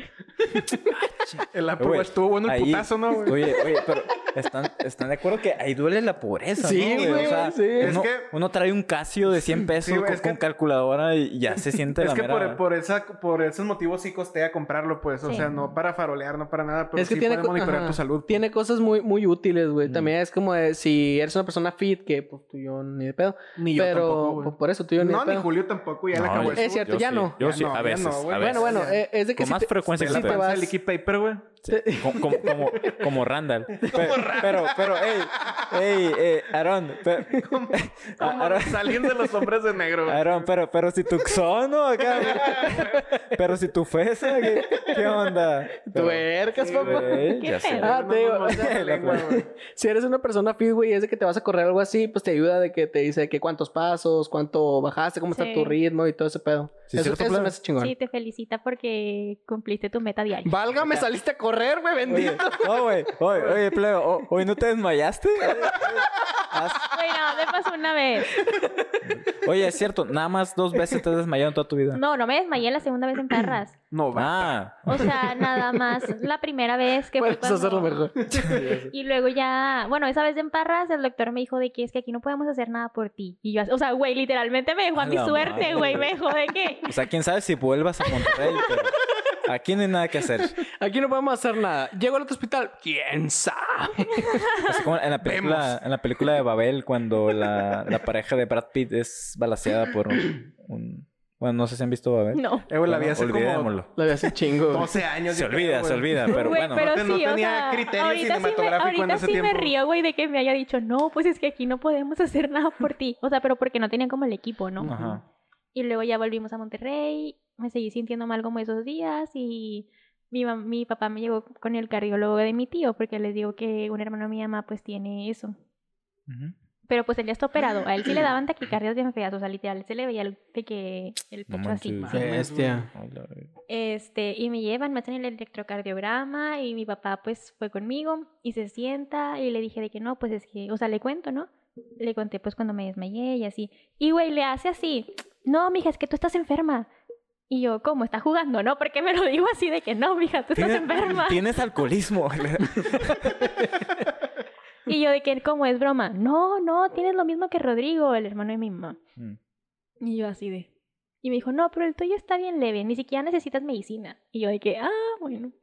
[SPEAKER 4] El
[SPEAKER 3] Eh, güey,
[SPEAKER 4] apruebo estuvo bueno el
[SPEAKER 3] ahí-
[SPEAKER 4] putazo, ¿no, güey?
[SPEAKER 3] Oye, oye, pero están, están de acuerdo que ahí duele la pobreza,
[SPEAKER 1] Sí,
[SPEAKER 3] ¿no,
[SPEAKER 1] güey,
[SPEAKER 3] O sea,
[SPEAKER 1] sí.
[SPEAKER 4] Es
[SPEAKER 3] uno,
[SPEAKER 4] que-
[SPEAKER 3] uno trae un Casio de 100 pesos
[SPEAKER 4] Sí, güey,
[SPEAKER 3] con,
[SPEAKER 4] es que-
[SPEAKER 3] con calculadora y ya se siente
[SPEAKER 4] Es
[SPEAKER 3] la
[SPEAKER 4] que
[SPEAKER 3] mera...
[SPEAKER 4] por, por esa, por esos motivos sí costea comprarlo, pues. O
[SPEAKER 2] Sí.
[SPEAKER 4] sea, no para farolear, no para nada, pero
[SPEAKER 1] es que
[SPEAKER 4] sí
[SPEAKER 1] tiene,
[SPEAKER 4] puede
[SPEAKER 1] co-
[SPEAKER 4] monitorear
[SPEAKER 1] ajá,
[SPEAKER 4] tu salud.
[SPEAKER 1] tiene cosas muy, muy útiles, güey.
[SPEAKER 3] Mm.
[SPEAKER 1] También es como de, si eres una persona fit, que pues tú y yo ni de pedo.
[SPEAKER 4] Ni
[SPEAKER 1] pero pues, por eso tú y yo ni
[SPEAKER 4] No,
[SPEAKER 1] de pedo.
[SPEAKER 4] ni Julio tampoco, ya la
[SPEAKER 3] No,
[SPEAKER 4] acabó
[SPEAKER 3] yo-
[SPEAKER 4] eso,
[SPEAKER 1] Es
[SPEAKER 4] güey.
[SPEAKER 1] cierto, ya
[SPEAKER 3] sí,
[SPEAKER 1] no.
[SPEAKER 3] Yo
[SPEAKER 4] Ya
[SPEAKER 3] sí,
[SPEAKER 4] no,
[SPEAKER 3] a
[SPEAKER 4] ya
[SPEAKER 3] veces,
[SPEAKER 4] no, güey.
[SPEAKER 3] a veces.
[SPEAKER 1] bueno, bueno,
[SPEAKER 4] Ya.
[SPEAKER 1] eh, es de que
[SPEAKER 3] con
[SPEAKER 1] si
[SPEAKER 3] más
[SPEAKER 1] te-
[SPEAKER 3] frecuencia
[SPEAKER 1] si
[SPEAKER 3] que la
[SPEAKER 1] te
[SPEAKER 3] peor.
[SPEAKER 1] vas-
[SPEAKER 4] el equipo paper, güey.
[SPEAKER 3] Sí, como, como, como, como Randall. Pe- Pero, pero, ey, ey, eh, Aaron, pe- a- Aaron,
[SPEAKER 4] Saliendo de los hombres de negro. güey.
[SPEAKER 3] Aaron, pero, pero si tu xono acá, güey. pero si tu fesa, ¿qué, qué onda? Pero,
[SPEAKER 1] Tuercas, papá.
[SPEAKER 3] ey,
[SPEAKER 2] Qué
[SPEAKER 3] ya sé.
[SPEAKER 2] pedo.
[SPEAKER 1] Ah,
[SPEAKER 4] No
[SPEAKER 1] te digo,
[SPEAKER 4] nos mordamos la
[SPEAKER 3] la
[SPEAKER 4] lengua,
[SPEAKER 3] pro-
[SPEAKER 4] güey.
[SPEAKER 1] Si eres una persona fit, güey, es de que te vas a correr algo así, pues te ayuda de que te dice que cuántos pasos, cuánto bajaste, cómo
[SPEAKER 2] Sí.
[SPEAKER 1] está tu ritmo y todo ese pedo.
[SPEAKER 3] Sí,
[SPEAKER 1] eso
[SPEAKER 3] cierto,
[SPEAKER 1] eso
[SPEAKER 3] plan.
[SPEAKER 1] me hace chingón.
[SPEAKER 2] Sí, te felicita porque cumpliste tu meta diaria.
[SPEAKER 1] Valga, me saliste a correr, güey,
[SPEAKER 3] Oye,
[SPEAKER 1] bendito.
[SPEAKER 3] no, güey, oye, oye, pleo, o- ¿hoy no te desmayaste?
[SPEAKER 2] Güey, no, me pasó una vez.
[SPEAKER 3] Oye, es cierto, nada más dos veces te has desmayado en toda tu vida.
[SPEAKER 2] No, no me desmayé la segunda vez en Parras.
[SPEAKER 4] No, va.
[SPEAKER 3] Ah,
[SPEAKER 2] O sea, nada más la primera vez que fue
[SPEAKER 1] Puedes
[SPEAKER 2] cuando...
[SPEAKER 1] hacerlo mejor.
[SPEAKER 2] Y luego ya, bueno, esa vez en Parras el doctor me dijo de que es que aquí no podemos hacer nada por ti. Y yo, así- o sea, güey, literalmente me dejó a
[SPEAKER 3] A
[SPEAKER 2] mi
[SPEAKER 3] la
[SPEAKER 2] suerte,
[SPEAKER 3] madre.
[SPEAKER 2] güey, me dejó de que...
[SPEAKER 3] o sea, quién sabe si vuelvas a Monterrey, pero aquí no hay nada que hacer.
[SPEAKER 1] Aquí no podemos hacer nada. Llego al otro hospital. ¿Quién sabe?
[SPEAKER 3] Así como en la película, en la película de Babel, cuando la, la pareja de Brad Pitt es balaseada por un, un- Bueno, no sé si han visto Babel.
[SPEAKER 2] No.
[SPEAKER 4] Eh, güey, la vi
[SPEAKER 3] Bueno,
[SPEAKER 4] hace como
[SPEAKER 3] olvidémoslo.
[SPEAKER 1] Lo había hecho chingo. güey.
[SPEAKER 4] 12 años.
[SPEAKER 3] Se
[SPEAKER 4] yo creo,
[SPEAKER 3] olvida,
[SPEAKER 4] güey.
[SPEAKER 3] se olvida, pero
[SPEAKER 2] Güey,
[SPEAKER 3] bueno.
[SPEAKER 2] pero
[SPEAKER 4] aparte no
[SPEAKER 2] sí, o
[SPEAKER 4] tenía
[SPEAKER 2] sea,
[SPEAKER 4] criterio
[SPEAKER 2] ahorita sí me-
[SPEAKER 4] cinematográfico en
[SPEAKER 2] ahorita
[SPEAKER 4] ese
[SPEAKER 2] sí
[SPEAKER 4] tiempo.
[SPEAKER 2] me río, güey, de que me haya dicho, no, pues es que aquí no podemos hacer nada por ti. O sea, pero porque no tenían como el equipo, ¿no?
[SPEAKER 3] Ajá.
[SPEAKER 2] Y luego ya volvimos a Monterrey, me seguí sintiendo mal como esos días y mi, mam- mi papá me llegó con el cardiólogo de mi tío porque les digo que un hermano de mi mamá pues tiene eso.
[SPEAKER 3] Ujú.
[SPEAKER 2] Pero pues él ya está operado, a él sí le daban taquicardias bien feas, o sea, literal, se le veía el, de que el
[SPEAKER 3] No
[SPEAKER 2] pecho así.
[SPEAKER 3] manches.
[SPEAKER 1] Bestia.
[SPEAKER 3] Ay, la verga.
[SPEAKER 2] Este, y me llevan, me hacen el electrocardiograma y mi papá pues fue conmigo y se sienta y le dije de que no, pues es que, o sea, le cuento, ¿no? Le conté pues cuando me desmayé y así. Y güey, le hace así, no, mija, es que tú estás enferma. Y yo, ¿cómo? ¿Estás jugando? No, porque me lo digo así de que no, mija, tú estás
[SPEAKER 3] Tiene-
[SPEAKER 2] enferma.
[SPEAKER 3] Tienes alcoholismo.
[SPEAKER 2] Y yo de que, ¿cómo es broma? No, no, tienes lo mismo que Rodrigo, el hermano de mi mamá.
[SPEAKER 3] Mm.
[SPEAKER 2] Y yo así de... Y me dijo, no, pero el tuyo está bien leve, ni siquiera necesitas medicina. Y yo de que, ah, bueno.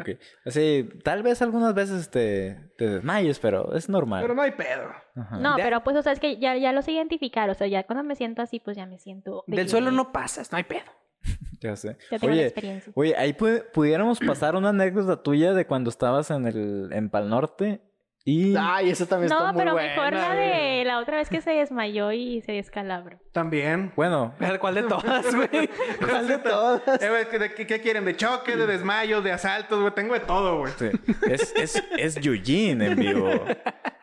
[SPEAKER 3] Ok. Así, tal vez algunas veces te, te desmayes, pero es normal.
[SPEAKER 4] Pero no hay pedo.
[SPEAKER 3] Ajá.
[SPEAKER 2] No,
[SPEAKER 1] De-
[SPEAKER 2] pero pues, o sea, es que ya, ya lo sé identificar. O sea, ya cuando me siento así, pues ya me siento. de
[SPEAKER 1] Del
[SPEAKER 2] que
[SPEAKER 1] suelo no pasas, no hay pedo.
[SPEAKER 3] Ya sé.
[SPEAKER 2] Ya tengo la
[SPEAKER 3] Oye,
[SPEAKER 2] experiencia.
[SPEAKER 3] oye, ahí pu- pudiéramos pasar una anécdota tuya de cuando estabas en el en Pal Norte y
[SPEAKER 1] Ay, eso también está
[SPEAKER 2] No,
[SPEAKER 1] muy
[SPEAKER 2] pero
[SPEAKER 1] buena,
[SPEAKER 2] mejor la
[SPEAKER 1] güey.
[SPEAKER 2] de la otra vez que se desmayó y se descalabró.
[SPEAKER 4] También.
[SPEAKER 3] bueno,
[SPEAKER 1] Pero, ¿Cuál de todas, güey? ¿Cuál de todas?
[SPEAKER 4] Eh, güey, ¿qué- de- ¿qué, qué quieren? ¿De choque, de desmayos, de asaltos, güey? Tengo de todo, güey.
[SPEAKER 3] Sí. Es, es, es Eugene en vivo.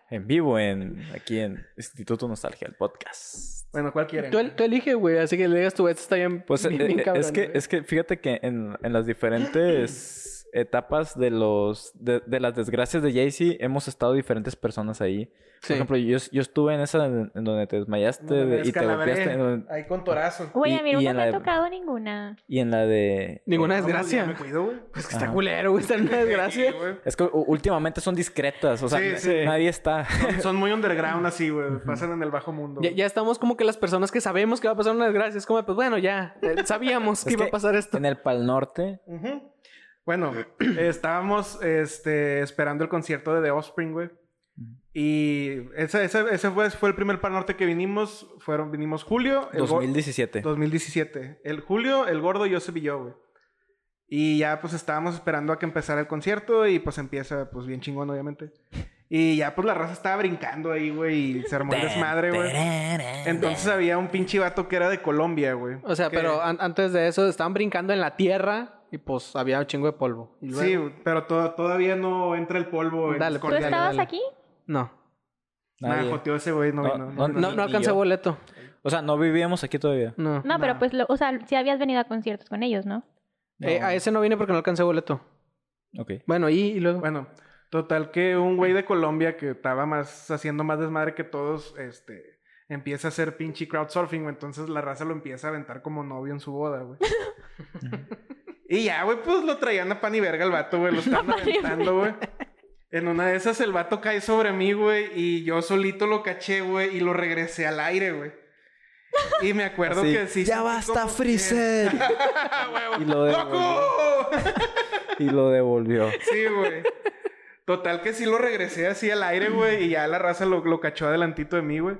[SPEAKER 3] En vivo, en aquí en Instituto Nostalgia, el podcast.
[SPEAKER 4] Bueno, ¿cuál quieren?
[SPEAKER 1] Tú, el- tú elige, güey. Así que le digas tú, esta está bien.
[SPEAKER 3] Pues
[SPEAKER 1] bien-
[SPEAKER 3] eh,
[SPEAKER 1] bien
[SPEAKER 3] eh,
[SPEAKER 1] cabrón,
[SPEAKER 3] es, que,
[SPEAKER 1] güey.
[SPEAKER 3] es que fíjate que en, en las diferentes etapas de los de, de las desgracias de Jaycee hemos estado diferentes personas ahí. Por
[SPEAKER 1] Sí.
[SPEAKER 3] ejemplo, yo, yo estuve en esa en, en donde te desmayaste
[SPEAKER 4] No, me
[SPEAKER 3] Este y te
[SPEAKER 4] descalabré.
[SPEAKER 3] golpeaste. en donde-
[SPEAKER 4] Ahí con torazo.
[SPEAKER 2] Güey,
[SPEAKER 3] Y-
[SPEAKER 2] a mí nunca
[SPEAKER 3] y en
[SPEAKER 2] me
[SPEAKER 3] la
[SPEAKER 2] ha
[SPEAKER 3] de-
[SPEAKER 2] tocado ninguna.
[SPEAKER 3] y en la de
[SPEAKER 1] Ninguna
[SPEAKER 4] No, no,
[SPEAKER 1] desgracia.
[SPEAKER 4] ya me cuido, güey.
[SPEAKER 1] Pues que está
[SPEAKER 3] Ajá.
[SPEAKER 1] culero, güey. Está en una
[SPEAKER 4] Sí,
[SPEAKER 1] desgracia.
[SPEAKER 4] güey.
[SPEAKER 3] es que u- últimamente son discretas, o sea,
[SPEAKER 4] Sí,
[SPEAKER 3] na-
[SPEAKER 4] sí.
[SPEAKER 3] nadie está.
[SPEAKER 4] Son muy underground así, güey. Pasan en el bajo mundo.
[SPEAKER 1] Ya,
[SPEAKER 4] güey.
[SPEAKER 1] ya estamos como que las personas que sabemos que va a pasar una desgracia. Es como, pues bueno, ya. eh, Sabíamos
[SPEAKER 3] Es
[SPEAKER 1] que iba a
[SPEAKER 3] que
[SPEAKER 1] pasar esto.
[SPEAKER 3] En el Pal Norte,
[SPEAKER 4] Ujú. Bueno, eh, estábamos este, esperando el concierto de The Offspring, güey. Y ese, ese, ese fue, fue el primer Pal Norte que vinimos. Fueron, vinimos Julio, el go-
[SPEAKER 3] 2017.
[SPEAKER 4] 2017. El Julio, el gordo, Joseph y yo, güey. Y ya pues estábamos esperando a que empezara el concierto y pues empieza pues bien chingón, obviamente. Y ya pues la raza estaba brincando ahí, güey, y se armó el desmadre, güey. Entonces había un pinche vato que era de Colombia, güey.
[SPEAKER 1] O sea,
[SPEAKER 4] que-
[SPEAKER 1] pero ah, an- antes de eso estaban brincando en la tierra y pues había un chingo de polvo. Y
[SPEAKER 4] Sí,
[SPEAKER 1] luego-
[SPEAKER 4] pero to- todavía no entra el polvo en
[SPEAKER 1] Dale, pues.
[SPEAKER 4] los
[SPEAKER 1] ¿Tú
[SPEAKER 2] ¿Tú
[SPEAKER 1] Cordial,
[SPEAKER 4] cordiales.
[SPEAKER 2] estabas
[SPEAKER 1] dale.
[SPEAKER 2] aquí?
[SPEAKER 1] No.
[SPEAKER 4] Nah,
[SPEAKER 3] Nadie.
[SPEAKER 4] joteó ese güey, no,
[SPEAKER 3] No,
[SPEAKER 4] vino,
[SPEAKER 3] no,
[SPEAKER 1] No,
[SPEAKER 4] vino.
[SPEAKER 3] Ni-
[SPEAKER 1] no
[SPEAKER 3] ni
[SPEAKER 1] alcancé
[SPEAKER 3] yo.
[SPEAKER 1] boleto.
[SPEAKER 3] O sea, no vivíamos aquí todavía.
[SPEAKER 1] No.
[SPEAKER 2] No, pero
[SPEAKER 4] No.
[SPEAKER 2] pues, lo- o sea, sí habías venido a conciertos con ellos, ¿no?
[SPEAKER 1] Eh, a ese no vine porque no alcancé boleto.
[SPEAKER 3] Ok.
[SPEAKER 1] Bueno, y, y luego.
[SPEAKER 4] Bueno, total que un güey de Colombia que estaba más haciendo más desmadre que todos, este, empieza a hacer pinche crowdsurfing, güey. Entonces la raza lo empieza a aventar como novio en su boda, güey. y ya, güey, pues lo traían a pan y verga el vato, güey. Lo están aventando, güey. En una de esas el vato cae sobre mí, güey, y yo solito lo caché, güey, y lo regresé al aire, güey. Y me acuerdo
[SPEAKER 3] Así,
[SPEAKER 4] que sí.
[SPEAKER 3] "Ya
[SPEAKER 4] sentí
[SPEAKER 3] basta,
[SPEAKER 4] como que-
[SPEAKER 3] Freezer".
[SPEAKER 4] ¡Ah, huevo!
[SPEAKER 3] Y lo devolvió.
[SPEAKER 4] ¡Loco!
[SPEAKER 3] Y lo devolvió.
[SPEAKER 4] Sí, güey. Total que sí lo regresé así al aire, güey, y ya la raza lo, lo cachó adelantito de mí, güey.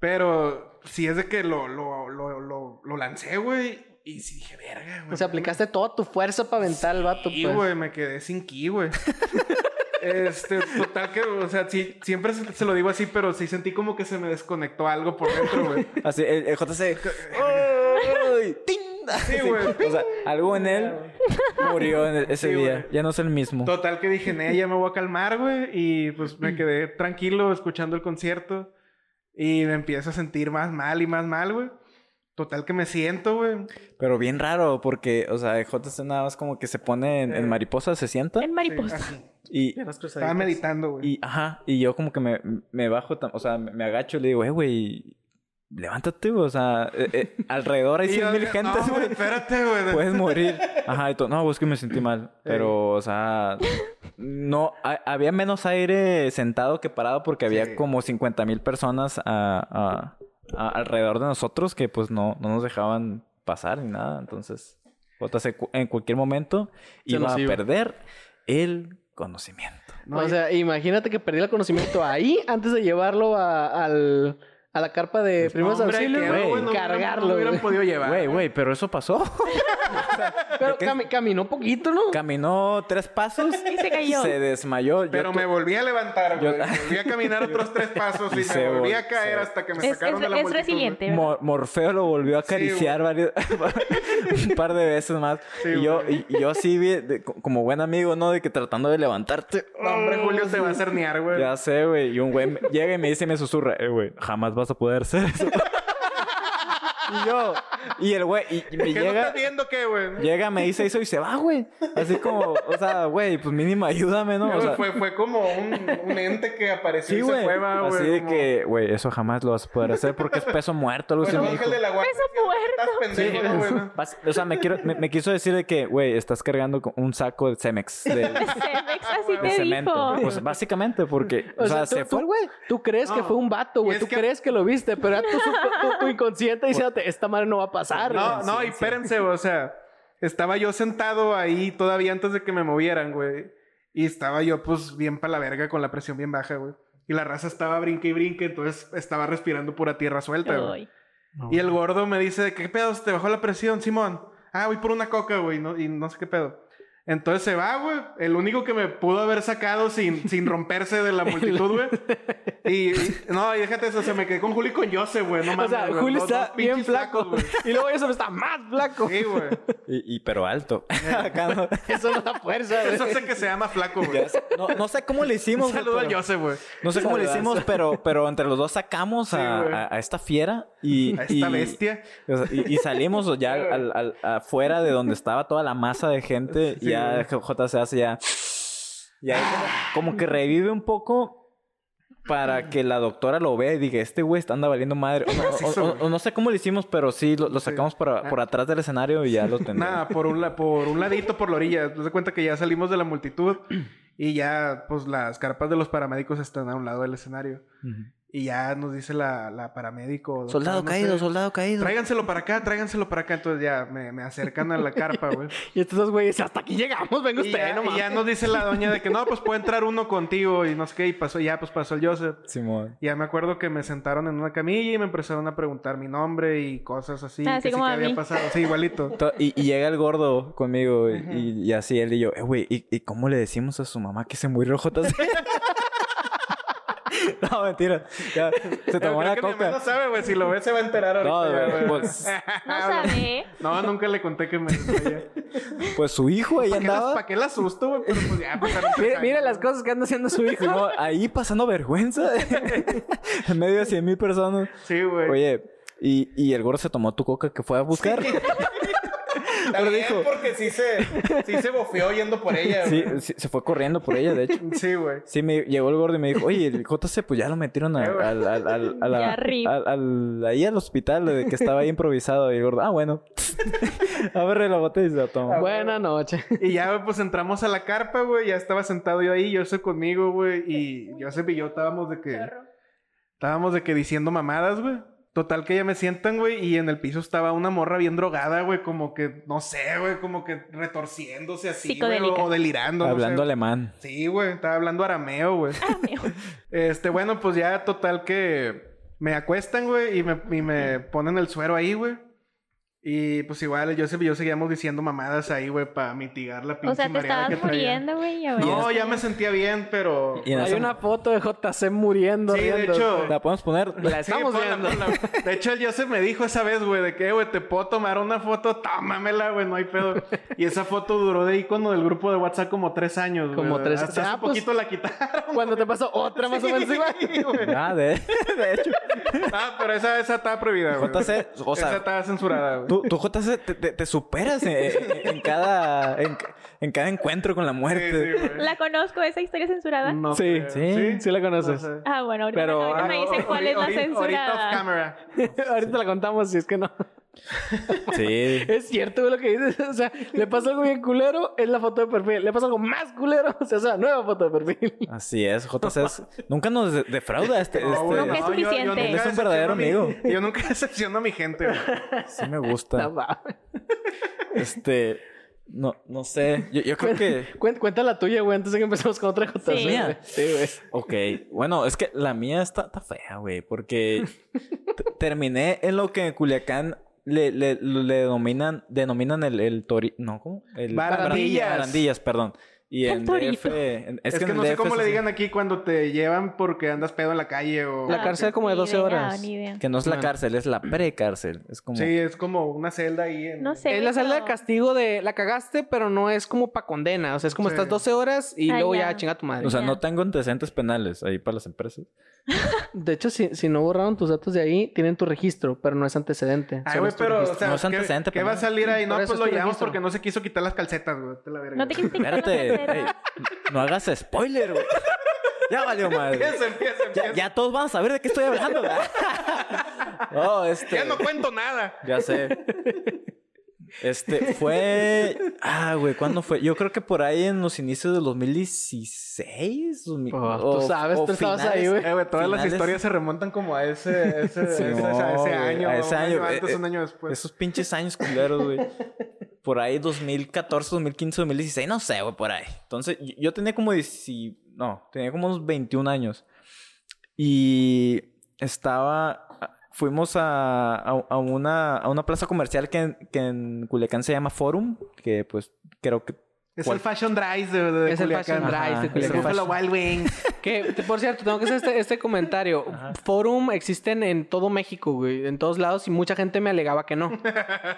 [SPEAKER 4] Pero sí es de que lo, lo, lo, lo, lo lancé, güey, y sí dije, verga, güey.
[SPEAKER 1] O sea, aplicaste toda tu fuerza para aventar al vato,
[SPEAKER 4] Sí,
[SPEAKER 1] pues.
[SPEAKER 4] güey, me quedé sin ki, güey. Este, total que, o sea, sí, siempre se, se lo digo así, pero sí sentí como que se me desconectó algo por dentro, güey.
[SPEAKER 3] Así, el, el JC. ¡Ay! ¡Ting! Así,
[SPEAKER 4] güey.
[SPEAKER 3] O sea, algo en él murió en ese
[SPEAKER 4] Sí, güey.
[SPEAKER 3] día. Ya no es el mismo.
[SPEAKER 4] Total que dije, nee, ya me voy a calmar, güey. Y pues me quedé tranquilo escuchando el concierto. Y me empiezo a sentir más mal y más mal, güey. Total que me siento, güey.
[SPEAKER 3] Pero bien raro, porque, o sea, el JC nada más como que se pone en,
[SPEAKER 4] Eh.
[SPEAKER 3] en mariposa, se sienta
[SPEAKER 2] El mariposa.
[SPEAKER 4] Sí, así.
[SPEAKER 3] y,
[SPEAKER 4] Estaba meditando, güey.
[SPEAKER 3] pues. y, ajá, y yo como que me, me bajo, tam- o sea, me, me agacho y le digo, eh, güey, levántate, güey, o sea, eh, eh, alrededor hay
[SPEAKER 4] Y
[SPEAKER 3] 100
[SPEAKER 4] yo
[SPEAKER 3] mil
[SPEAKER 4] dije,
[SPEAKER 3] gentes,
[SPEAKER 4] "No,
[SPEAKER 3] güey. Pues,
[SPEAKER 4] Espérate, güey.
[SPEAKER 3] Puedes morir. Ajá, y todo. No, pues que me sentí mal. Pero, o sea, no, ha- había menos aire sentado que parado porque había
[SPEAKER 4] Sí.
[SPEAKER 3] como 50 mil personas a- a- a- alrededor de nosotros que pues no, no nos dejaban pasar ni nada. Entonces, JC cu- en cualquier momento
[SPEAKER 1] Se
[SPEAKER 3] iba
[SPEAKER 1] nos
[SPEAKER 3] a
[SPEAKER 1] iba.
[SPEAKER 3] perder el conocimiento.
[SPEAKER 4] No,
[SPEAKER 1] o
[SPEAKER 4] yo-
[SPEAKER 1] sea, imagínate que perdí el conocimiento ahí antes de llevarlo a, al- a la carpa de primeros
[SPEAKER 4] hombre,
[SPEAKER 1] auxilios,
[SPEAKER 4] quedó,
[SPEAKER 1] güey,
[SPEAKER 4] güey, no-
[SPEAKER 1] cargarlo.
[SPEAKER 4] No lo hubieran
[SPEAKER 1] güey.
[SPEAKER 4] podido llevar.
[SPEAKER 3] Güey, güey, pero eso pasó.
[SPEAKER 1] Pero cami- caminó poquito, ¿no?
[SPEAKER 3] Caminó tres pasos.
[SPEAKER 2] Y se cayó.
[SPEAKER 3] Se desmayó. Yo
[SPEAKER 4] Pero
[SPEAKER 3] tu-
[SPEAKER 4] me volví a levantar,
[SPEAKER 3] Yo-
[SPEAKER 4] güey. Volví a caminar otros tres pasos y,
[SPEAKER 3] Y se
[SPEAKER 4] me volví
[SPEAKER 3] vol-
[SPEAKER 4] a
[SPEAKER 3] se-
[SPEAKER 4] caer hasta que me
[SPEAKER 2] Es,
[SPEAKER 4] sacaron
[SPEAKER 2] es-
[SPEAKER 4] de la
[SPEAKER 2] es
[SPEAKER 4] multitud,
[SPEAKER 2] resiliente. ¿verdad?
[SPEAKER 3] Mor- Morfeo lo volvió a acariciar varios, un par de veces más.
[SPEAKER 4] Sí,
[SPEAKER 3] y, yo,
[SPEAKER 4] güey.
[SPEAKER 3] y y yo así, vi- de- co- como buen amigo, ¿no? De que tratando de levantarte.
[SPEAKER 4] güey. No, hombre, Julio te va a cernear, güey.
[SPEAKER 3] Ya sé, güey. Y un güey me- llega y me dice, y me susurra, eh, güey, jamás vas a poder hacer eso. y yo, y el güey, y, y me
[SPEAKER 4] ¿Qué no
[SPEAKER 3] llega,
[SPEAKER 4] estás viendo qué, güey?
[SPEAKER 3] llega, me dice eso y se va, güey. Así como, o sea, güey, pues mínimo ayúdame, ¿no? O sea,
[SPEAKER 4] fue, fue como un, un ente que apareció
[SPEAKER 3] sí,
[SPEAKER 4] y se
[SPEAKER 3] güey.
[SPEAKER 4] fue, va,
[SPEAKER 3] Así
[SPEAKER 4] güey.
[SPEAKER 3] de
[SPEAKER 4] como-
[SPEAKER 3] que, güey, eso jamás lo vas a poder hacer porque es peso muerto, algo así
[SPEAKER 4] Bueno,
[SPEAKER 3] me dijo.
[SPEAKER 4] ángel de la guarda.
[SPEAKER 2] Peso
[SPEAKER 3] Sí,
[SPEAKER 4] Estás pendejo, ¿no, güey, no?
[SPEAKER 3] Pas- o sea, me, quiero, me, me quiso decir de que, güey, estás cargando con un saco de Cemex, de, de
[SPEAKER 2] Cemex, así te
[SPEAKER 3] cemento.
[SPEAKER 2] dijo.
[SPEAKER 3] Pues básicamente, porque, o,
[SPEAKER 1] O
[SPEAKER 3] sea,
[SPEAKER 1] sea, tú-
[SPEAKER 3] se
[SPEAKER 1] tú-
[SPEAKER 3] fue, el güey.
[SPEAKER 1] Tú crees que
[SPEAKER 4] No.
[SPEAKER 1] fue un vato,
[SPEAKER 4] Y
[SPEAKER 1] güey.
[SPEAKER 4] es
[SPEAKER 1] Tú
[SPEAKER 4] que-
[SPEAKER 1] crees que lo viste, pero era tu, tu, tu- tu inconsciente diciéndote, esta madre no va a pasar.
[SPEAKER 4] No,
[SPEAKER 1] güey".
[SPEAKER 4] no, y espérense, o sea, estaba yo sentado ahí todavía antes de que me movieran, güey. Y estaba yo, pues, bien para la verga con la presión bien baja, güey. Y la raza estaba brinque y brinque, entonces estaba respirando pura tierra suelta, güey.
[SPEAKER 2] Ay.
[SPEAKER 4] Y el gordo me dice, ¿qué pedo? ¿Te bajó la presión, Simón? Ah, voy por una coca, güey, no- y no sé qué pedo. Entonces se va, güey. El único que me pudo haber sacado sin, sin romperse de la multitud, güey. Y, y- no, y déjate eso, se me quedé con Julio y con Jose, güey. No
[SPEAKER 1] O
[SPEAKER 4] mames,
[SPEAKER 1] sea,
[SPEAKER 4] güey,
[SPEAKER 1] Julio
[SPEAKER 4] dos-
[SPEAKER 1] está
[SPEAKER 4] dos pinches
[SPEAKER 1] bien flaco.
[SPEAKER 4] flacos,
[SPEAKER 1] y luego eso está más flaco.
[SPEAKER 4] güey. Sí, güey.
[SPEAKER 3] Y, y- pero alto. Acá no,
[SPEAKER 1] Eso no da fuerza, güey.
[SPEAKER 4] Eso hace que se llama flaco, güey.
[SPEAKER 3] ya sé. No- no sé cómo le
[SPEAKER 4] Un
[SPEAKER 3] hicimos. güey,
[SPEAKER 4] saludo a
[SPEAKER 3] pero-
[SPEAKER 4] Jose, güey.
[SPEAKER 3] No sé cómo le
[SPEAKER 1] Saludazo.
[SPEAKER 3] hicimos, pero, pero entre los dos sacamos a,
[SPEAKER 4] güey.
[SPEAKER 3] a- a esta fiera y...
[SPEAKER 4] A esta
[SPEAKER 3] y-
[SPEAKER 4] bestia.
[SPEAKER 3] o sea, y, y salimos ya al- al- afuera de donde estaba toda la masa de gente.
[SPEAKER 4] Sí,
[SPEAKER 3] y ya
[SPEAKER 4] güey.
[SPEAKER 3] J se hace ya... Y ahí como, como que revive un poco para que la doctora lo vea y diga, este güey está anda valiendo madre. O, no-
[SPEAKER 4] Así es,
[SPEAKER 3] o- o-
[SPEAKER 4] güey.
[SPEAKER 3] o no sé cómo lo hicimos, pero sí, lo, lo
[SPEAKER 4] Sí.
[SPEAKER 3] sacamos por, a- por atrás del escenario y ya lo tenemos.
[SPEAKER 4] Nada, por un, la- por un ladito, por la orilla. Te das cuenta que ya salimos de la multitud y ya, pues, las carpas de los paramédicos están a un lado del escenario. Y ya nos dice la, la paramédico. doctora,
[SPEAKER 3] Soldado
[SPEAKER 4] no
[SPEAKER 3] caído,
[SPEAKER 4] sé,
[SPEAKER 3] soldado caído.
[SPEAKER 4] Tráiganselo para acá, tráiganselo para acá. Entonces ya me, me acercan a la carpa, güey.
[SPEAKER 1] Y estos dos güeyes, hasta aquí llegamos, venga
[SPEAKER 4] Y,
[SPEAKER 1] usted,
[SPEAKER 4] ya-
[SPEAKER 1] no
[SPEAKER 4] y ya
[SPEAKER 1] mames.
[SPEAKER 4] nos dice la doña de que no, pues puede entrar uno contigo y no sé qué. Y pasó, ya, pues pasó el Joseph.
[SPEAKER 3] Simón.
[SPEAKER 4] Y Ya me acuerdo que me sentaron en una camilla y me empezaron a preguntar mi nombre y cosas así.
[SPEAKER 2] Ah,
[SPEAKER 4] que
[SPEAKER 2] así
[SPEAKER 4] sí
[SPEAKER 2] como
[SPEAKER 4] que
[SPEAKER 2] a
[SPEAKER 4] había
[SPEAKER 2] mí.
[SPEAKER 4] pasado. Sí, igualito.
[SPEAKER 3] To- Y, y llega el gordo conmigo y, y- y así él y yo, eh, güey, ¿y, y cómo le decimos a su mamá que se murió JC? no, mentira. Ya, se
[SPEAKER 4] Pero
[SPEAKER 3] tomó
[SPEAKER 4] creo
[SPEAKER 3] la
[SPEAKER 4] que mi mamá no
[SPEAKER 3] coca.
[SPEAKER 4] sabe, güey. Si lo ve, se va a enterar
[SPEAKER 3] No,
[SPEAKER 4] ahorita. ya,
[SPEAKER 3] güey,
[SPEAKER 4] güey.
[SPEAKER 3] pues,
[SPEAKER 2] No sabe.
[SPEAKER 4] No, nunca le conté que me desmayé.
[SPEAKER 3] pues su hijo ahí
[SPEAKER 4] ¿Para qué, la-
[SPEAKER 3] andaba.
[SPEAKER 4] ¿Para qué la asusto, güey? Pero pues ya pasaron tres
[SPEAKER 1] Mira, mira
[SPEAKER 4] años,
[SPEAKER 1] las
[SPEAKER 4] güey.
[SPEAKER 1] cosas que anda haciendo su hijo.
[SPEAKER 3] Simón, ahí pasando vergüenza en medio de 100 mil personas.
[SPEAKER 4] Sí, güey.
[SPEAKER 3] Oye, y, y el gordo se tomó tu coca que fue a buscar.
[SPEAKER 5] Está
[SPEAKER 3] Pero
[SPEAKER 5] bien,
[SPEAKER 3] dijo-
[SPEAKER 5] porque sí se, sí se bofeó yendo por ella.
[SPEAKER 3] Sí,
[SPEAKER 5] güey.
[SPEAKER 3] sí, se fue corriendo por ella, de hecho.
[SPEAKER 4] Sí, güey.
[SPEAKER 3] Sí, me llegó el gordo y me dijo, oye, el JC, pues ya lo metieron a- al, al, al, a la-
[SPEAKER 2] Ya, rip.
[SPEAKER 3] al- al- ahí al hospital eh, que estaba ahí improvisado. Y el gordo, ah, bueno. a ver, la botella y se la toma.
[SPEAKER 1] Buena noche.
[SPEAKER 4] Y ya, güey, pues entramos a la carpa, güey. Ya estaba sentado yo ahí, yo sé conmigo, güey. Y Joseph y yo estábamos de que. Estábamos de que diciendo mamadas, güey. Total que ya me sientan, güey, y en el piso estaba una morra bien drogada, güey, como que, no sé, güey, como que retorciéndose así, güey, o,
[SPEAKER 2] Psicodélica.
[SPEAKER 4] o delirando. no
[SPEAKER 3] Hablando
[SPEAKER 4] sé.
[SPEAKER 3] alemán.
[SPEAKER 4] Sí, güey, estaba hablando arameo, güey.
[SPEAKER 2] Ah,
[SPEAKER 4] Este, bueno, pues ya total que me acuestan, güey, y me, y me ponen el suero ahí, güey. Y pues igual, el Joseph y yo seguíamos diciendo mamadas ahí, güey, para mitigar la pinche
[SPEAKER 2] O sea, te
[SPEAKER 4] mareada
[SPEAKER 2] estabas
[SPEAKER 4] que traía.
[SPEAKER 2] muriendo, güey. ya ves.
[SPEAKER 4] No, ya me sentía bien, pero...
[SPEAKER 3] Y en
[SPEAKER 1] Hay
[SPEAKER 3] ese-
[SPEAKER 1] una foto de JC muriendo.
[SPEAKER 4] Sí, de
[SPEAKER 1] riéndose.
[SPEAKER 4] hecho-
[SPEAKER 3] La podemos poner.
[SPEAKER 1] La
[SPEAKER 4] Sí,
[SPEAKER 1] estamos
[SPEAKER 4] ponla,
[SPEAKER 1] viendo.
[SPEAKER 4] ponla. De hecho, el Joseph me dijo esa vez, güey, de que, "Eh, güey, te puedo tomar una foto, tómamela, güey, no hay pedo. Y esa foto duró de icono del grupo de WhatsApp como tres años, güey.
[SPEAKER 1] Como tres-
[SPEAKER 4] Hasta hace
[SPEAKER 1] Ah, pues-
[SPEAKER 4] poquito la quitaron.
[SPEAKER 1] Cuando te pasó otra más o menos igual.
[SPEAKER 4] Sí, güey.
[SPEAKER 3] Ah, de, de hecho.
[SPEAKER 4] Ah, pero esa, esa está prohibida, güey.
[SPEAKER 3] JC, o
[SPEAKER 4] esa
[SPEAKER 3] sea,
[SPEAKER 4] está censurada, güey.
[SPEAKER 3] tú, tú, JC, te, te- te superas en, en cada, en, en cada encuentro con la
[SPEAKER 4] Sí, sí,
[SPEAKER 3] muerte.
[SPEAKER 4] güey.
[SPEAKER 2] ¿La conozco esa historia censurada?
[SPEAKER 4] No
[SPEAKER 1] Sí,
[SPEAKER 4] creo.
[SPEAKER 3] sí,
[SPEAKER 1] sí la conoces.
[SPEAKER 4] No sé.
[SPEAKER 2] Ah, bueno, ahorita,
[SPEAKER 1] Pero,
[SPEAKER 2] ahorita
[SPEAKER 1] ah,
[SPEAKER 2] me
[SPEAKER 1] no,
[SPEAKER 2] dicen cuál es la
[SPEAKER 4] Ahorita- Ahorita off
[SPEAKER 2] censurada.
[SPEAKER 4] camera.
[SPEAKER 1] Ahorita la contamos si es que no.
[SPEAKER 3] Sí.
[SPEAKER 1] Es cierto güey, lo que dices. O sea, le pasa algo bien culero, es la foto de perfil. Le pasa algo más culero, o sea, es la nueva foto de perfil.
[SPEAKER 3] Así es, JC. es- nunca nos de- defrauda este.
[SPEAKER 4] No,
[SPEAKER 3] este-
[SPEAKER 4] güey,
[SPEAKER 2] Nunca es
[SPEAKER 4] no, yo- yo
[SPEAKER 2] suficiente.
[SPEAKER 4] nunca
[SPEAKER 3] Él es un
[SPEAKER 4] decepciono
[SPEAKER 3] verdadero
[SPEAKER 4] a mi-
[SPEAKER 3] amigo.
[SPEAKER 4] Yo nunca decepciono a mi gente, güey.
[SPEAKER 3] Sí me
[SPEAKER 1] No,
[SPEAKER 3] gusta.
[SPEAKER 1] va.
[SPEAKER 3] Este. No, no sé. Yo, yo creo que.
[SPEAKER 1] Cuen- Cuenta la tuya, güey, antes de que empecemos con otra JC.
[SPEAKER 2] Sí.
[SPEAKER 1] güey. Sí, güey.
[SPEAKER 3] Ok. Bueno, es que la mía está, está fea, güey. Porque t- terminé en lo que en Culiacán le, le, le denominan, denominan el, el tori. No, ¿cómo? El
[SPEAKER 4] Barandillas.
[SPEAKER 3] Barandillas, perdón. Y
[SPEAKER 2] El
[SPEAKER 3] en
[SPEAKER 2] torito.
[SPEAKER 3] DF. en-
[SPEAKER 4] Es,
[SPEAKER 3] en
[SPEAKER 4] que,
[SPEAKER 3] el
[SPEAKER 4] no sé
[SPEAKER 3] DF
[SPEAKER 4] cómo
[SPEAKER 3] es
[SPEAKER 4] le
[SPEAKER 3] así.
[SPEAKER 4] digan aquí cuando te llevan porque andas pedo en la calle o...
[SPEAKER 2] Ah,
[SPEAKER 1] La cárcel como de
[SPEAKER 2] Ni
[SPEAKER 1] 12
[SPEAKER 2] idea,
[SPEAKER 1] horas.
[SPEAKER 2] ni idea.
[SPEAKER 3] Que no es la
[SPEAKER 1] Bueno.
[SPEAKER 3] cárcel, es la precárcel. Es como.
[SPEAKER 4] Sí, es como una celda ahí en...
[SPEAKER 2] No sé.
[SPEAKER 1] Es
[SPEAKER 2] güey,
[SPEAKER 1] la celda de
[SPEAKER 2] pero-
[SPEAKER 1] castigo de la cagaste, pero no es como pa' condena. O sea, es como
[SPEAKER 4] Sí.
[SPEAKER 1] estás 12 horas y
[SPEAKER 2] Ah,
[SPEAKER 1] luego ya.
[SPEAKER 2] ya.
[SPEAKER 1] chinga tu madre.
[SPEAKER 3] O sea,
[SPEAKER 2] Ya.
[SPEAKER 3] no tengo antecedentes penales ahí para las empresas.
[SPEAKER 1] de hecho, si, si no borraron tus datos de ahí, tienen tu registro, pero no es antecedente.
[SPEAKER 3] Ah,
[SPEAKER 4] Ay,
[SPEAKER 1] Solo
[SPEAKER 4] güey,
[SPEAKER 1] es tu
[SPEAKER 4] pero, o
[SPEAKER 1] registro.
[SPEAKER 4] sea,
[SPEAKER 3] No es
[SPEAKER 4] ¿qué-
[SPEAKER 3] antecedente,
[SPEAKER 4] ¿qué,
[SPEAKER 3] pero
[SPEAKER 4] va a
[SPEAKER 3] no.
[SPEAKER 4] salir ahí?
[SPEAKER 1] Por
[SPEAKER 4] No, pues
[SPEAKER 1] eso
[SPEAKER 4] lo
[SPEAKER 1] es tu
[SPEAKER 4] llevamos
[SPEAKER 1] registro.
[SPEAKER 4] porque no se quiso quitar las calcetas, güey. Te la verga.
[SPEAKER 2] No te quisiste quitar la
[SPEAKER 3] Espérate,
[SPEAKER 2] tercera.
[SPEAKER 3] ey, no hagas spoiler, güey. Ya valió madre.
[SPEAKER 4] Empieza, empieza,
[SPEAKER 3] Ya,
[SPEAKER 4] empieza. Ya,
[SPEAKER 3] ya todos van a saber de qué estoy hablando. ¿verdad? No, este.
[SPEAKER 4] no cuento nada.
[SPEAKER 3] Ya sé. Este fue. Ah, güey, ¿cuándo fue? Yo creo que por ahí en los inicios del 2016. dos mil-
[SPEAKER 1] Pues, tú
[SPEAKER 3] o-
[SPEAKER 1] sabes,
[SPEAKER 3] o
[SPEAKER 1] tú estabas
[SPEAKER 3] finales.
[SPEAKER 1] ahí, güey.
[SPEAKER 4] Eh, güey, todas las
[SPEAKER 3] Finales.
[SPEAKER 4] historias se remontan como a ese, ese,
[SPEAKER 3] Sí,
[SPEAKER 4] ese,
[SPEAKER 3] no,
[SPEAKER 4] a ese
[SPEAKER 3] güey,
[SPEAKER 4] año.
[SPEAKER 3] a ese
[SPEAKER 4] un año
[SPEAKER 3] año,
[SPEAKER 4] antes,
[SPEAKER 3] eh,
[SPEAKER 4] un año después.
[SPEAKER 3] Esos pinches años culeros, güey. Por ahí 2014, 2015, 2016, no sé, güey, por ahí. Entonces, yo- yo tenía como 10, no, tenía como unos 21 años. Y estaba, ah, fuimos a, a- a una, a una plaza comercial que en, que en Culiacán se llama Forum, que pues creo que...
[SPEAKER 4] es
[SPEAKER 3] ¿cuál?
[SPEAKER 4] el Fashion Drive de, de
[SPEAKER 1] Es el
[SPEAKER 4] Culiacán.
[SPEAKER 1] Fashion Drive
[SPEAKER 3] Ajá,
[SPEAKER 1] de
[SPEAKER 3] es el
[SPEAKER 4] El
[SPEAKER 1] Culiacán.
[SPEAKER 3] Fashion-
[SPEAKER 4] Buffalo Wild Wings.
[SPEAKER 1] Que, te- por cierto, tengo que hacer este, este comentario.
[SPEAKER 3] Ajá.
[SPEAKER 1] Forum existen en todo México, güey. En todos lados y mucha gente me alegaba que no.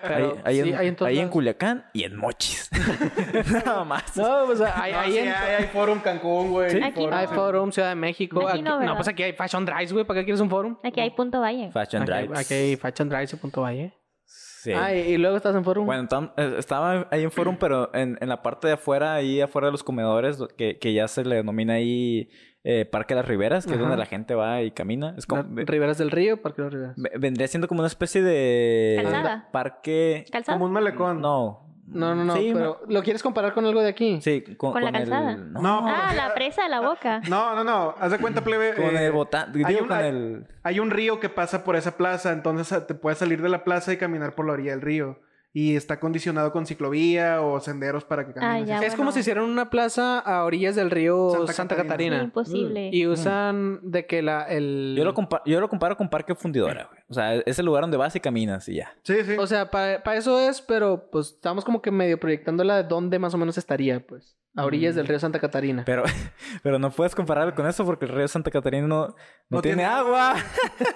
[SPEAKER 1] Pero
[SPEAKER 3] ahí, ahí
[SPEAKER 1] sí,
[SPEAKER 3] en,
[SPEAKER 1] hay en todos
[SPEAKER 3] ahí en
[SPEAKER 1] lados.
[SPEAKER 3] Culiacán y en Mochis. Nada más.
[SPEAKER 1] No, pues hay,
[SPEAKER 4] No,
[SPEAKER 1] hay
[SPEAKER 4] sí,
[SPEAKER 1] en...
[SPEAKER 4] hay, hay Forum Cancún, güey.
[SPEAKER 1] Sí.
[SPEAKER 2] Aquí
[SPEAKER 1] hay
[SPEAKER 2] no.
[SPEAKER 1] Forum Ciudad de México.
[SPEAKER 2] Aquí no,
[SPEAKER 1] Aquí- no,
[SPEAKER 2] ¿verdad?
[SPEAKER 1] pues aquí hay Fashion Drives, güey. ¿Para qué quieres un forum?
[SPEAKER 2] Aquí hay punto valle.
[SPEAKER 3] Fashion
[SPEAKER 1] Aquí-
[SPEAKER 3] Drive.
[SPEAKER 1] Aquí hay Fashion Drives y punto valle.
[SPEAKER 3] Sí.
[SPEAKER 1] Ah, y, y luego estás en forum.
[SPEAKER 3] Bueno, tam- eh, estaba ahí en Forum, pero en, en la parte de afuera, ahí afuera de los comedores, do- que, que ya se le denomina ahí eh, Parque de las Riberas, que es
[SPEAKER 1] Ajá.
[SPEAKER 3] donde la gente va y camina. Es como,
[SPEAKER 1] Las Riberas del Río, Parque de los Riberas.
[SPEAKER 3] ve- vendría siendo como una especie de
[SPEAKER 2] Calzada.
[SPEAKER 3] parque...
[SPEAKER 2] ¿Calzado?
[SPEAKER 4] Como un malecón.
[SPEAKER 3] No.
[SPEAKER 1] No, no, no,
[SPEAKER 3] Sí,
[SPEAKER 1] pero ¿lo quieres comparar con algo de aquí?
[SPEAKER 3] ma- Sí, con,
[SPEAKER 2] ¿Con la
[SPEAKER 3] con el-
[SPEAKER 2] calzada?
[SPEAKER 3] no,
[SPEAKER 4] No,
[SPEAKER 2] Ah,
[SPEAKER 4] porque-
[SPEAKER 2] la presa de la boca.
[SPEAKER 4] No, no, no. Haz de cuenta, plebe.
[SPEAKER 3] Con
[SPEAKER 4] eh,
[SPEAKER 3] el botán...
[SPEAKER 4] hay
[SPEAKER 3] Digo,
[SPEAKER 4] un-
[SPEAKER 3] con
[SPEAKER 4] hay-
[SPEAKER 3] el...
[SPEAKER 4] Hay un río que pasa por esa plaza, entonces ah, te puedes salir de la plaza y caminar por la orilla del río. Y está condicionado con ciclovía o senderos para que camines.
[SPEAKER 2] Ah, ya.
[SPEAKER 1] es
[SPEAKER 2] bueno.
[SPEAKER 1] como si hicieran una plaza a orillas del río Santa,
[SPEAKER 4] Santa
[SPEAKER 1] Catarina. Mm.
[SPEAKER 4] Catarina.
[SPEAKER 2] Imposible.
[SPEAKER 1] Y usan de que la, el...
[SPEAKER 3] Yo lo, compa- yo lo comparo con Parque Fundidora, güey. O sea, es el lugar donde vas y caminas y ya.
[SPEAKER 4] Sí, sí.
[SPEAKER 1] O sea, para eso es, pero pues estamos como que medio proyectándola de dónde más o menos estaría, pues. A orillas
[SPEAKER 3] Mm.
[SPEAKER 1] del río Santa Catarina.
[SPEAKER 3] Pero, pero no puedes compararlo con eso porque el río Santa Catarina no, no,
[SPEAKER 4] No
[SPEAKER 3] tiene,
[SPEAKER 4] tiene
[SPEAKER 3] agua.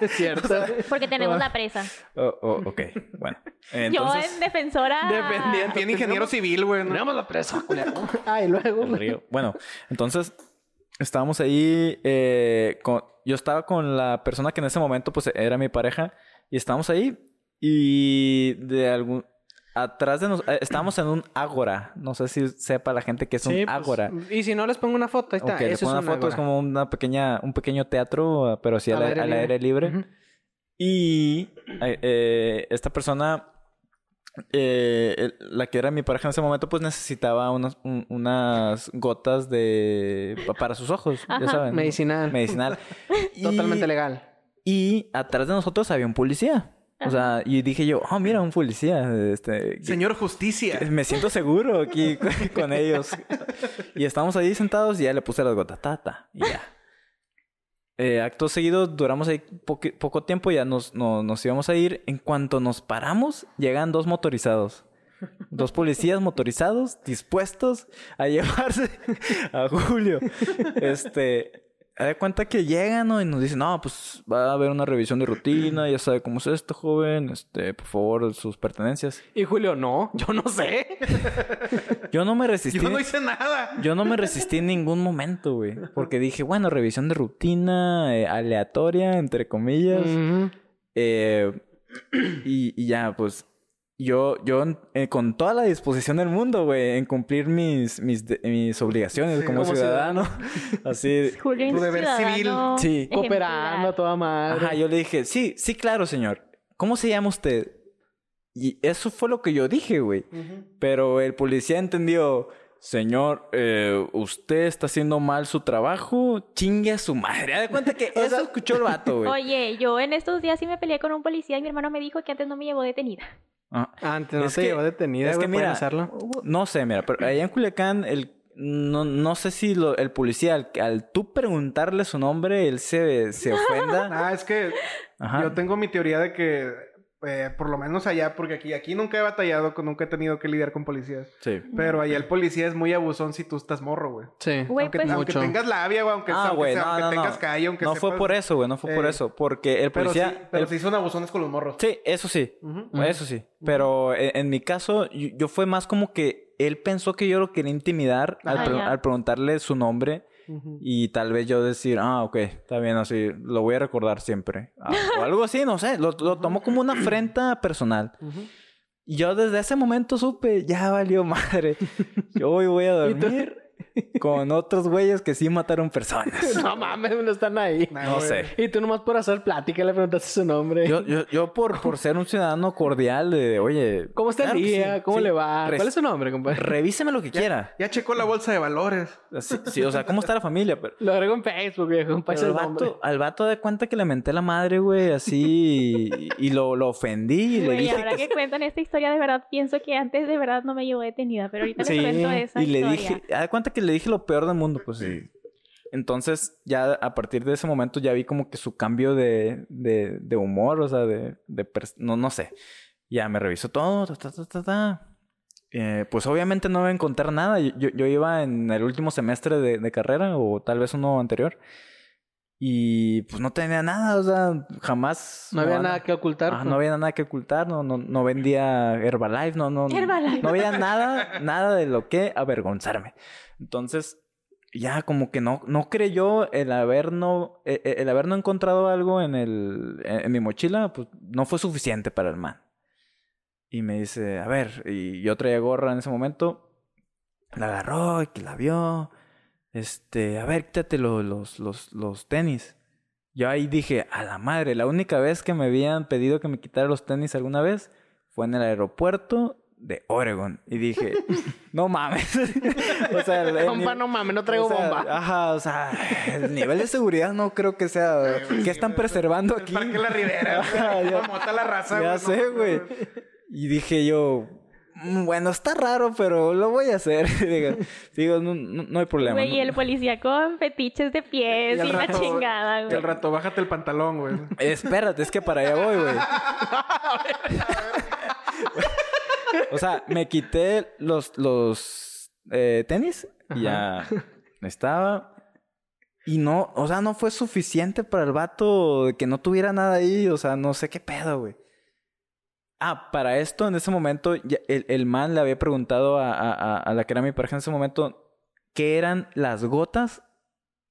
[SPEAKER 1] Es cierto.
[SPEAKER 2] Porque tenemos la presa.
[SPEAKER 3] Oh, oh, ok, bueno.
[SPEAKER 2] Yo en
[SPEAKER 3] Entonces,
[SPEAKER 2] defensora.
[SPEAKER 1] Dependiente.
[SPEAKER 4] Tiene ingeniero civil, güey. ¿no?
[SPEAKER 1] Tenemos la presa, culero. Ah, y luego.
[SPEAKER 3] el río. Bueno, entonces estábamos ahí. eh, con, yo estaba con la persona que en ese momento pues era mi pareja y estábamos ahí y de algún Atrás de nosotros, estábamos en un ágora. No sé si sepa la gente que es
[SPEAKER 1] Sí,
[SPEAKER 3] un
[SPEAKER 1] pues,
[SPEAKER 3] ágora.
[SPEAKER 1] y si no les pongo una foto, ahí está.
[SPEAKER 3] Ok, le
[SPEAKER 1] Eso
[SPEAKER 3] pongo
[SPEAKER 1] es
[SPEAKER 3] una foto, es como una pequeña, un pequeño teatro, pero sí al,
[SPEAKER 1] Al
[SPEAKER 3] aire,
[SPEAKER 1] aire
[SPEAKER 3] al
[SPEAKER 1] libre.
[SPEAKER 3] aire libre. Y eh, eh, esta persona, eh, el- la que era mi pareja en ese momento, pues necesitaba unas, un- unas gotas de pa- para sus ojos, ya
[SPEAKER 2] Ajá.
[SPEAKER 3] saben.
[SPEAKER 1] Medicinal.
[SPEAKER 3] Medicinal. Y-
[SPEAKER 1] Totalmente legal.
[SPEAKER 3] Y atrás de nosotros había un policía. O sea, y dije yo, oh, mira, un policía. Este,
[SPEAKER 4] Señor Justicia.
[SPEAKER 3] me siento seguro aquí con, con ellos. Y estamos ahí sentados y ya le puse las gotas. Ta, ta, y ya. Eh, acto seguido, duramos ahí poqui- poco tiempo, ya nos, no- nos íbamos a ir. En cuanto nos paramos, llegan dos motorizados. Dos policías motorizados dispuestos a llevarse a Julio. Este, haz de cuenta que llegan ¿no? y nos dicen, no, pues va a haber una revisión de rutina, ya sabe cómo es esto, joven, este, por favor, sus pertenencias.
[SPEAKER 1] Y Julio, no, yo no sé.
[SPEAKER 3] Yo no me resistí.
[SPEAKER 4] Yo no hice nada.
[SPEAKER 3] Yo no me resistí en ningún momento, güey. Porque dije, bueno, revisión de rutina, eh, aleatoria, entre comillas.
[SPEAKER 1] Ujú.
[SPEAKER 3] Eh, y, y ya, pues, yo, yo eh, con toda la disposición del mundo, güey, en cumplir mis, mis, de- mis obligaciones
[SPEAKER 4] Sí,
[SPEAKER 3] como,
[SPEAKER 4] como
[SPEAKER 3] ciudadano. Así.
[SPEAKER 2] Julio es
[SPEAKER 4] Tu
[SPEAKER 2] un
[SPEAKER 4] deber
[SPEAKER 2] ciudadano
[SPEAKER 3] civil. Sí.
[SPEAKER 2] ejemplar.
[SPEAKER 1] Cooperando a toda madre.
[SPEAKER 3] Ajá, yo le dije, sí, sí, claro, señor. ¿Cómo se llama usted? Y eso fue lo que yo dije, güey. Pero el policía entendió, señor, eh, usted está haciendo mal su trabajo, chingue a su madre. Haz de cuenta que eso escuchó el vato, güey.
[SPEAKER 2] Oye, yo en estos días sí me peleé con un policía y mi hermano me dijo que antes no me llevó detenida.
[SPEAKER 3] Ah,
[SPEAKER 1] Antes no
[SPEAKER 3] Es
[SPEAKER 1] se
[SPEAKER 3] que-
[SPEAKER 1] llevó detenida,
[SPEAKER 3] es que
[SPEAKER 1] güey, pueden
[SPEAKER 3] mira,
[SPEAKER 1] hacerlo.
[SPEAKER 3] No sé, mira, pero allá en Culiacán, el, no, no sé si lo- el policía, al, al tú preguntarle su nombre, él se, se ofenda.
[SPEAKER 4] Ah, es que
[SPEAKER 3] Ajá.
[SPEAKER 4] yo tengo mi teoría de que, eh, por lo menos allá, porque aquí, aquí nunca he batallado, con, nunca he tenido que lidiar con policías.
[SPEAKER 3] Sí.
[SPEAKER 4] Pero allá el policía es muy abusón si tú estás morro, güey.
[SPEAKER 1] Sí.
[SPEAKER 2] Güey,
[SPEAKER 4] aunque,
[SPEAKER 2] pues-
[SPEAKER 4] aunque
[SPEAKER 1] Mucho.
[SPEAKER 4] tengas labia, güey, aunque,
[SPEAKER 3] Ah,
[SPEAKER 4] aunque
[SPEAKER 3] güey,
[SPEAKER 4] sea-
[SPEAKER 3] no,
[SPEAKER 4] aunque
[SPEAKER 3] no, no.
[SPEAKER 4] tengas calle, aunque
[SPEAKER 3] No fue
[SPEAKER 4] sepas-
[SPEAKER 3] por eso, güey, no fue por
[SPEAKER 4] Eh,
[SPEAKER 3] eso. Porque el
[SPEAKER 4] Pero,
[SPEAKER 3] policía...
[SPEAKER 4] sí, pero
[SPEAKER 3] el-
[SPEAKER 4] sí son abusones con los morros.
[SPEAKER 3] Sí, eso sí.
[SPEAKER 4] Ujú.
[SPEAKER 3] Bueno, Eso sí. Pero en, en mi caso, yo, yo fue más como que él pensó que yo lo quería intimidar al,
[SPEAKER 2] Ah,
[SPEAKER 3] pre-
[SPEAKER 2] ya.
[SPEAKER 3] al preguntarle su nombre
[SPEAKER 4] Ujú.
[SPEAKER 3] y tal vez yo decir, ah, ok, está bien, así, lo voy a recordar siempre. Ah, o algo así, no sé, lo, lo tomó como una afrenta personal.
[SPEAKER 4] Ujú.
[SPEAKER 3] Y yo desde ese momento supe, ya valió madre. Yo hoy voy a
[SPEAKER 1] ¿Y tú?
[SPEAKER 3] dormir con otros güeyes que sí mataron personas.
[SPEAKER 1] No mames, no están ahí.
[SPEAKER 4] Nah,
[SPEAKER 3] No
[SPEAKER 4] güey.
[SPEAKER 3] sé.
[SPEAKER 1] Y tú nomás por hacer plática le preguntaste su nombre.
[SPEAKER 3] Yo, yo, yo por, por ser un ciudadano cordial, de, oye...
[SPEAKER 1] ¿Cómo está
[SPEAKER 3] claro
[SPEAKER 1] el
[SPEAKER 3] que
[SPEAKER 1] día?
[SPEAKER 3] sí,
[SPEAKER 1] ¿Cómo
[SPEAKER 3] sí.
[SPEAKER 1] le va?
[SPEAKER 3] Res-
[SPEAKER 1] ¿Cuál es su nombre, compadre?
[SPEAKER 3] Revíseme lo que quiera.
[SPEAKER 4] Ya checó la bolsa de valores.
[SPEAKER 3] Sí, sí, o sea, ¿cómo está la familia? Pero,
[SPEAKER 1] Lo agrego en Facebook, viejo. compadre,
[SPEAKER 3] pero al,
[SPEAKER 1] pues, el nombre.
[SPEAKER 3] vato, al vato de cuenta que le menté la madre, güey, así, y, y lo, lo ofendí, y le,
[SPEAKER 2] Güey,
[SPEAKER 3] dije
[SPEAKER 2] ahora que cuentan esta historia, de verdad pienso que antes de verdad no me llevó detenida, pero ahorita
[SPEAKER 1] Sí,
[SPEAKER 2] les cuento esa
[SPEAKER 3] y le
[SPEAKER 2] historia.
[SPEAKER 3] dije, haz de cuenta que le dije lo peor del mundo, pues sí. Entonces, ya a partir de ese momento ya vi como que su cambio de, de, de humor, o sea, de, de pers- no, no sé. Ya me revisó todo, ta, ta, ta, ta, ta. Eh, pues obviamente no iba a encontrar nada. Yo, yo- yo iba en el último semestre de, de carrera o tal vez uno anterior. Y pues no tenía nada, o sea, jamás.
[SPEAKER 1] No había
[SPEAKER 3] jamás-
[SPEAKER 1] nada que ocultar.
[SPEAKER 3] Ah,
[SPEAKER 1] pues.
[SPEAKER 3] no había nada que ocultar, no, no, no vendía Herbalife, no, no. no-
[SPEAKER 2] Herbalife.
[SPEAKER 3] No había nada, nada de lo que avergonzarme. Entonces, ya como que no, no creyó el haber no, eh, eh, el haber no encontrado algo en el, en, en mi mochila, pues no fue suficiente para el man. Y me dice, a ver, y yo traía gorra en ese momento, la agarró y que la vio. Este, a ver, quítate lo- los, los, los tenis. Yo ahí dije, a la madre, la única vez que me habían pedido que me quitara los tenis alguna vez fue en el aeropuerto de Oregon. Y dije, no mames. o sea, el- el
[SPEAKER 1] Compa,
[SPEAKER 3] nivel-
[SPEAKER 1] no mames, no traigo
[SPEAKER 3] o sea, ah.
[SPEAKER 1] bomba.
[SPEAKER 3] Ajá, o sea, el nivel de seguridad no creo que sea. ¿Qué están preservando
[SPEAKER 4] El
[SPEAKER 3] aquí?
[SPEAKER 4] Parque La Ribera.
[SPEAKER 3] Ajá, ya-
[SPEAKER 4] Vamos a la raza,
[SPEAKER 3] ya
[SPEAKER 4] no
[SPEAKER 3] sé,
[SPEAKER 4] mames,
[SPEAKER 3] güey. Y dije yo, "Mm, bueno, está raro, pero lo voy a hacer. digo, digo, no, no- no hay problema.
[SPEAKER 2] Güey, y
[SPEAKER 3] ¿no?
[SPEAKER 2] el policía con fetiches de pies
[SPEAKER 4] Y
[SPEAKER 2] y,
[SPEAKER 4] al
[SPEAKER 2] la
[SPEAKER 4] rato-
[SPEAKER 2] chingada,
[SPEAKER 4] Y
[SPEAKER 2] güey.
[SPEAKER 4] al rato, bájate el pantalón, güey.
[SPEAKER 3] Espérate, es que para allá voy, güey. o sea, me quité los, los eh, tenis y ya estaba. Y no, o sea, no fue suficiente para el vato de que no tuviera nada ahí. O sea, no sé qué pedo, güey. Ah, para esto, en ese momento, ya- el, el man le había preguntado a, a- a- a la que era mi pareja en ese momento qué eran las gotas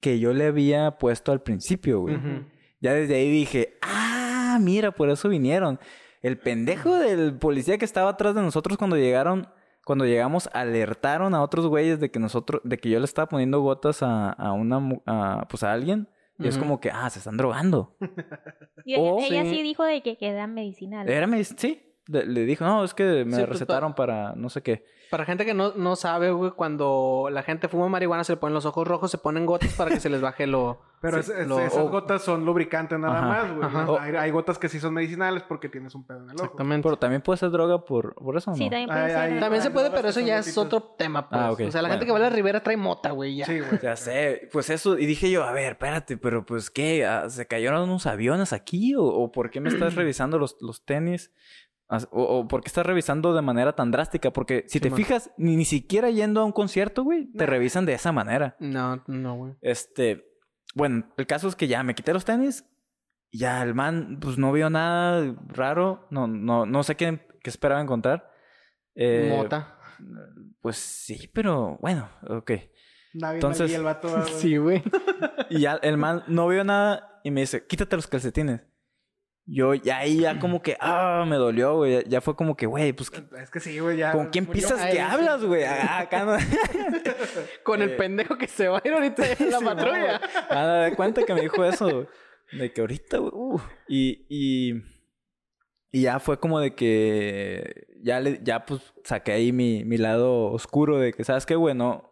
[SPEAKER 3] que yo le había puesto al principio, güey.
[SPEAKER 1] Ujú.
[SPEAKER 3] Ya desde ahí dije, ah, mira, por eso vinieron. El pendejo del policía que estaba atrás de nosotros cuando llegaron, cuando llegamos, alertaron a otros güeyes de que nosotros, de que yo le estaba poniendo gotas a, a una, mu- a, pues a alguien. Y es
[SPEAKER 1] Ujú.
[SPEAKER 3] como que, ah, se están drogando.
[SPEAKER 2] Y ella,
[SPEAKER 3] Oh,
[SPEAKER 2] ella
[SPEAKER 1] sí.
[SPEAKER 2] sí dijo de que queda medicinal.
[SPEAKER 3] Era mi- sí. Le, le dijo, no, es que
[SPEAKER 1] Sí,
[SPEAKER 3] me
[SPEAKER 1] pues,
[SPEAKER 3] recetaron para no sé qué.
[SPEAKER 1] Para gente que no, no sabe, güey, cuando la gente fuma marihuana se le ponen los ojos rojos, se ponen gotas para que se les baje lo...
[SPEAKER 4] Pero
[SPEAKER 1] sí,
[SPEAKER 4] es- es-
[SPEAKER 1] lo-
[SPEAKER 4] esas gotas son lubricantes nada
[SPEAKER 3] Ajá.
[SPEAKER 4] más, güey.
[SPEAKER 1] Ajá.
[SPEAKER 4] No, Hay, hay gotas que sí son medicinales porque tienes un pedo en el ojo.
[SPEAKER 1] Exactamente.
[SPEAKER 3] Pero también puede ser droga por, por eso, ¿o ¿no?
[SPEAKER 2] Sí, también puede
[SPEAKER 4] Ay,
[SPEAKER 2] ser.
[SPEAKER 4] ay,
[SPEAKER 2] ¿no?
[SPEAKER 1] También se
[SPEAKER 4] Ay,
[SPEAKER 1] puede,
[SPEAKER 4] no,
[SPEAKER 1] pero
[SPEAKER 4] es
[SPEAKER 1] eso
[SPEAKER 4] que
[SPEAKER 1] ya
[SPEAKER 4] son
[SPEAKER 1] es
[SPEAKER 4] gotitas.
[SPEAKER 1] otro tema. Pues.
[SPEAKER 3] Ah, ok.
[SPEAKER 1] O sea, la gente
[SPEAKER 3] Bueno.
[SPEAKER 1] que va a la ribera trae mota, güey, ya.
[SPEAKER 4] Sí, güey.
[SPEAKER 3] Ya sé, pues eso, y dije yo, a ver, espérate, pero pues qué, Ah, ¿se cayeron unos aviones aquí? ¿O, o por qué me estás revisando los, los tenis? As- O, o por qué estás revisando de manera tan drástica? Porque si te
[SPEAKER 1] Simón.
[SPEAKER 3] fijas, ni, ni siquiera yendo a un concierto, güey, te revisan de esa manera.
[SPEAKER 1] No, no, güey.
[SPEAKER 3] Este, bueno, el caso es que ya me quité los tenis, y ya el man, pues no vio nada raro, no, no, no sé qué, qué esperaba encontrar. Eh,
[SPEAKER 1] Mota.
[SPEAKER 3] Pues sí, pero bueno, ok.
[SPEAKER 4] Nadie
[SPEAKER 3] Entonces-
[SPEAKER 4] ahí, el vato va, güey.
[SPEAKER 1] Sí, güey.
[SPEAKER 3] Y ya el man no vio nada y me dice, quítate los calcetines. Yo ya ahí ya como que, ah, me dolió, güey. Ya, ya fue como que, güey, pues,
[SPEAKER 4] Es que sí, güey, ya.
[SPEAKER 3] ¿con quién
[SPEAKER 4] Murió.
[SPEAKER 3] pisas
[SPEAKER 1] ahí,
[SPEAKER 3] que
[SPEAKER 1] sí.
[SPEAKER 3] hablas, güey? Ah, Acá no...
[SPEAKER 1] Con
[SPEAKER 3] Eh.
[SPEAKER 1] el pendejo que se va a ir ahorita en la
[SPEAKER 3] Sí,
[SPEAKER 1] patrulla.
[SPEAKER 3] no, güey. Ah, de cuenta que me dijo eso. güey. De que ahorita, güey. uh. Y, y, y ya fue como de que. Ya, le, ya pues saqué ahí mi, mi lado oscuro de que, ¿sabes qué, güey? No,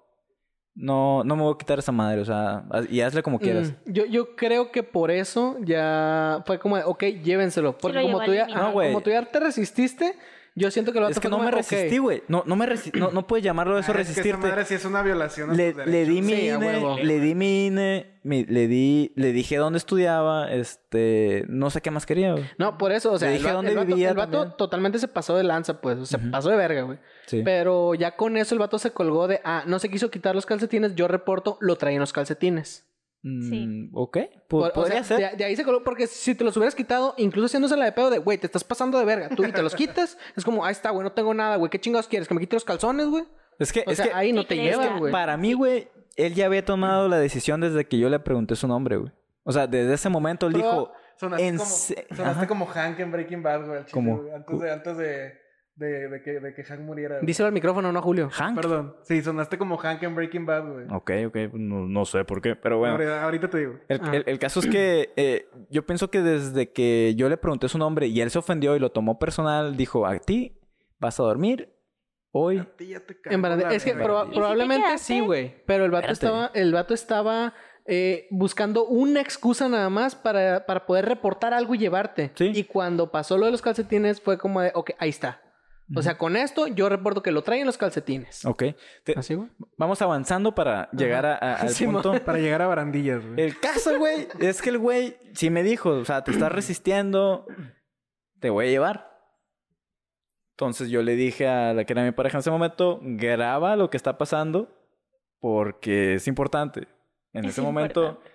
[SPEAKER 3] no, no me voy a quitar esa madre. O sea, haz- y hazle como quieras.
[SPEAKER 1] Mm, yo, yo creo que por eso ya fue como, de, ok, llévenselo. Porque
[SPEAKER 2] lo
[SPEAKER 1] como,
[SPEAKER 2] llevó
[SPEAKER 1] tú
[SPEAKER 2] al
[SPEAKER 1] ya,
[SPEAKER 2] límite.
[SPEAKER 1] ajá,
[SPEAKER 3] No, güey.
[SPEAKER 1] como tú ya te resististe, yo siento que lo
[SPEAKER 3] Es que no me resistí, güey. No, no me resi- no, no puedes llamarlo
[SPEAKER 4] Ah,
[SPEAKER 3] eso
[SPEAKER 4] Es que esa
[SPEAKER 3] resistirte.
[SPEAKER 4] madre sí es una violación a
[SPEAKER 3] Le,
[SPEAKER 4] tus
[SPEAKER 3] le di
[SPEAKER 4] derechos.
[SPEAKER 3] mi
[SPEAKER 1] Sí, a huevo.
[SPEAKER 3] INE, le di mi INE, mi- le di, le dije dónde estudiaba, este, no sé qué más quería, güey.
[SPEAKER 1] No, por eso, o sea,
[SPEAKER 3] Le
[SPEAKER 1] el,
[SPEAKER 3] dije
[SPEAKER 1] va-
[SPEAKER 3] dónde
[SPEAKER 1] el vato,
[SPEAKER 3] vivía
[SPEAKER 1] el vato
[SPEAKER 3] también.
[SPEAKER 1] totalmente se pasó de lanza, pues, o sea, pasó de verga, güey.
[SPEAKER 3] Sí.
[SPEAKER 1] Pero ya con eso el vato se colgó de, ah, no se quiso quitar los calcetines, yo reporto, lo traía en los calcetines.
[SPEAKER 2] Sí.
[SPEAKER 3] Mm, ok, po-
[SPEAKER 1] Por- o
[SPEAKER 3] podría
[SPEAKER 1] sea,
[SPEAKER 3] ser.
[SPEAKER 1] De, de ahí se colgó, porque si te los hubieras quitado, incluso haciéndose la de pedo de, güey, te estás pasando de verga, tú y te los quitas, es como, ahí está, güey, no tengo nada, güey, ¿qué chingados quieres? ¿Que me quite los calzones, güey?
[SPEAKER 3] Es que,
[SPEAKER 1] O
[SPEAKER 3] es
[SPEAKER 1] sea,
[SPEAKER 3] que
[SPEAKER 1] ahí no
[SPEAKER 2] Sí,
[SPEAKER 1] te
[SPEAKER 2] que le
[SPEAKER 1] llevan,
[SPEAKER 2] diga,
[SPEAKER 1] güey.
[SPEAKER 3] para mí, güey, él ya había tomado la decisión desde que yo le pregunté su nombre, güey. O sea, desde ese momento él
[SPEAKER 4] Pero-
[SPEAKER 3] dijo,
[SPEAKER 4] Sonaste
[SPEAKER 3] en
[SPEAKER 4] como-
[SPEAKER 3] se-
[SPEAKER 4] sonaste
[SPEAKER 3] Ajá.
[SPEAKER 4] como Hank en Breaking Bad, güey. al chile,
[SPEAKER 3] ¿Cómo?
[SPEAKER 4] güey, Antes de, antes de, de, de que, de que Hank muriera. güey.
[SPEAKER 1] Díselo al micrófono, no a Julio.
[SPEAKER 3] Hank.
[SPEAKER 4] Perdón. Sí, sonaste como Hank en Breaking Bad, güey.
[SPEAKER 3] Ok, ok, pues no, no sé por qué, pero bueno.
[SPEAKER 4] Ahorita, ahorita te digo.
[SPEAKER 3] El,
[SPEAKER 1] Ah.
[SPEAKER 3] el- el caso es que eh, yo pienso que desde que yo le pregunté su nombre y él se ofendió y lo tomó personal, dijo, a ti vas a dormir hoy.
[SPEAKER 4] A ti ya te cargó
[SPEAKER 1] En verdad,
[SPEAKER 4] la
[SPEAKER 1] es que
[SPEAKER 4] verga.
[SPEAKER 1] proba-
[SPEAKER 3] ¿Y si
[SPEAKER 2] te
[SPEAKER 1] probablemente
[SPEAKER 2] quedaste?
[SPEAKER 1] sí, güey. Pero el vato
[SPEAKER 3] Espérate.
[SPEAKER 1] estaba, el vato estaba eh, buscando una excusa nada más para, para poder reportar algo y llevarte.
[SPEAKER 3] Sí.
[SPEAKER 1] Y cuando pasó lo de los calcetines, fue como de, ok, ahí está. O sea, con esto yo reporto que lo traen los calcetines.
[SPEAKER 3] Ok. Te-
[SPEAKER 1] Así, ¿Ah, güey.
[SPEAKER 3] vamos avanzando para llegar a- a- al
[SPEAKER 1] Sí, mo.
[SPEAKER 3] punto.
[SPEAKER 4] Para llegar a barandillas, güey.
[SPEAKER 3] El caso, güey, es que el güey sí me dijo, o sea, te estás resistiendo, te voy a llevar. Entonces yo le dije a la que era mi pareja en ese momento, graba lo que está pasando porque es importante. En
[SPEAKER 2] Es
[SPEAKER 3] ese momento
[SPEAKER 2] importante.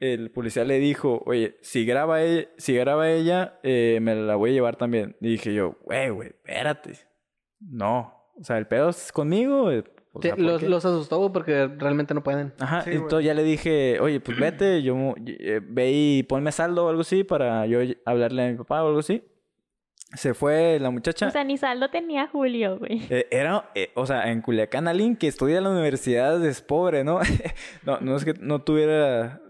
[SPEAKER 3] el policía le dijo, oye, si graba ella, si graba ella eh, me la voy a llevar también. Y dije yo, güey, güey, espérate. No, o sea, el pedo es conmigo. eh, o sea,
[SPEAKER 1] Te-
[SPEAKER 3] ¿por
[SPEAKER 1] los,
[SPEAKER 3] qué?
[SPEAKER 1] los asustó, güey, porque realmente no pueden.
[SPEAKER 3] Ajá,
[SPEAKER 4] Sí, güey.
[SPEAKER 3] entonces ya le dije, oye, pues vete, yo mo- y- eh, ve y ponme saldo o algo así para yo y- hablarle a mi papá o algo así. Se fue la muchacha.
[SPEAKER 2] O sea, ni saldo tenía Julio, güey.
[SPEAKER 3] Eh, era, eh, o sea, en Culiacán, alguien que estudia en la universidad es pobre, ¿no? no, no es que no tuviera,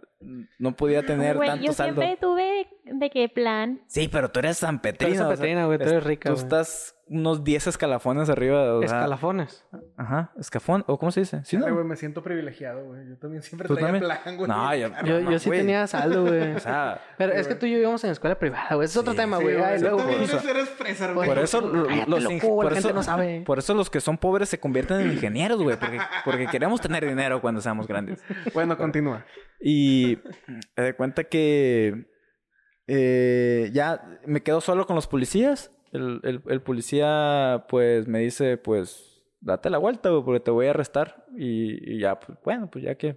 [SPEAKER 3] no podía tener
[SPEAKER 2] Güey,
[SPEAKER 3] tanto
[SPEAKER 2] yo
[SPEAKER 3] saldo.
[SPEAKER 2] siempre tuve de qué plan.
[SPEAKER 3] Sí, pero tú eres San Petrino.
[SPEAKER 1] Pero esa
[SPEAKER 3] o sea,
[SPEAKER 1] petrina, güey, tú eres rica,
[SPEAKER 3] Tú
[SPEAKER 1] güey.
[SPEAKER 3] estás unos 10 escalafones arriba. o sea,
[SPEAKER 1] Escalafones.
[SPEAKER 3] Ajá, escafón, o cómo se dice. Sí,
[SPEAKER 4] Ay,
[SPEAKER 3] no.
[SPEAKER 4] güey, me siento privilegiado, güey. Yo también siempre
[SPEAKER 3] ¿Tú
[SPEAKER 4] traía
[SPEAKER 3] también?
[SPEAKER 4] plan, güey.
[SPEAKER 3] No, yo,
[SPEAKER 1] Yo, yo sí
[SPEAKER 3] güey.
[SPEAKER 1] tenía saldo, güey.
[SPEAKER 3] O sea,
[SPEAKER 1] Pero
[SPEAKER 4] sí,
[SPEAKER 1] es que
[SPEAKER 4] güey.
[SPEAKER 1] tú y yo íbamos en escuela privada, güey. Ese es otro
[SPEAKER 3] Sí,
[SPEAKER 1] tema,
[SPEAKER 4] Sí,
[SPEAKER 1] güey.
[SPEAKER 4] güey,
[SPEAKER 1] Ay,
[SPEAKER 4] tú
[SPEAKER 1] luego,
[SPEAKER 4] también
[SPEAKER 1] güey.
[SPEAKER 3] por
[SPEAKER 4] eres- eres fresa, güey.
[SPEAKER 3] Por eso lo-
[SPEAKER 1] Cállate,
[SPEAKER 3] los
[SPEAKER 1] loco,
[SPEAKER 3] ing- por
[SPEAKER 1] la gente
[SPEAKER 3] eso-
[SPEAKER 1] no sabe.
[SPEAKER 3] Por eso los que son pobres se convierten en ingenieros, güey, porque, porque queremos tener dinero cuando seamos grandes.
[SPEAKER 4] Bueno, continúa.
[SPEAKER 3] Y me de cuenta que eh, ya me quedo solo con los policías. El, el- el policía, pues, me dice, pues, date la vuelta, güey, porque te voy a arrestar. Y, y ya, pues, bueno, pues ya que,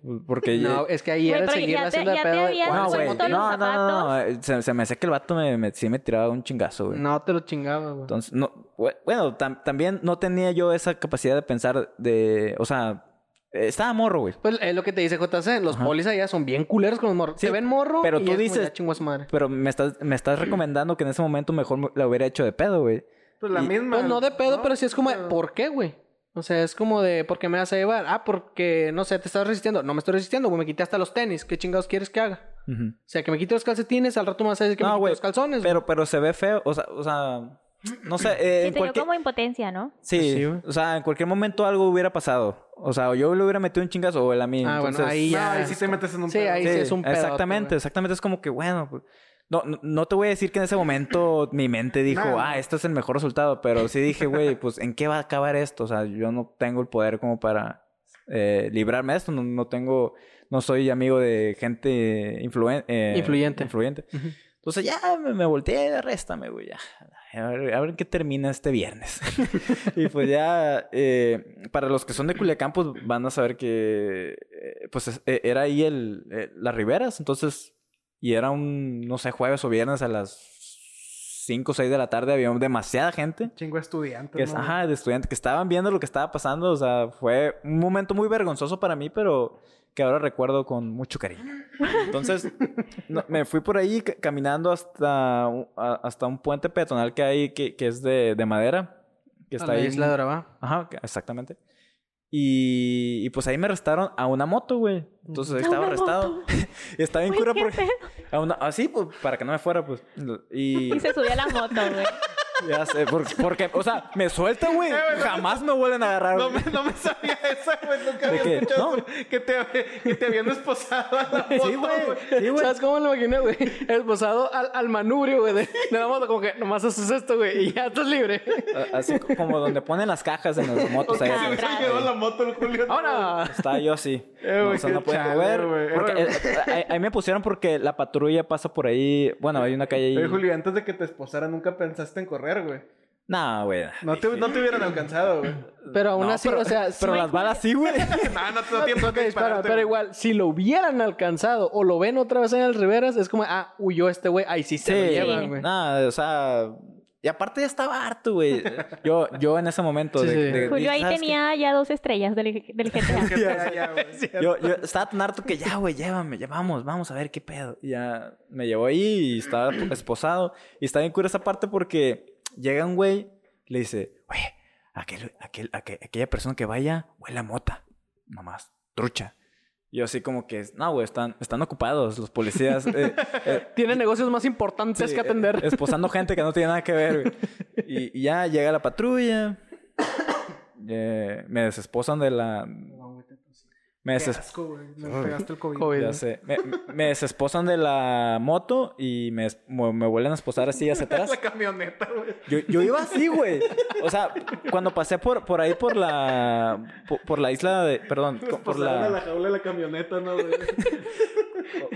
[SPEAKER 3] porque...
[SPEAKER 1] No, es que ahí
[SPEAKER 2] Güey,
[SPEAKER 1] era
[SPEAKER 2] pero
[SPEAKER 1] seguir
[SPEAKER 2] ya
[SPEAKER 1] la
[SPEAKER 2] te-
[SPEAKER 1] celda de
[SPEAKER 2] ya te
[SPEAKER 1] pedo de
[SPEAKER 2] habías
[SPEAKER 1] cuál se
[SPEAKER 3] No, Ah, güey.
[SPEAKER 2] puesto
[SPEAKER 1] montó el-
[SPEAKER 2] los
[SPEAKER 3] No, no, no, no.
[SPEAKER 2] zapatos.
[SPEAKER 3] Se, se me hacía que el vato me, me- sí me tiraba un chingazo, güey.
[SPEAKER 1] No te lo chingaba, güey.
[SPEAKER 3] Entonces, no, bue- bueno, tam- también no tenía yo esa capacidad de pensar de, o sea, Eh, Estaba morro, güey.
[SPEAKER 1] Pues es lo que te dice JC, los
[SPEAKER 3] Ajá.
[SPEAKER 1] polis allá son bien culeros con los morros.
[SPEAKER 3] Sí,
[SPEAKER 1] Se ven morro,
[SPEAKER 3] pero
[SPEAKER 1] y
[SPEAKER 3] tú
[SPEAKER 1] es como,
[SPEAKER 3] dices- Pues,
[SPEAKER 1] ya chingó a su madre.
[SPEAKER 3] Pero me estás, me estás
[SPEAKER 1] Mm.
[SPEAKER 3] recomendando que en ese momento mejor me- la hubiera hecho de pedo, güey.
[SPEAKER 4] Pues la
[SPEAKER 3] Y-
[SPEAKER 4] misma.
[SPEAKER 1] Pues no de pedo, pero sí es como, de,
[SPEAKER 4] pero-
[SPEAKER 1] ¿por qué, güey? O sea, es como de, ¿por qué me vas a llevar? Ah, porque, no sé, te estás resistiendo. No me estoy resistiendo, güey, me quité hasta los tenis. ¿Qué chingados quieres que haga?
[SPEAKER 3] Ujú.
[SPEAKER 1] O sea, que me quite los calcetines, al rato me vas a decir que
[SPEAKER 3] No,
[SPEAKER 1] me quite
[SPEAKER 3] güey,
[SPEAKER 1] los calzones.
[SPEAKER 3] Pero, pero se ve feo, o sea, o sea no sé, eh,
[SPEAKER 2] Sí, te
[SPEAKER 3] en
[SPEAKER 2] dio
[SPEAKER 3] cualquier...
[SPEAKER 2] como impotencia, ¿no?
[SPEAKER 3] Sí,
[SPEAKER 1] Sí, güey.
[SPEAKER 3] o sea, en cualquier momento algo hubiera pasado. O sea, o yo le hubiera metido un chingazo o él a mí.
[SPEAKER 1] Ah, bueno,
[SPEAKER 3] entonces-
[SPEAKER 1] ahí
[SPEAKER 5] pues,
[SPEAKER 4] No,
[SPEAKER 1] ya.
[SPEAKER 4] ahí sí te metes en un
[SPEAKER 1] Sí,
[SPEAKER 4] pedo.
[SPEAKER 1] ahí sí es un pedote,
[SPEAKER 3] Exactamente,
[SPEAKER 1] güey.
[SPEAKER 3] exactamente. Es como que, bueno, pues, no, no, no te voy a decir que en ese momento mi mente dijo,
[SPEAKER 4] No, no.
[SPEAKER 3] ah, este es el mejor resultado, pero sí dije, güey, pues, ¿en qué va a acabar esto? O sea, yo no tengo el poder como para eh, librarme de esto, no, no tengo, no soy amigo de gente influen- eh,
[SPEAKER 1] Influyente.
[SPEAKER 3] influyente.
[SPEAKER 1] Ujú.
[SPEAKER 3] Entonces ya me, me volteé, arréstame, güey, ya. A ver, a ver en qué termina este viernes. y pues ya, eh, para los que son de Culiacán, pues van a saber que, eh, pues es- eh, era ahí el, eh, las riberas, entonces, y era un, no sé, jueves o viernes a las 5 o 6 de la tarde, había demasiada gente.
[SPEAKER 4] Chingo estudiante.
[SPEAKER 3] Que, es- ajá, de estudiantes que estaban viendo lo que estaba pasando. O sea, fue un momento muy vergonzoso para mí, pero que ahora recuerdo con mucho cariño. Entonces, no, me fui por ahí ca- caminando hasta, un- a- hasta un puente peatonal que hay que, que es de, de madera.
[SPEAKER 1] A
[SPEAKER 3] Que está
[SPEAKER 1] la
[SPEAKER 3] ahí.
[SPEAKER 1] isla de Oraba.
[SPEAKER 3] Ajá, que- exactamente. Y, y pues ahí me arrestaron a una moto, güey. Entonces ahí
[SPEAKER 2] A
[SPEAKER 3] estaba
[SPEAKER 2] una
[SPEAKER 3] arrestado.
[SPEAKER 2] moto.
[SPEAKER 3] y estaba en
[SPEAKER 2] Güey,
[SPEAKER 3] cura
[SPEAKER 2] qué
[SPEAKER 3] porque.
[SPEAKER 2] pedo.
[SPEAKER 3] A una, así, pues, para que no me fuera, pues. Y,
[SPEAKER 2] Y se subió a la moto, güey.
[SPEAKER 3] ya sé, por- porque, o sea, me sueltan,
[SPEAKER 4] Eh,
[SPEAKER 3] güey. Jamás me vuelven a agarrar.
[SPEAKER 5] No
[SPEAKER 3] güey.
[SPEAKER 5] me, no me sabía eso, güey. Nunca había
[SPEAKER 3] ¿De qué?
[SPEAKER 5] escuchado
[SPEAKER 3] No.
[SPEAKER 5] eso, que, te, que te habían esposado a la
[SPEAKER 3] Sí,
[SPEAKER 5] moto,
[SPEAKER 3] güey.
[SPEAKER 5] güey.
[SPEAKER 3] Sí, güey.
[SPEAKER 1] ¿Sabes cómo lo imaginé, güey? Esposado al, al manubrio, güey, de, de la moto, como que nomás haces esto, güey, y ya estás libre.
[SPEAKER 3] A- Así como donde ponen las cajas en las motos.
[SPEAKER 5] Se
[SPEAKER 3] ahí.
[SPEAKER 2] Ah,
[SPEAKER 5] hubiese
[SPEAKER 2] atrás.
[SPEAKER 5] llevado la moto el Julio.
[SPEAKER 1] ¡Ahora!
[SPEAKER 3] Estaba yo así.
[SPEAKER 4] Eh,
[SPEAKER 3] No,
[SPEAKER 4] güey,
[SPEAKER 3] o sea,
[SPEAKER 4] qué
[SPEAKER 3] no pueden
[SPEAKER 4] chale,
[SPEAKER 3] mover.
[SPEAKER 4] güey. Eh,
[SPEAKER 3] porque,
[SPEAKER 4] güey.
[SPEAKER 3] eh, ahí, ahí me pusieron porque la patrulla pasa por ahí. Bueno, hay una calle ahí.
[SPEAKER 4] Eh,
[SPEAKER 5] Oye, Julio, antes de que te esposara, nunca pensaste en correr, güey.
[SPEAKER 3] No, güey.
[SPEAKER 5] No te, no te hubieran alcanzado, güey.
[SPEAKER 1] Pero aún
[SPEAKER 3] No,
[SPEAKER 1] así,
[SPEAKER 3] pero-
[SPEAKER 1] o sea, si-
[SPEAKER 3] Pero las balas sí, güey.
[SPEAKER 5] No, no te da tiempo
[SPEAKER 1] no te
[SPEAKER 5] de
[SPEAKER 1] dispara,
[SPEAKER 5] dispararte.
[SPEAKER 1] pero igual, si lo hubieran alcanzado o lo ven otra vez en el Riveras, es como, ah, huyó este güey, ahí sí se lo
[SPEAKER 3] Sí,
[SPEAKER 1] llevan, güey.
[SPEAKER 3] no, o sea. Y aparte ya estaba harto, güey. Yo, yo en ese momento.
[SPEAKER 1] Sí,
[SPEAKER 3] de-
[SPEAKER 1] sí.
[SPEAKER 3] de- "Ah,
[SPEAKER 2] Julio ahí
[SPEAKER 3] ¿sabes qué?
[SPEAKER 2] tenía ya dos estrellas del, del GTA.
[SPEAKER 5] güey. Ya, ya, güey.
[SPEAKER 3] Yo, yo estaba tan harto que ya, güey, llévame, ya vamos, vamos a ver qué pedo. Y ya me llevó ahí y estaba esposado. Y está bien cura esa parte porque llega un güey, le dice, güey, aquel, aquel, aquel- aquella persona que vaya, huele a mota, nomás, trucha. Y yo así como que, no, güey, están, están ocupados los policías. eh, eh,
[SPEAKER 1] Tiene negocios más importantes
[SPEAKER 3] Sí,
[SPEAKER 1] que atender.
[SPEAKER 3] eh, Esposando gente que no tiene nada que ver, güey. Y, y ya llega la patrulla. eh, me desesposan de la. Me,
[SPEAKER 4] Qué
[SPEAKER 3] deses-
[SPEAKER 4] asco, güey. Me pegaste el COVID.
[SPEAKER 1] COVID.
[SPEAKER 3] ya sé. Me, me desesposan de la moto y me, es- me, me vuelven a esposar así hacia atrás.
[SPEAKER 4] La camioneta, güey.
[SPEAKER 3] Yo, yo iba así, güey. O sea, cuando pasé por, por ahí por la... Por, por la isla de... Perdón. co- Por
[SPEAKER 5] Esposaron a la
[SPEAKER 3] la...
[SPEAKER 5] jaula de la camioneta, ¿no, güey?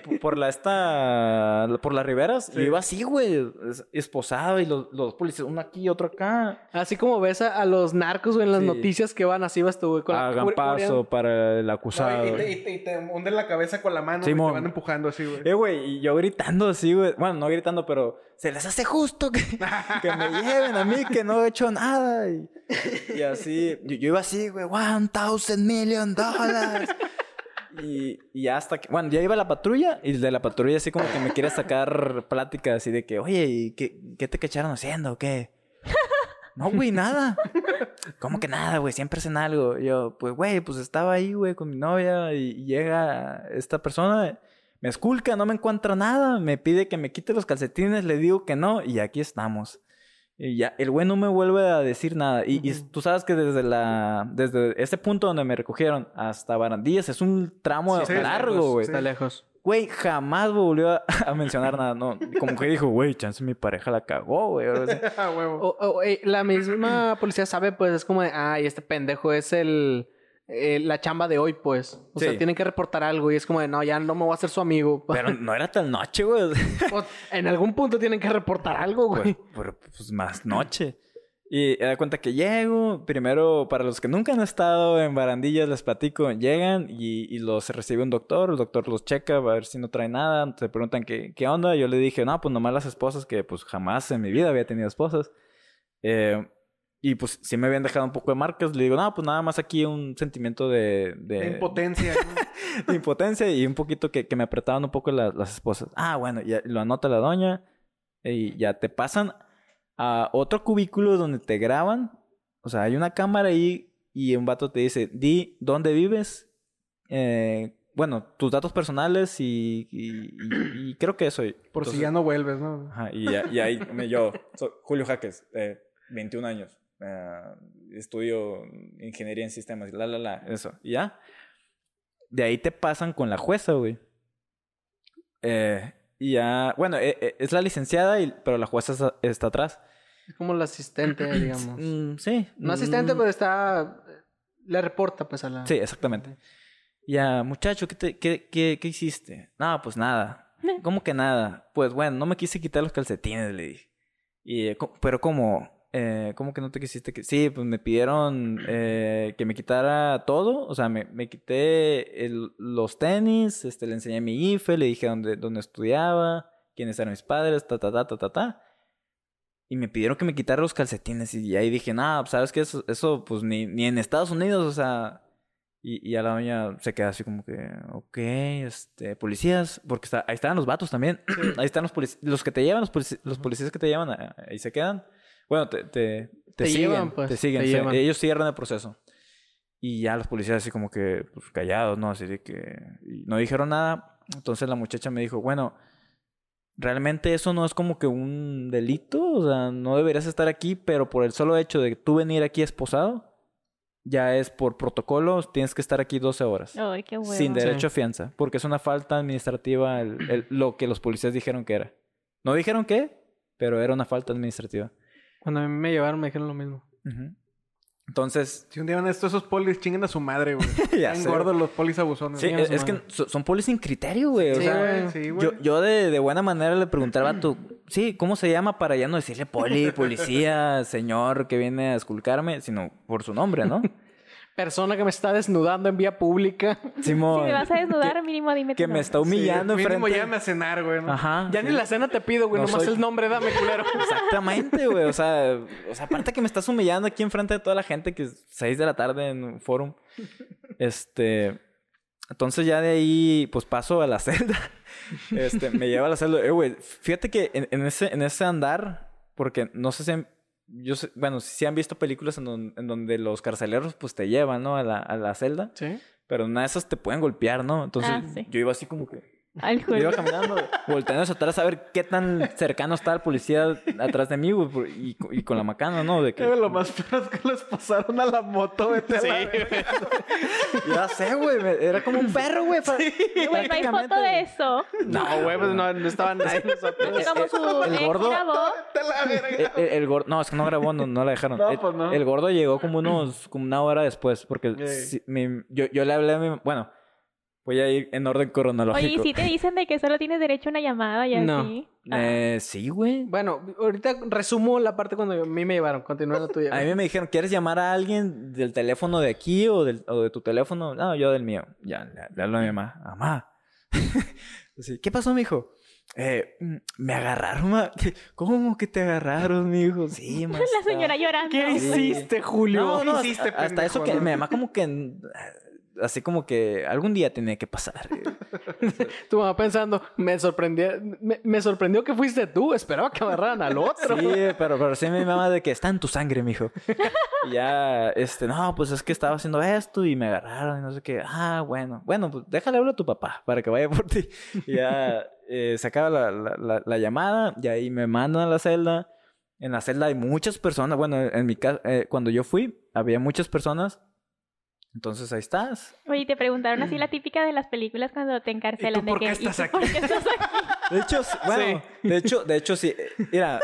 [SPEAKER 3] Por, por la esta... Por las riberas. Yo iba así, güey. es- Esposado y los, los policías. Uno aquí y otro acá.
[SPEAKER 1] Así como ves a, a los narcos, güey, en las
[SPEAKER 3] Sí. pues,
[SPEAKER 1] noticias que van, así vas tú, güey. con la
[SPEAKER 3] Hagan
[SPEAKER 1] cubri-
[SPEAKER 3] paso
[SPEAKER 1] cubriendo.
[SPEAKER 3] para el acusado.
[SPEAKER 5] No, y, te, y te- y te hunden la cabeza con la mano y te
[SPEAKER 3] Simón.
[SPEAKER 5] van empujando así, güey.
[SPEAKER 3] Eh, güey, y yo gritando así, güey. Bueno, no gritando, pero se les hace justo que, que me lleven a mí, que no he hecho nada. Y, y así, yo, yo iba así, güey, one thousand million dollars. Y, y hasta que, bueno, ya iba la patrulla y de la patrulla así como que me quiere sacar plática así de que, oye, ¿y qué, qué te cacharon haciendo o qué? No, güey, nada. ¿Cómo que nada, güey? Siempre hacen algo. Y Yo, pues, güey, pues estaba ahí, güey, con mi novia y y llega esta persona, me esculca, no me encuentra nada, me pide que me quite los calcetines, le digo que no y aquí estamos. Y ya, el güey no me vuelve a decir nada. Y, y
[SPEAKER 1] Ujú.
[SPEAKER 3] tú sabes que desde la, desde ese punto donde me recogieron hasta Barandillas es un tramo
[SPEAKER 4] Sí, sí,
[SPEAKER 3] largo,
[SPEAKER 4] lejos,
[SPEAKER 3] güey.
[SPEAKER 4] sí.
[SPEAKER 1] Está lejos.
[SPEAKER 3] Güey, jamás volvió a, a mencionar nada, no. Como que dijo, güey, chance mi pareja la cagó, güey. o algo así.
[SPEAKER 4] Ah,
[SPEAKER 3] oh,
[SPEAKER 4] huevo.
[SPEAKER 1] O- o, eh, la misma policía sabe, pues, es como de, ay, este pendejo es el... eh, la chamba de hoy, pues. O
[SPEAKER 3] Sí.
[SPEAKER 1] sea, tienen que reportar algo y es como de, no, ya no me voy a hacer su amigo.
[SPEAKER 3] Pero no era tan noche, güey. o sea,
[SPEAKER 1] O- en algún punto tienen que reportar algo, güey.
[SPEAKER 3] Pues, pero, pues más noche. Y me da cuenta que llego, primero, para los que nunca han estado en barandillas, les platico, llegan y, y los recibe un doctor, el doctor los checa, va a ver si no trae nada, se preguntan qué, qué onda, yo le dije, no, pues nomás las esposas, que pues jamás en mi vida había tenido esposas. Eh, Y pues sí me habían dejado un poco de marcas. Le digo, no, pues nada más aquí un sentimiento de... de-
[SPEAKER 4] De impotencia. ¿no?
[SPEAKER 3] de impotencia y un poquito que, que me apretaban un poco las, las esposas. Ah, bueno, ya lo anota la doña y ya te pasan a otro cubículo donde te graban. O sea, hay una cámara ahí y un vato te dice, di dónde vives, eh, bueno, tus datos personales y, y- y- y creo que eso.
[SPEAKER 4] Por si
[SPEAKER 3] Entonces-
[SPEAKER 4] ya no vuelves, ¿no?
[SPEAKER 3] Ajá, y, ya- y ahí me, yo, soy Julio Jaques, eh, 21 años, eh, estudio ingeniería en sistemas, la, la, la, eso, y ya. De ahí te pasan con la jueza, güey. Eh, y ya, bueno, eh, eh, es la licenciada, y- pero la jueza está, está atrás.
[SPEAKER 1] Es como la asistente, digamos.
[SPEAKER 3] Mm, sí.
[SPEAKER 1] No asistente, pues,
[SPEAKER 3] Mm,
[SPEAKER 1] pero está. eh, Le reporta, pues, a la.
[SPEAKER 3] Sí, exactamente. Ya, muchacho, ¿qué, te- qué, qué- qué hiciste? No, pues nada. ¿Cómo que nada? Pues bueno, no me quise quitar los calcetines, le dije. Y, eh, co- pero como, eh, ¿cómo que no te quisiste? Que... Sí, pues me pidieron eh, que me quitara todo. O sea, me, me quité el- los tenis, este, le enseñé mi IFE, le dije dónde, dónde estudiaba, quiénes eran mis padres, ta, ta, ta, ta, ta, ta. Y me pidieron que me quitara los calcetines. Y ahí dije, nada, pues, ¿sabes qué? Eso, eso pues ni, ni en Estados Unidos, o sea... Y, y a la doña se queda así como que, ok, este, policías, porque está, ahí estaban los vatos también, ahí están los policías, los que te llevan, los, polici- los policías que te llevan, ah, ahí se quedan. Bueno, te, te, te,
[SPEAKER 1] Te
[SPEAKER 3] siguen,
[SPEAKER 1] llevan, pues,
[SPEAKER 3] te siguen,
[SPEAKER 1] te
[SPEAKER 3] sí.
[SPEAKER 1] llevan.
[SPEAKER 3] ellos cierran el proceso. Y ya los policías así como que pues, callados, ¿no? Así de que y no dijeron nada. Entonces la muchacha me dijo, bueno, realmente eso no es como que un delito, o sea, no deberías estar aquí, pero por el solo hecho de tú venir aquí esposado, ya es por protocolo, tienes que estar aquí 12 horas.
[SPEAKER 2] Ay, Oh, qué huevo.
[SPEAKER 3] Sin derecho
[SPEAKER 1] Sí.
[SPEAKER 3] a fianza, porque es una falta administrativa el- el- lo que los policías dijeron que era. No dijeron qué, pero era una falta administrativa.
[SPEAKER 1] Cuando a mí me llevaron, me dijeron lo mismo.
[SPEAKER 3] Ujú. Entonces,
[SPEAKER 4] Si un día van a esto, esos polis chinguen a su madre, güey.
[SPEAKER 3] ya
[SPEAKER 4] Están
[SPEAKER 3] sé.
[SPEAKER 4] gordos los polis abusones.
[SPEAKER 3] Sí,
[SPEAKER 1] Chingan a
[SPEAKER 3] es,
[SPEAKER 1] su
[SPEAKER 3] es que
[SPEAKER 1] madre.
[SPEAKER 3] so- son polis sin criterio, güey. o
[SPEAKER 1] Sí,
[SPEAKER 3] sea,
[SPEAKER 1] güey.
[SPEAKER 4] Sí, güey.
[SPEAKER 3] yo, yo de, de buena manera le preguntaba a tu, sí, ¿cómo se llama para ya no decirle poli, policía, señor que viene a esculcarme, sino por su nombre, ¿no?
[SPEAKER 1] Persona que me está desnudando en vía pública.
[SPEAKER 2] Si
[SPEAKER 3] Simón.
[SPEAKER 2] me vas a desnudar, mínimo dime tu
[SPEAKER 3] que me
[SPEAKER 2] nombre.
[SPEAKER 3] está
[SPEAKER 4] Sí,
[SPEAKER 3] humillando
[SPEAKER 4] mínimo
[SPEAKER 3] enfrente.
[SPEAKER 4] llame a cenar, güey. ¿no?
[SPEAKER 3] Ajá.
[SPEAKER 1] Ya ni la cena te pido, güey.
[SPEAKER 3] No
[SPEAKER 1] nomás
[SPEAKER 3] soy-
[SPEAKER 1] el nombre, dame culero.
[SPEAKER 3] Exactamente, güey. O sea, o sea, aparte que me estás humillando aquí enfrente de toda la gente que es 6 de la tarde en un forum. Este. Entonces ya de ahí, pues paso a la celda. Este, me lleva a la celda. Eh, güey, fíjate que en, en ese, en ese andar, porque no sé si han- yo sé- bueno, si han visto películas en, don- en donde los carceleros pues te llevan, ¿no? A la, a la celda.
[SPEAKER 1] Sí.
[SPEAKER 3] Pero una de esas te pueden golpear, ¿no? Entonces
[SPEAKER 2] Ah, sí.
[SPEAKER 3] yo iba así como que...
[SPEAKER 2] Al
[SPEAKER 3] Yo
[SPEAKER 2] Julio.
[SPEAKER 3] iba caminando, volteando hacia atrás a ver qué tan cercano estaba el policía atrás de mí, güey, por- y, co- y con la macana, ¿no? De que,
[SPEAKER 4] Güey, Lo más peor es que los pasaron a la moto, vete a la verga.
[SPEAKER 3] ya sé, güey, me- era como un perro, güey. fa-
[SPEAKER 2] Güey, Pues, no hay
[SPEAKER 3] prácticamente,
[SPEAKER 2] foto de eso.
[SPEAKER 4] Ah,
[SPEAKER 1] No, güey, pues no, no estaban nadie nosotros.
[SPEAKER 2] Porque como su
[SPEAKER 3] Eh, el
[SPEAKER 2] ex
[SPEAKER 3] gordo-
[SPEAKER 2] grabó,
[SPEAKER 4] Vete a la verga.
[SPEAKER 3] El, el- el gordo, no, es que no grabó, no, no la dejaron.
[SPEAKER 4] No,
[SPEAKER 3] el,
[SPEAKER 4] pues no.
[SPEAKER 3] el gordo llegó como unos, como una hora después, porque
[SPEAKER 4] Ey.
[SPEAKER 3] si- mi- yo, yo le hablé a mi, bueno, voy a ir en orden
[SPEAKER 2] Oye, ¿y
[SPEAKER 3] cronológico.
[SPEAKER 2] si te dicen de que solo tienes derecho a una llamada y
[SPEAKER 1] No.
[SPEAKER 2] así?
[SPEAKER 3] Eh, sí, güey.
[SPEAKER 1] Bueno, ahorita resumo la parte cuando a mí me llevaron. Continúa la tuya.
[SPEAKER 3] A mí me dijeron, ¿quieres llamar a alguien del teléfono de aquí o, del- o de tu teléfono? No, yo del mío. Ya, le, le hablo a mi mamá. Mamá. Así, ¿Qué pasó, mijo? Eh, mm, me agarraron, ma. ¿Qué- ¿Cómo que te agarraron, mijo? Sí, ma.
[SPEAKER 2] La señora llorando.
[SPEAKER 1] ¿Qué hiciste, Julio?
[SPEAKER 3] No, no,
[SPEAKER 4] ¿Qué hiciste,
[SPEAKER 3] hasta, hasta eso que
[SPEAKER 4] pendejo, no?
[SPEAKER 3] mi mamá como que... mm, Así como que algún día tenía que pasar.
[SPEAKER 1] Tu mamá pensando, me sorprendió, me, me sorprendió que fuiste tú. Esperaba que agarraran al otro.
[SPEAKER 3] Sí, pero, pero sí mi mamá de que está en tu sangre, mijo. Y ya, este, no, pues es que estaba haciendo esto y me agarraron y no sé qué. Ah, bueno. Bueno, pues déjale hablar a tu papá para que vaya por ti. Y ya eh, se acaba la, la- la- la llamada y ahí me mandan a la celda. En la celda hay muchas personas. Bueno, en mi casa, eh, cuando yo fui, había muchas personas. Entonces ahí estás.
[SPEAKER 2] Oye, te preguntaron así la típica de las películas cuando te encarcelan.
[SPEAKER 4] tú
[SPEAKER 2] de
[SPEAKER 4] por qué
[SPEAKER 2] que,
[SPEAKER 4] estás
[SPEAKER 2] tú
[SPEAKER 4] aquí?
[SPEAKER 2] por qué estás aquí?
[SPEAKER 3] De hecho, sí- bueno, de hecho, de hecho sí. Eh, Mira,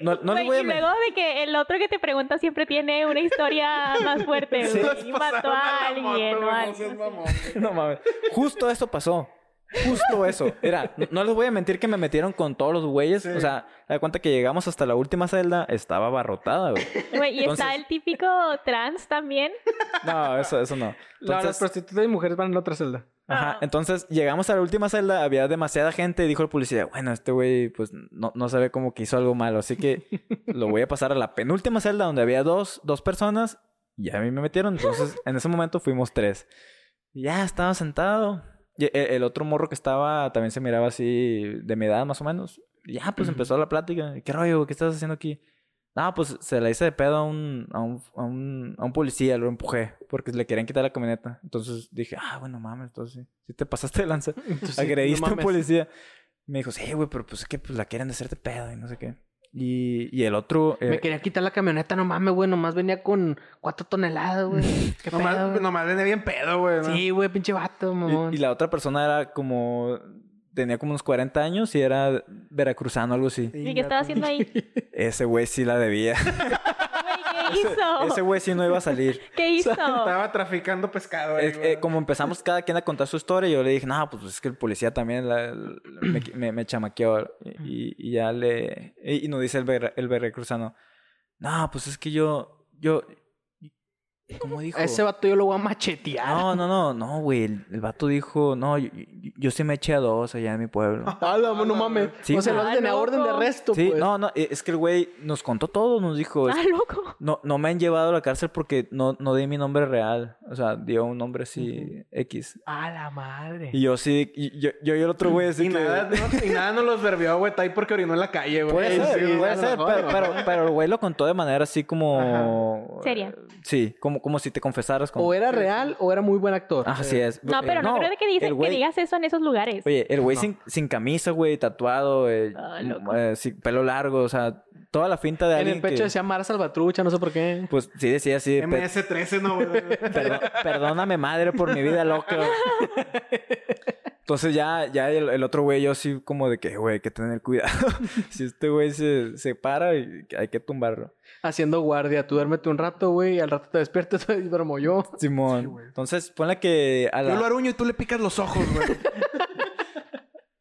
[SPEAKER 3] no, no les
[SPEAKER 2] Güey,
[SPEAKER 3] voy a
[SPEAKER 2] y
[SPEAKER 3] men-
[SPEAKER 2] luego de que el otro que te pregunta siempre tiene una historia más fuerte.
[SPEAKER 3] Sí.
[SPEAKER 2] güey. Y mató a alguien o algo así.
[SPEAKER 3] No mames. Justo eso pasó. Justo eso. Mira, no- no les voy a mentir que me metieron con todos los güeyes. O sea, da cuenta que llegamos hasta la última celda, estaba abarrotada, güey.
[SPEAKER 2] Güey, y está
[SPEAKER 3] Entonces-
[SPEAKER 2] el típico trans también.
[SPEAKER 3] No, eso, eso no.
[SPEAKER 1] No, las
[SPEAKER 3] Entonces,
[SPEAKER 1] prostitutas y mujeres van en la otra celda.
[SPEAKER 3] Ajá, entonces llegamos a la última celda, había demasiada gente y dijo el policía, bueno, este güey pues no, no sabe cómo que hizo algo malo, así que lo voy a pasar a la penúltima celda donde había dos, dos personas y a mí me metieron, entonces en ese momento fuimos tres. Y ya estaba sentado, y e- el, otro morro que estaba también se miraba así de mi edad más o menos, Y ya pues empezó la plática, ¿qué rollo? güey? ¿Qué estás haciendo aquí? No, pues se la hice de pedo a un, a un, a un, a un policía, lo empujé, porque le querían quitar la camioneta. Entonces dije, ah, bueno, mames, entonces sí, sí te pasaste de lanza.
[SPEAKER 1] Entonces,
[SPEAKER 3] Agrediste
[SPEAKER 1] no
[SPEAKER 3] a un
[SPEAKER 1] mames.
[SPEAKER 3] policía. Me dijo, sí, güey, pero pues es que pues, la quieren de hacer de pedo y no sé qué. Y, y el otro... eh,
[SPEAKER 1] Me quería quitar la camioneta, no mames, güey. Nomás venía con cuatro toneladas, güey. Qué
[SPEAKER 4] Nomás,
[SPEAKER 1] pedo, güey.
[SPEAKER 4] nomás venía bien pedo, güey. ¿no?
[SPEAKER 1] Sí, güey, pinche vato, mamón.
[SPEAKER 3] y, y la otra persona era como... Tenía como unos 40 años y era veracruzano, algo así.
[SPEAKER 2] ¿Y qué estaba haciendo ahí? Güey,
[SPEAKER 3] Ese güey sí la debía.
[SPEAKER 2] ¿Qué hizo?
[SPEAKER 3] Ese güey sí no iba a salir.
[SPEAKER 2] ¿Qué hizo?
[SPEAKER 4] Estaba traficando pescado, ahí,
[SPEAKER 3] Es-
[SPEAKER 4] güey.
[SPEAKER 3] eh, como empezamos cada quien a contar su historia, yo le dije, no, pues es que el policía también la- la- me, me- me chamaqueó. Y, y ya le. Y, y nos dice el, veracruzano el veracruzano, no, pues es que yo. yo ¿Cómo dijo?
[SPEAKER 1] A ese vato yo lo voy a machetear.
[SPEAKER 3] No, no, no, no, güey. El, el vato dijo, no, yo, yo- yo sí me eché a dos allá en mi pueblo.
[SPEAKER 1] Ala, Ah, no, mames.
[SPEAKER 3] Sí,
[SPEAKER 1] o sea, lo
[SPEAKER 2] güey.
[SPEAKER 1] hacen a
[SPEAKER 2] Ah,
[SPEAKER 1] orden de
[SPEAKER 2] loco.
[SPEAKER 1] arresto,
[SPEAKER 3] Sí,
[SPEAKER 1] pues.
[SPEAKER 3] no, no, eh, es que el güey nos contó todo, nos dijo, es-
[SPEAKER 2] Ah, loco.
[SPEAKER 3] no, no me han llevado a la cárcel porque no, no di mi nombre real. O sea, dio un nombre así, X.
[SPEAKER 1] A la madre.
[SPEAKER 3] Y yo sí, y yo, yo y el otro güey así
[SPEAKER 4] Y
[SPEAKER 3] que-
[SPEAKER 4] nada, no, y nada no los verbió, güey. Está ahí porque orinó en la calle, güey.
[SPEAKER 3] Puede ser,
[SPEAKER 1] sí,
[SPEAKER 3] puede
[SPEAKER 1] a lo
[SPEAKER 3] ser,
[SPEAKER 1] mejor,
[SPEAKER 3] pero, eh, pero, pero el güey lo contó de manera así como...
[SPEAKER 2] Seria.
[SPEAKER 3] Sí, como, como si te confesaras con...
[SPEAKER 1] O era real o era muy buen actor.
[SPEAKER 3] Ah, así es.
[SPEAKER 2] No,
[SPEAKER 3] Eh,
[SPEAKER 2] pero no, creo de que, dice-
[SPEAKER 3] el
[SPEAKER 2] que
[SPEAKER 3] güey-
[SPEAKER 2] digas eso en esos lugares.
[SPEAKER 3] Oye, el güey sin, sin camisa, güey, tatuado, eh,
[SPEAKER 2] Ah, loco.
[SPEAKER 3] eh, sin- pelo largo, o sea, toda la finta de
[SPEAKER 1] en
[SPEAKER 3] alguien
[SPEAKER 1] el pecho
[SPEAKER 3] que-
[SPEAKER 1] decía Mara Salvatrucha, no sé por qué.
[SPEAKER 3] Pues sí decía así, pe-
[SPEAKER 4] MS-13, no, güey.
[SPEAKER 3] Perdón- perdóname, madre, por mi vida loca. Entonces ya, ya el, el otro güey, yo sí como de que, güey, hay que tener cuidado. si este güey se, se para, y hay que tumbarlo.
[SPEAKER 1] Haciendo guardia. Tú duérmete un rato, güey, y al rato te despiertas y duermo yo.
[SPEAKER 3] Simón. Entonces, ponle que a
[SPEAKER 4] Yo lo
[SPEAKER 3] la,
[SPEAKER 4] aruño y tú le picas los ojos, güey.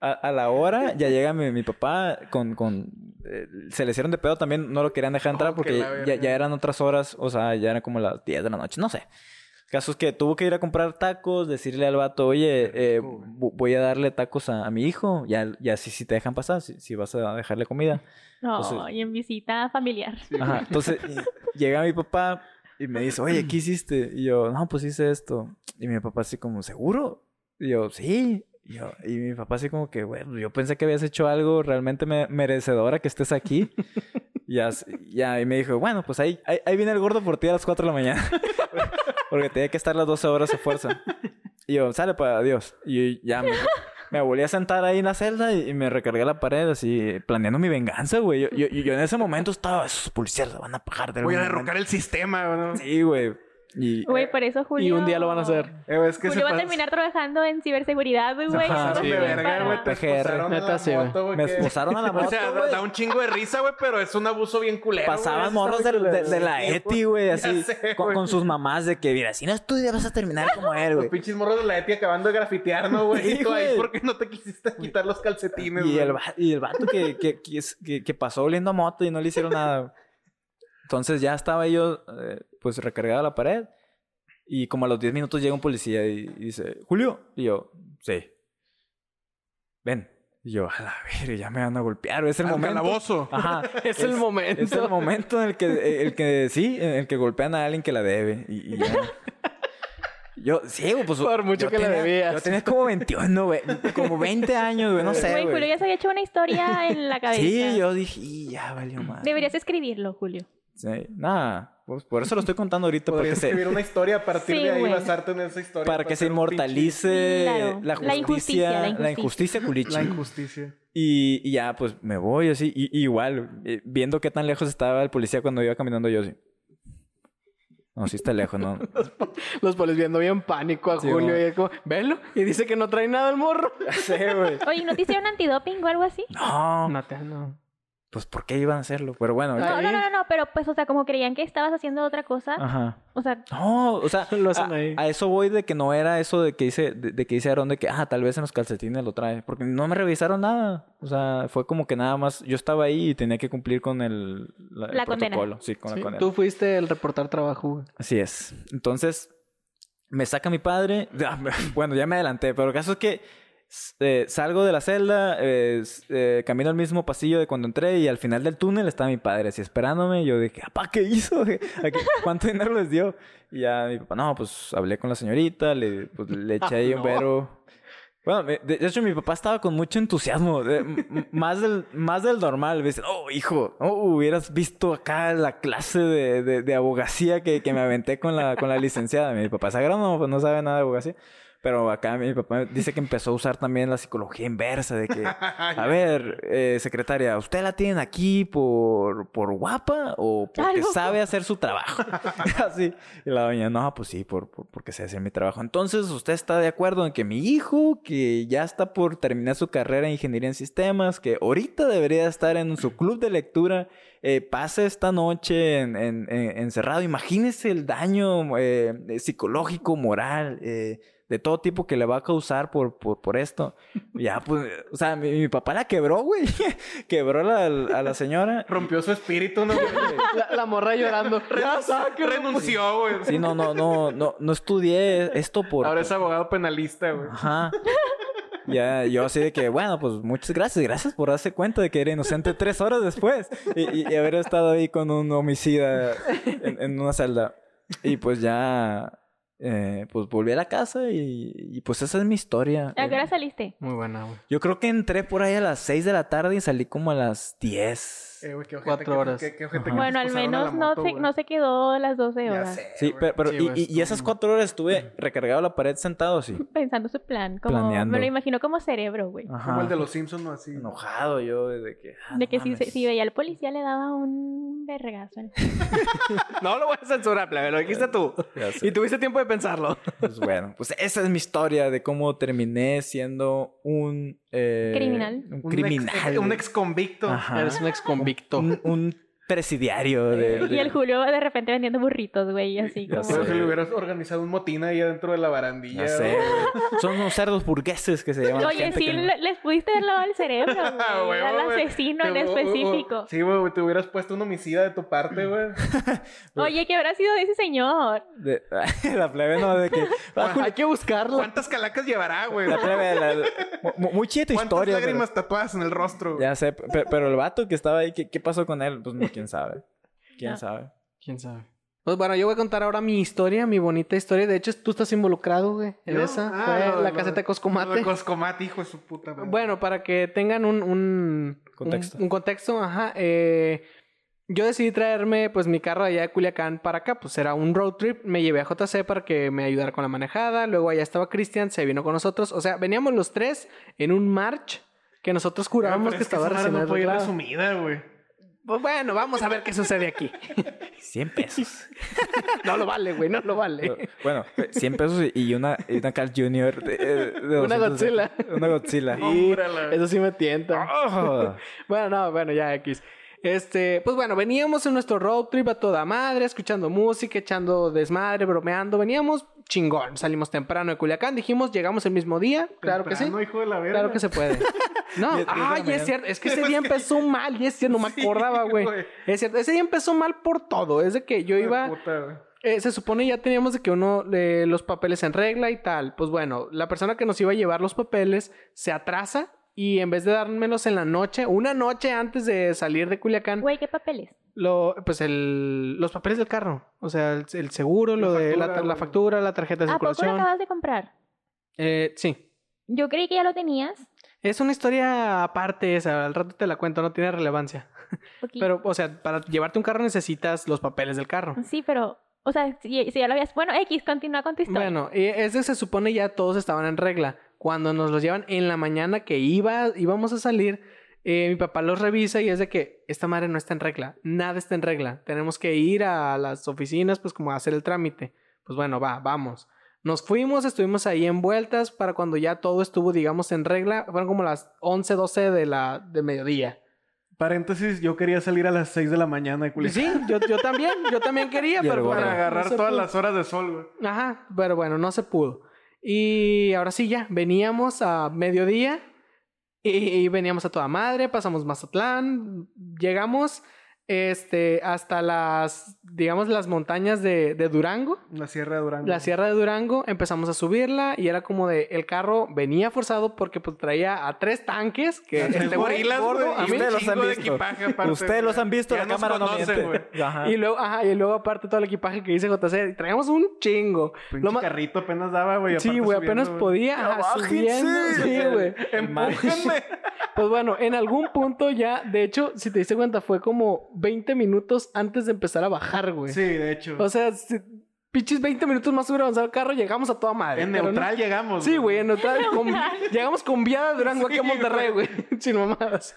[SPEAKER 3] a, a la hora ya llega mi, mi papá con... con eh, se le hicieron de pedo también, no lo querían dejar entrar
[SPEAKER 4] Oh, que
[SPEAKER 3] porque
[SPEAKER 4] la verga.
[SPEAKER 3] ya, ya eran otras horas, o sea, ya eran como las 10 de la noche, no sé. El caso es que tuvo que ir a comprar tacos, decirle al vato, oye, eh, vo- voy a darle tacos a, a mi hijo, ya, ya si, si te dejan pasar, si, si vas a dejarle comida.
[SPEAKER 2] No,
[SPEAKER 3] entonces-
[SPEAKER 2] y en visita familiar.
[SPEAKER 3] Ajá, entonces y- llega mi papá y me dice, oye, ¿qué hiciste? Y yo, no, pues hice esto. Y mi papá así como, ¿seguro? Y yo, sí. Y, yo- y mi papá así como que, bueno, yo pensé que habías hecho algo realmente me- merecedora que estés aquí. Y as- ya, y me dijo, bueno, pues ahí, ahí, ahí viene el gordo por ti a las 4 de la mañana. Porque tenía que estar las 12 horas a fuerza. Y yo, sale para Dios. Y ya me, me volví a sentar ahí en la celda y, y me recargué la pared así, planeando mi venganza, güey. Yo, yo, yo en ese momento estaba, esos policías la van a pagar de
[SPEAKER 4] Voy a
[SPEAKER 3] algún
[SPEAKER 4] derrocar el sistema, güey. ¿no?
[SPEAKER 3] momento". Sí, güey. Y
[SPEAKER 2] Güey, por eso Julio.
[SPEAKER 1] Y un día lo van a hacer.
[SPEAKER 4] Eh, güey, es que
[SPEAKER 2] Julio
[SPEAKER 4] se
[SPEAKER 2] va a
[SPEAKER 4] pas-
[SPEAKER 2] terminar trabajando en ciberseguridad, güey.
[SPEAKER 3] pasaron
[SPEAKER 2] Sí,
[SPEAKER 4] de
[SPEAKER 2] güey,
[SPEAKER 4] verga,
[SPEAKER 2] para-
[SPEAKER 4] güey, te
[SPEAKER 3] PGR.
[SPEAKER 4] esposaron a la
[SPEAKER 1] Neta, sí, güey.
[SPEAKER 4] moto, güey,
[SPEAKER 3] me
[SPEAKER 4] que-
[SPEAKER 3] esposaron a la moto,
[SPEAKER 4] O sea,
[SPEAKER 3] güey.
[SPEAKER 4] da un chingo de risa, güey, pero es un abuso bien culero. güey. Eso
[SPEAKER 3] Pasaban
[SPEAKER 4] está
[SPEAKER 3] morros de,
[SPEAKER 4] muy
[SPEAKER 3] de-
[SPEAKER 4] culero.
[SPEAKER 3] de la
[SPEAKER 4] Sí,
[SPEAKER 3] ETI, güey,
[SPEAKER 4] Ya
[SPEAKER 3] así,
[SPEAKER 4] sé,
[SPEAKER 3] con,
[SPEAKER 4] güey.
[SPEAKER 3] con sus mamás de que, mira, si no estudias vas a terminar como él,
[SPEAKER 4] Los
[SPEAKER 3] güey.
[SPEAKER 4] pinches morros de la ETI acabando de grafitear, ¿no, güey?
[SPEAKER 3] Sí,
[SPEAKER 4] Y tú ahí
[SPEAKER 3] güey.
[SPEAKER 4] porque no te quisiste quitar los calcetines,
[SPEAKER 3] Y
[SPEAKER 4] güey.
[SPEAKER 3] el, va- y el vato que, que, que, es- que- que pasó oliendo a moto y no le hicieron nada. Entonces ya estaba yo, eh, pues, recargado a la pared. Y como a los 10 minutos llega un policía y, y dice, Julio. Y yo, sí. Ven. Y yo, a la verga, ya me van a golpear. Es el
[SPEAKER 4] Al
[SPEAKER 3] momento.
[SPEAKER 4] calabozo.
[SPEAKER 3] Ajá.
[SPEAKER 1] Es el momento.
[SPEAKER 3] Es el momento en el que, eh, el que sí, en el que golpean a alguien que la debe. Y, y ya. Yo, sí, güey, pues.
[SPEAKER 1] Por mucho
[SPEAKER 3] yo
[SPEAKER 1] que la
[SPEAKER 3] tenía-
[SPEAKER 1] debías.
[SPEAKER 3] Yo tenía como 21, güey. Como 20 años, güey, no sé.
[SPEAKER 2] Güey,
[SPEAKER 3] güey.
[SPEAKER 2] Julio ya se había hecho una historia en la cabeza.
[SPEAKER 3] Sí, yo dije, "Y ya valió más.
[SPEAKER 2] Deberías escribirlo, Julio.
[SPEAKER 3] Sí, nada, pues por eso lo estoy contando ahorita, para que
[SPEAKER 4] Podrías
[SPEAKER 3] se,
[SPEAKER 4] escribir una historia a partir
[SPEAKER 2] Sí,
[SPEAKER 4] de ahí,
[SPEAKER 2] güey.
[SPEAKER 4] basarte en esa historia.
[SPEAKER 3] para que se
[SPEAKER 4] hacer un
[SPEAKER 3] inmortalice
[SPEAKER 2] Claro,
[SPEAKER 3] la,
[SPEAKER 2] la injusticia,
[SPEAKER 3] justicia,
[SPEAKER 2] la
[SPEAKER 3] la injusticia,
[SPEAKER 4] pinche-
[SPEAKER 3] culichi.
[SPEAKER 4] La injusticia.
[SPEAKER 3] Y, y ya, pues me voy así, y, y igual, eh, viendo qué tan lejos estaba el policía cuando iba caminando yo así. No, sí está lejos, ¿no?
[SPEAKER 1] Los polis viendo bien pánico a
[SPEAKER 3] Sí,
[SPEAKER 1] Julio
[SPEAKER 3] güey.
[SPEAKER 1] y es como, velo. Y dice que no trae nada el morro.
[SPEAKER 3] Sí, güey.
[SPEAKER 2] Oye, ¿no te hicieron antidoping o algo así?
[SPEAKER 3] No,
[SPEAKER 1] No te no.
[SPEAKER 3] pues ¿por qué iban a hacerlo? Pero bueno,
[SPEAKER 1] Ah.
[SPEAKER 2] No, no, no, no, no, pero pues, o sea, como creían que estabas haciendo otra cosa.
[SPEAKER 4] Ah.
[SPEAKER 3] ajá.
[SPEAKER 2] O sea,
[SPEAKER 3] No, o sea,
[SPEAKER 1] Lo hacen
[SPEAKER 3] a,
[SPEAKER 1] ahí.
[SPEAKER 3] a eso voy de que no era eso de que hice, de, de que hice Aarón de que, ah, tal vez en los calcetines lo trae, porque no me revisaron nada. O sea, fue como que nada más, yo estaba ahí y tenía que cumplir con el, la- el
[SPEAKER 2] La condena.
[SPEAKER 3] protocolo. Sí, con la condena.
[SPEAKER 1] Tú fuiste el reportar trabajo, güey.
[SPEAKER 3] Así es. Entonces, Me saca mi padre. Ah, Bueno, ya me adelanté, pero el caso es que eh, salgo de la celda, eh, s- eh, camino al mismo pasillo de cuando entré y al final del túnel estaba mi padre así esperándome. Yo dije, ¿apá qué hizo? ¿A qué- ¿Cuánto dinero les dio? Y ya mi papá, no, pues hablé con la señorita, le, pues, le eché ahí un vero. Bueno, me- de de hecho mi papá estaba con mucho entusiasmo, de- m- m- más, del, más del normal. Me dice, oh hijo, no hubieras visto acá la clase de, de- de abogacía que, que me aventé con la, con la licenciada. Mi papá es agrónomo, pues no sabe nada de abogacía. Pero acá mi papá dice que empezó a usar también la psicología inversa de que,
[SPEAKER 4] Ah,
[SPEAKER 3] a ver, eh, secretaria, ¿usted la tienen aquí por, por guapa o porque
[SPEAKER 2] Chalo.
[SPEAKER 3] sabe hacer su trabajo? Así. Y la doña, no, pues sí, por, por- porque sé hacer mi trabajo. Entonces, ¿usted está de acuerdo en que mi hijo, que ya está por terminar su carrera en ingeniería en sistemas, que ahorita debería estar en su club de lectura, eh, pase esta noche en- en- en- encerrado? Imagínese el daño eh, eh, psicológico, moral, eh, de todo tipo que le va a causar por, por, por esto. Ya, pues, o sea, mi, mi papá la quebró, güey. quebró la- a la señora.
[SPEAKER 4] Rompió su espíritu, ¿no?
[SPEAKER 1] La, la morra llorando. Ah, Ya sabe que-
[SPEAKER 4] Renunció, güey.
[SPEAKER 3] Sí, no, no, no, no, no estudié esto por...
[SPEAKER 4] Ahora es abogado penalista, güey.
[SPEAKER 3] Ajá. Ya, yo así de que, bueno, pues muchas gracias, gracias por darse cuenta de que era inocente tres horas después y, y- y haber estado ahí con un homicida en, en una celda. Y pues ya, eh, pues volví a la casa y, y, pues esa es mi historia.
[SPEAKER 2] ¿A qué hora saliste?
[SPEAKER 1] Muy buena, güey.
[SPEAKER 3] Yo creo que entré por ahí a las 6 de la tarde y salí como a las 10.
[SPEAKER 4] Eh, güey, qué ojete,
[SPEAKER 1] Cuatro
[SPEAKER 4] qué-
[SPEAKER 1] horas.
[SPEAKER 4] qué- qué ojete
[SPEAKER 3] Ajá.
[SPEAKER 4] que
[SPEAKER 2] Bueno,
[SPEAKER 4] nos
[SPEAKER 2] al
[SPEAKER 4] pues, pasaron a la
[SPEAKER 2] menos no,
[SPEAKER 4] moto,
[SPEAKER 2] se,
[SPEAKER 4] güey.
[SPEAKER 2] no se quedó las 12
[SPEAKER 4] Ya
[SPEAKER 2] horas.
[SPEAKER 4] sé,
[SPEAKER 3] Sí,
[SPEAKER 4] güey.
[SPEAKER 3] pero, pero
[SPEAKER 1] Sí,
[SPEAKER 3] y,
[SPEAKER 1] güey,
[SPEAKER 3] y- y esas
[SPEAKER 1] estuvo-
[SPEAKER 3] cuatro horas estuve recargado a la pared sentado así.
[SPEAKER 2] Pensando su plan. Como,
[SPEAKER 3] Planeando.
[SPEAKER 2] Me lo imagino como cerebro, güey.
[SPEAKER 3] Ajá.
[SPEAKER 4] Como el de los Simpsons, ¿no? Así.
[SPEAKER 3] Enojado yo de que... ah,
[SPEAKER 2] De
[SPEAKER 3] no
[SPEAKER 2] que si,
[SPEAKER 3] mames.
[SPEAKER 2] si veía al policía le daba un vergazo.
[SPEAKER 1] No lo voy a censurar, plebe. Lo dijiste tú.
[SPEAKER 3] Ya sé.
[SPEAKER 1] Y tuviste tiempo de pensarlo.
[SPEAKER 3] Pues bueno, pues esa es mi historia de cómo terminé siendo un... eh,
[SPEAKER 2] Criminal.
[SPEAKER 3] Un
[SPEAKER 4] Un
[SPEAKER 3] criminal.
[SPEAKER 4] Ex, un ex convicto.
[SPEAKER 3] Ajá.
[SPEAKER 1] Eres un ex convicto.
[SPEAKER 3] Un, un presidiario de...
[SPEAKER 2] Y el Julio de repente vendiendo burritos, güey, así
[SPEAKER 3] Ya
[SPEAKER 2] como...
[SPEAKER 3] sé.
[SPEAKER 4] Pero si le hubieras organizado un motín ahí adentro de la barandilla.
[SPEAKER 3] No sé,
[SPEAKER 4] güey.
[SPEAKER 3] güey. Son unos cerdos burgueses que se llaman.
[SPEAKER 2] Oye,
[SPEAKER 3] gente
[SPEAKER 2] sí,
[SPEAKER 3] que no-
[SPEAKER 2] le- les pudiste haber lavado el cerebro,
[SPEAKER 4] Ah,
[SPEAKER 2] güey.
[SPEAKER 4] huevo,
[SPEAKER 2] Al
[SPEAKER 4] güey.
[SPEAKER 2] asesino en
[SPEAKER 4] Te- o- o- o-
[SPEAKER 2] específico.
[SPEAKER 4] Sí, güey, te hubieras puesto un homicida de tu parte, güey.
[SPEAKER 2] Oye, ¿qué habrá sido de ese señor?
[SPEAKER 3] de- la plebe no, de que... Ah, Julio,
[SPEAKER 1] Hay que buscarlo.
[SPEAKER 4] ¿Cuántas calacas llevará, güey?
[SPEAKER 3] la plebe, la- la- mu- muy chida tu
[SPEAKER 4] ¿Cuántas
[SPEAKER 3] historia. pero-
[SPEAKER 4] lágrimas tatuadas en el rostro? güey?
[SPEAKER 3] Ya sé, pe- pe- pero, el vato que estaba ahí, ¿qué, qué pasó con él? Pues no, quién sabe. ¿Quién
[SPEAKER 2] Ah.
[SPEAKER 3] sabe?
[SPEAKER 1] ¿Quién sabe? Pues bueno, yo voy a contar ahora mi historia, mi bonita historia. De hecho, tú estás involucrado, güey, en
[SPEAKER 4] ¿Yo?
[SPEAKER 1] esa.
[SPEAKER 4] Ah,
[SPEAKER 1] Fue
[SPEAKER 4] lo-
[SPEAKER 1] la
[SPEAKER 4] lo-
[SPEAKER 1] caseta de
[SPEAKER 4] Lo de
[SPEAKER 1] Coscomate.
[SPEAKER 4] Coscomate, hijo de su puta madre.
[SPEAKER 1] Bueno, para que tengan un, un
[SPEAKER 3] Contexto.
[SPEAKER 1] Un, un contexto, ajá. eh, yo decidí traerme pues mi carro de allá de Culiacán para acá, pues era un road trip. Me llevé a JC para que me ayudara con la manejada. Luego allá estaba Cristian, se vino con nosotros. O sea, veníamos los tres en un march que nosotros
[SPEAKER 4] Pero
[SPEAKER 1] jurábamos
[SPEAKER 4] es
[SPEAKER 1] que estaba
[SPEAKER 4] esa madre
[SPEAKER 1] recién
[SPEAKER 4] no puede ir
[SPEAKER 1] arreglado.
[SPEAKER 4] resumida, güey.
[SPEAKER 1] Pues bueno, vamos a ver qué sucede aquí.
[SPEAKER 3] 100 pesos.
[SPEAKER 1] No lo vale, güey, no lo
[SPEAKER 3] Pero,
[SPEAKER 1] vale.
[SPEAKER 3] bueno, 100 pesos y una, y una Carl Jr. de- de- de
[SPEAKER 1] Una
[SPEAKER 3] 200.
[SPEAKER 1] Godzilla.
[SPEAKER 3] Una Godzilla.
[SPEAKER 1] Y
[SPEAKER 4] Cómprala.
[SPEAKER 1] eso sí me
[SPEAKER 4] Ah,
[SPEAKER 1] tienta.
[SPEAKER 3] Oh.
[SPEAKER 1] Bueno, no, bueno, ya X. Este, pues bueno, veníamos en nuestro road trip a toda madre, escuchando música, echando desmadre, bromeando. Veníamos chingón. Salimos temprano de Culiacán, dijimos, llegamos el mismo día. Claro que sí.
[SPEAKER 4] Temprano, hijo de la verga.
[SPEAKER 1] Claro que se puede. No,
[SPEAKER 3] Diez- diez de la
[SPEAKER 1] ay,
[SPEAKER 3] mañana.
[SPEAKER 1] es cierto. Es que ese día empezó mal, y es cierto, no me
[SPEAKER 4] Sí,
[SPEAKER 1] acordaba, güey.
[SPEAKER 4] güey.
[SPEAKER 1] Es cierto, ese día empezó mal por todo. Es de que yo
[SPEAKER 4] Hijo de
[SPEAKER 1] iba.
[SPEAKER 4] puta, güey.
[SPEAKER 1] Eh, se supone ya teníamos de que uno eh, los papeles en regla y tal. Pues bueno, la persona que nos iba a llevar los papeles se atrasa y en vez de dármelos en la noche, una noche antes de salir de Culiacán,
[SPEAKER 2] Güey, ¿qué papeles?
[SPEAKER 1] lo, pues el, los papeles del carro, o sea, el, el seguro,
[SPEAKER 4] La
[SPEAKER 1] lo de la,
[SPEAKER 4] factura,
[SPEAKER 1] ta- la
[SPEAKER 4] güey.
[SPEAKER 1] factura, la tarjeta de
[SPEAKER 2] ¿A poco lo
[SPEAKER 1] circulación.
[SPEAKER 2] acabas de comprar?
[SPEAKER 1] Eh, sí,
[SPEAKER 2] Yo creí que ya lo tenías.
[SPEAKER 1] es una historia aparte esa, al rato te la cuento, no tiene relevancia.
[SPEAKER 2] Ok.
[SPEAKER 1] Pero, o sea, para llevarte un carro necesitas los papeles del carro.
[SPEAKER 2] Sí, pero... O sea, si, si ya lo habías... Bueno, X, continúa con tu historia.
[SPEAKER 1] Bueno, y es de se supone ya todos estaban en regla. Cuando nos los llevan en la mañana que iba, íbamos a salir, eh, mi papá los revisa y es de que esta madre no está en regla, nada está en regla. Tenemos que ir a las oficinas, pues como a hacer el trámite. Pues bueno, va, vamos. Nos fuimos, estuvimos ahí en vueltas para cuando ya todo estuvo, digamos, en regla. Fueron como las 11, 12 de la de mediodía.
[SPEAKER 4] Paréntesis, yo quería salir a las 6 de la mañana de
[SPEAKER 1] Y
[SPEAKER 4] Culiacán.
[SPEAKER 1] Sí, yo, yo también, yo también quería,
[SPEAKER 3] Y el
[SPEAKER 1] pero
[SPEAKER 3] gordo.
[SPEAKER 1] bueno,
[SPEAKER 4] Para agarrar
[SPEAKER 1] no se
[SPEAKER 4] todas
[SPEAKER 1] pudo.
[SPEAKER 4] las horas de sol, güey.
[SPEAKER 1] Ajá, pero bueno, no se pudo. Y ahora sí, ya, veníamos a mediodía y, y veníamos a toda madre, pasamos Mazatlán, llegamos este, hasta las, digamos, las montañas de, de Durango.
[SPEAKER 4] La Sierra de Durango.
[SPEAKER 1] La sierra de Durango, empezamos a subirla y era como de, el carro venía forzado porque pues traía a tres tanques, que este güey
[SPEAKER 4] gorilas,
[SPEAKER 1] gordo,
[SPEAKER 4] güey,
[SPEAKER 1] a
[SPEAKER 4] y
[SPEAKER 1] mí,
[SPEAKER 4] un
[SPEAKER 3] Ustedes los han
[SPEAKER 4] chingo de
[SPEAKER 3] visto.
[SPEAKER 4] equipaje, aparte,
[SPEAKER 3] Ustedes los han visto,
[SPEAKER 4] Ya
[SPEAKER 3] la
[SPEAKER 4] nos
[SPEAKER 3] cámara
[SPEAKER 4] conocen,
[SPEAKER 3] no miente. Ajá.
[SPEAKER 1] Y luego, ajá, y luego aparte todo el equipaje que dice JC, y traíamos un chingo.
[SPEAKER 4] Pinche
[SPEAKER 1] Lo ma-
[SPEAKER 4] carrito apenas daba, güey.
[SPEAKER 1] Sí,
[SPEAKER 4] aparte
[SPEAKER 1] güey,
[SPEAKER 4] subiendo,
[SPEAKER 1] apenas
[SPEAKER 4] güey.
[SPEAKER 1] podía, ajá,
[SPEAKER 3] ¡Bájense!
[SPEAKER 1] subiendo, sí, güey.
[SPEAKER 3] Empújenme.
[SPEAKER 1] Pues bueno, en algún punto ya, de hecho, si te diste cuenta, fue como 20 minutos antes de empezar a bajar, güey.
[SPEAKER 4] Sí, de hecho.
[SPEAKER 1] O sea, si, pinches 20 minutos más hubiera avanzado el carro, llegamos a toda madre.
[SPEAKER 4] en
[SPEAKER 1] pero no-
[SPEAKER 4] neutral llegamos.
[SPEAKER 1] Sí,
[SPEAKER 4] güey.
[SPEAKER 1] güey, en neutral. con- llegamos con vía de Durango aquí a Monterrey, güey. Sin mamadas.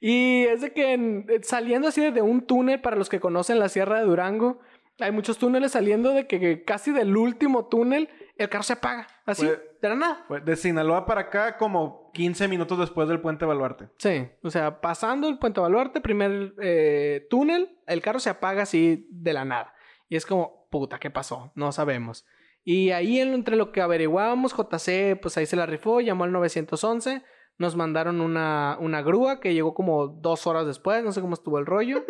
[SPEAKER 1] Y es de que en- eh, saliendo así de un túnel, para los que conocen la Sierra de Durango, hay muchos túneles saliendo de que, que casi del último túnel el carro se apaga. Así,
[SPEAKER 4] Güey.
[SPEAKER 1] de la nada.
[SPEAKER 4] Fue de Sinaloa para acá como 15 minutos después del puente Baluarte.
[SPEAKER 1] Sí, o sea, pasando el Puente Baluarte, primer eh, túnel, el carro se apaga así de la nada. Y es como, puta, ¿qué pasó? No sabemos. Y ahí en- entre lo que averiguábamos, JC, pues ahí se la rifó, llamó al 911, nos mandaron una, una grúa que llegó como dos horas después, no sé cómo estuvo el rollo.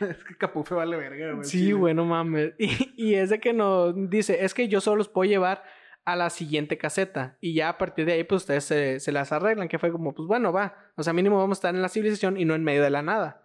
[SPEAKER 4] Es que Capufe vale verga, güey.
[SPEAKER 1] Sí, güey, no mames. Y, y es de que nos dice, es que yo solo los puedo llevar a la siguiente caseta. Y ya a partir de ahí, pues ustedes se, se las arreglan, que fue como, pues bueno, va. O sea, mínimo vamos a estar en la civilización y no en medio de la nada.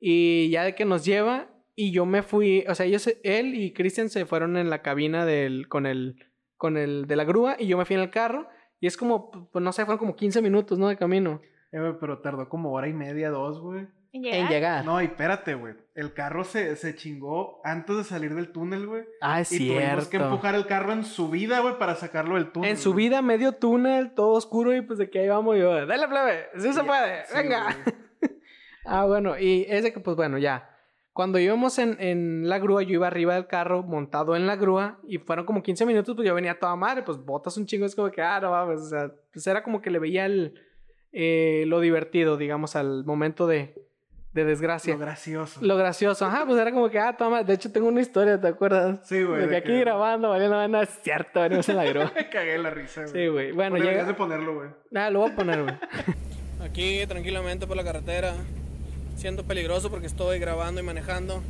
[SPEAKER 1] Y ya de que nos lleva, y yo me fui, o sea, ellos, él y Christian se fueron en la cabina del, con el, con el de la grúa, y yo me fui en el carro. Y es como, pues no sé, fueron como 15 minutos, ¿no? De camino.
[SPEAKER 4] Eh, güey, pero tardó como hora y media, dos, güey.
[SPEAKER 2] ¿En
[SPEAKER 1] En
[SPEAKER 2] llegar?
[SPEAKER 1] llegar.
[SPEAKER 4] No, y espérate, güey. El carro se, se chingó antes de salir del túnel, güey.
[SPEAKER 1] ah, es
[SPEAKER 4] y tuvimos
[SPEAKER 1] cierto.
[SPEAKER 4] que empujar el carro en subida, güey, para sacarlo del túnel.
[SPEAKER 1] En su
[SPEAKER 4] güey.
[SPEAKER 1] vida, medio túnel, todo oscuro, y pues de que ahí vamos yo, dale plebe, sí se
[SPEAKER 4] Ya,
[SPEAKER 1] puede,
[SPEAKER 4] sí,
[SPEAKER 1] venga.
[SPEAKER 4] güey.
[SPEAKER 1] Ah, bueno, y es de que, pues bueno, ya. Cuando íbamos en, en la grúa, yo iba arriba del carro, montado en la grúa, y fueron como 15 minutos, pues yo venía toda madre, pues botas un chingo, es como que, ah, no mames, o sea, pues era como que le veía el, eh, lo divertido, digamos, al momento de, de desgracia.
[SPEAKER 4] Lo gracioso.
[SPEAKER 1] Lo gracioso, ajá, pues era como que, ah, toma, de hecho tengo una historia, ¿te acuerdas?
[SPEAKER 4] Sí, güey.
[SPEAKER 1] de que aquí grabando, valiendo, no, no es cierto, venimos en la grúa.
[SPEAKER 4] Me cagué la risa, güey.
[SPEAKER 1] Sí, güey, bueno,
[SPEAKER 4] Deberías
[SPEAKER 1] llega...
[SPEAKER 4] de ponerlo, güey.
[SPEAKER 1] Ah, lo voy a poner, güey.
[SPEAKER 5] Aquí tranquilamente por la carretera, siendo peligroso porque estoy grabando y manejando.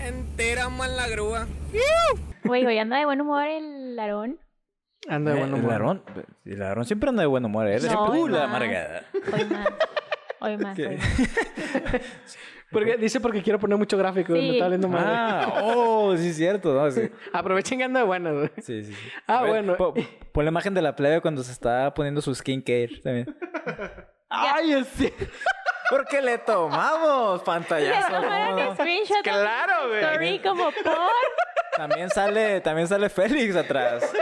[SPEAKER 5] Entera mal la grúa.
[SPEAKER 2] Güey, hoy anda de buen humor el Larón.
[SPEAKER 1] Anda de buen
[SPEAKER 3] Eh, El
[SPEAKER 1] humor.
[SPEAKER 3] ladrón, el ladrón siempre anda de buen humor. Él
[SPEAKER 2] No,
[SPEAKER 3] siempre "Uh,
[SPEAKER 2] es
[SPEAKER 3] la
[SPEAKER 2] más.
[SPEAKER 3] amargada.
[SPEAKER 2] Hoy más. Hoy más. hoy
[SPEAKER 3] ¿Qué?
[SPEAKER 2] más.
[SPEAKER 1] Porque, dice porque quiero poner mucho gráfico,
[SPEAKER 2] Sí.
[SPEAKER 1] me está valiendo madre.
[SPEAKER 3] Ah, oh, sí es cierto. No, sí.
[SPEAKER 1] Aprovechen que anda de buenas, güey.
[SPEAKER 3] Sí, sí, sí.
[SPEAKER 1] Ah,
[SPEAKER 3] A ver,
[SPEAKER 1] bueno.
[SPEAKER 3] po- pon la imagen de la plebe cuando se está poniendo su skincare también. ¡Ay, es Porque le tomamos
[SPEAKER 2] Le
[SPEAKER 3] pantallazo. ¿cómo
[SPEAKER 2] tomaron
[SPEAKER 3] no?
[SPEAKER 2] un screenshot de
[SPEAKER 1] Claro, güey.
[SPEAKER 2] story como por...
[SPEAKER 3] También sale, también sale Félix atrás.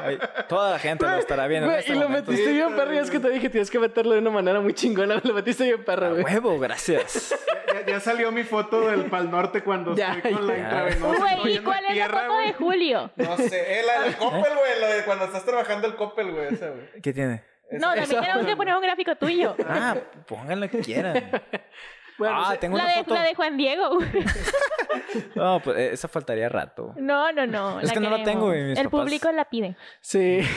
[SPEAKER 3] Ay, toda la gente lo estará viendo. en
[SPEAKER 1] Güey,
[SPEAKER 3] este
[SPEAKER 1] y lo
[SPEAKER 3] momento.
[SPEAKER 1] metiste bien perro, y es que te dije, tienes que meterlo de una manera muy chingona, lo metiste bien
[SPEAKER 3] A
[SPEAKER 1] perro, güey.
[SPEAKER 3] huevo, gracias.
[SPEAKER 4] Ya, ya salió mi foto del Pal Norte cuando
[SPEAKER 1] Ya,
[SPEAKER 4] estoy con la
[SPEAKER 1] ya.
[SPEAKER 4] intravenosa. estoy
[SPEAKER 2] Güey, ¿y
[SPEAKER 4] en la
[SPEAKER 2] cuál es la
[SPEAKER 4] tierra,
[SPEAKER 2] foto
[SPEAKER 4] güey.
[SPEAKER 2] de Julio?
[SPEAKER 5] No sé, eh, la del Coppel, güey, lo de cuando estás trabajando el Coppel, güey, esa, güey.
[SPEAKER 3] ¿Qué tiene?
[SPEAKER 2] No, también tenemos que poner un gráfico tuyo.
[SPEAKER 3] Ah, pongan lo que quieran.
[SPEAKER 1] Bueno,
[SPEAKER 3] ah,
[SPEAKER 1] sí.
[SPEAKER 3] tengo
[SPEAKER 2] La
[SPEAKER 3] una
[SPEAKER 2] de,
[SPEAKER 3] foto.
[SPEAKER 2] la de Juan Diego. güey.
[SPEAKER 3] No, pues eh, esa faltaría rato.
[SPEAKER 2] No, no, no.
[SPEAKER 3] Es que no la
[SPEAKER 2] queremos.
[SPEAKER 3] tengo, güey, mis
[SPEAKER 2] El
[SPEAKER 3] papás.
[SPEAKER 2] público la pide.
[SPEAKER 1] Sí.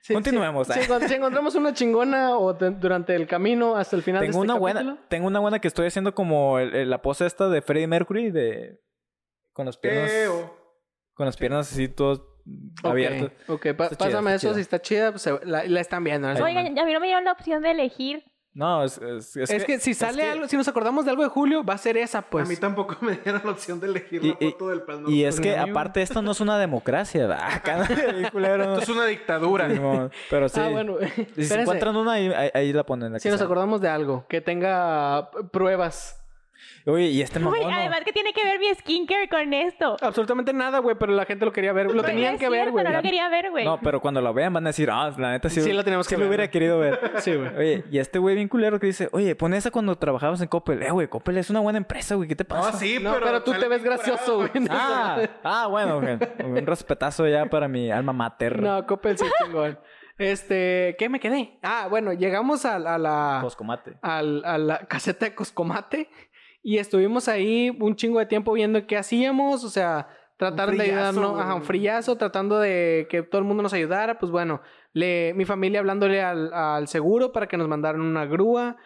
[SPEAKER 1] Sí,
[SPEAKER 3] Continuemos,
[SPEAKER 1] sí.
[SPEAKER 3] ah.
[SPEAKER 1] Si, encont- si encontramos una chingona o te- durante el camino hasta el final de
[SPEAKER 3] Tengo
[SPEAKER 1] este
[SPEAKER 3] una buena,
[SPEAKER 1] capítulo,
[SPEAKER 3] tengo una buena que estoy haciendo como el- el- la pose esta de Freddie Mercury de con las piernas
[SPEAKER 4] Teo.
[SPEAKER 3] con las piernas así todas mm,
[SPEAKER 1] Ok,
[SPEAKER 3] abiertas.
[SPEAKER 1] Ok, pa-
[SPEAKER 3] Está chida,
[SPEAKER 1] pásame
[SPEAKER 3] está
[SPEAKER 1] eso,
[SPEAKER 3] chida.
[SPEAKER 1] si está chida, pues se- la, la están viendo. en ese momento.
[SPEAKER 2] Oigan, a mí no me dieron la opción de elegir.
[SPEAKER 3] No, es, es, es
[SPEAKER 1] es que, si sale
[SPEAKER 3] que-
[SPEAKER 1] algo, si nos acordamos de algo de Julio, va a ser esa, pues.
[SPEAKER 4] A mí tampoco me dieron la opción de elegir
[SPEAKER 3] Y-
[SPEAKER 4] la
[SPEAKER 3] y-
[SPEAKER 4] foto del Pal Norte.
[SPEAKER 3] y es que
[SPEAKER 1] Pues, amigo.
[SPEAKER 3] aparte esta no es una democracia, ¿verdad? Acá no, culero, no.
[SPEAKER 4] Esto es una dictadura.
[SPEAKER 3] Simón, Pero sí.
[SPEAKER 1] Ah, bueno.
[SPEAKER 3] Y si
[SPEAKER 1] espérense.
[SPEAKER 3] encuentran una, ahí, ahí- ahí la ponen. la
[SPEAKER 1] Si
[SPEAKER 3] que
[SPEAKER 1] nos
[SPEAKER 3] sea.
[SPEAKER 1] acordamos de algo, que tenga p- pruebas.
[SPEAKER 3] Oye, y este mamón.
[SPEAKER 2] Güey,
[SPEAKER 3] no?
[SPEAKER 2] además que tiene que ver mi skincare con esto.
[SPEAKER 1] Absolutamente nada, güey, pero la gente lo quería ver. Lo
[SPEAKER 2] Güey, no
[SPEAKER 1] tenían
[SPEAKER 2] es
[SPEAKER 1] que ver,
[SPEAKER 2] cierto,
[SPEAKER 1] güey.
[SPEAKER 2] No lo quería ver, güey.
[SPEAKER 3] No, pero cuando lo vean van a decir, ah, la neta sí.
[SPEAKER 1] Sí lo tenemos que ver,
[SPEAKER 3] lo hubiera
[SPEAKER 1] ¿no?
[SPEAKER 3] querido ver.
[SPEAKER 1] Sí, güey.
[SPEAKER 3] Oye, y este güey bien culero que dice, oye, pon esa cuando trabajabas en Coppel. Eh, güey, Coppel es una buena empresa, güey, ¿qué te pasa?
[SPEAKER 4] No, sí,
[SPEAKER 1] No,
[SPEAKER 4] pero...
[SPEAKER 1] pero, tú
[SPEAKER 4] sale
[SPEAKER 1] te ves
[SPEAKER 4] bien
[SPEAKER 1] gracioso,
[SPEAKER 4] curado.
[SPEAKER 1] güey. No,
[SPEAKER 3] Ah, ah, bueno, güey. un respetazo ya para mi alma mater.
[SPEAKER 1] no, Coppel sí, chingón. Este, ¿qué me quedé? Ah, bueno, llegamos a, la- a la,
[SPEAKER 3] Coscomate.
[SPEAKER 1] al- a la caseta de Coscomate y estuvimos ahí un chingo de tiempo viendo qué hacíamos, o sea, trataron de
[SPEAKER 4] frillazo,
[SPEAKER 1] ayudarnos, ajá, un
[SPEAKER 4] güey.
[SPEAKER 1] frillazo, tratando de que todo el mundo nos ayudara, pues bueno, le, mi familia hablándole al, al seguro para que nos mandaran una grúa,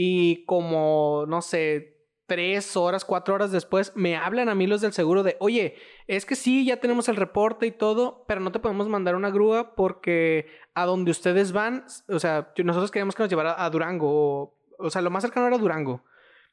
[SPEAKER 1] Y como, no sé, tres horas, cuatro horas después, me hablan a mí los del seguro de, oye, es que sí, ya tenemos el reporte y todo, pero no te podemos mandar una grúa porque a donde ustedes van, o sea, nosotros queríamos que nos llevara a Durango, o, o sea, lo más cercano era Durango.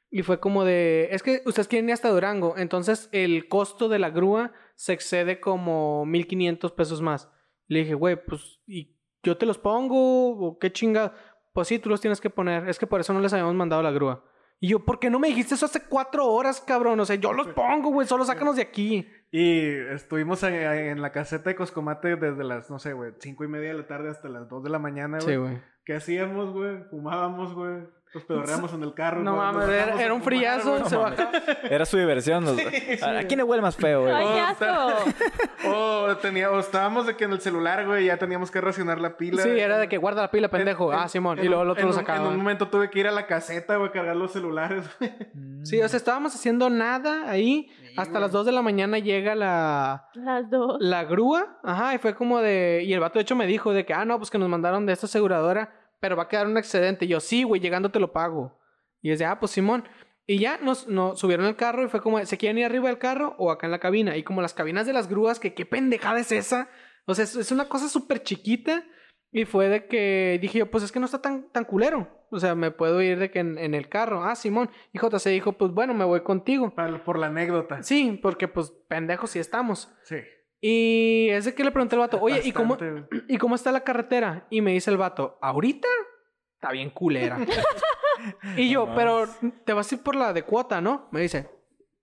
[SPEAKER 1] Y fue como de, es que ustedes quieren ir hasta Durango, entonces el costo de la grúa se excede como 1500 pesos más. Le dije, güey, pues, ¿y yo te los pongo? ¿O qué chinga? Pues sí, tú los tienes que poner. Es que por eso no les habíamos mandado la grúa. Y yo, ¿por qué no me dijiste eso hace cuatro horas, cabrón? O sea, yo los pongo, güey, solo sácanos de aquí.
[SPEAKER 4] Y estuvimos en, en la caseta de Coscomate desde las, no sé, güey, cinco y media de la tarde hasta las dos de la mañana, güey.
[SPEAKER 1] Sí, güey.
[SPEAKER 4] ¿Qué hacíamos, güey? Fumábamos, güey. Nos pedorreamos en el carro.
[SPEAKER 1] No
[SPEAKER 4] güey, nos
[SPEAKER 1] mames,
[SPEAKER 4] bajamos
[SPEAKER 1] era,
[SPEAKER 4] a
[SPEAKER 1] era un
[SPEAKER 4] fumar,
[SPEAKER 1] frillazo.
[SPEAKER 4] güey.
[SPEAKER 1] se bajó.
[SPEAKER 3] Era su diversión. ¿no? Ah, ¿A, a quién le huele más feo, güey?
[SPEAKER 2] ¡Ay, qué
[SPEAKER 4] Oh, está-
[SPEAKER 2] asco!
[SPEAKER 4] O, Oh, tenía- o estábamos de que en el celular, güey, ya teníamos que racionar la pila.
[SPEAKER 1] Sí, era de que guarda la pila, pendejo.
[SPEAKER 4] En-
[SPEAKER 1] ah, Simón.
[SPEAKER 4] en
[SPEAKER 1] Y luego
[SPEAKER 4] un-
[SPEAKER 1] el otro
[SPEAKER 4] en
[SPEAKER 1] lo
[SPEAKER 4] un- En un
[SPEAKER 1] sacaban.
[SPEAKER 4] momento tuve que ir a la caseta, güey, a cargar los celulares, güey.
[SPEAKER 1] Sí, o sea, estábamos haciendo nada ahí. hasta las dos de la mañana llega la,
[SPEAKER 2] Las dos.
[SPEAKER 1] la grúa. Ajá, y fue como de. Y el vato, de hecho, me dijo de que, ah, no, pues que nos mandaron de esta aseguradora, pero va a quedar un excedente. Y yo, sí, güey, llegando te lo pago. Y es de, ah, pues Simón. Y ya nos, nos subieron al carro y fue como, de, ¿se quieren ir arriba del carro o acá en la cabina? Y como las cabinas de las grúas, que qué pendejada es esa. O sea, es, es una cosa súper chiquita. Y fue de que dije yo, pues es que no está tan, tan culero. O sea, me puedo ir de que en, en el carro. Ah, Simón. Y J se dijo, pues bueno, me voy contigo.
[SPEAKER 4] Para- por la anécdota.
[SPEAKER 1] Sí, porque pues pendejos sí estamos.
[SPEAKER 4] Sí.
[SPEAKER 1] Y es de que le pregunté al vato, oye, ¿y cómo,
[SPEAKER 4] Bastante, güey.
[SPEAKER 1] ¿y cómo está la carretera? Y me dice el vato, ¿ahorita? Está bien culera. y yo,
[SPEAKER 3] No
[SPEAKER 1] pero te vas a ir por la de cuota, ¿no? Me dice,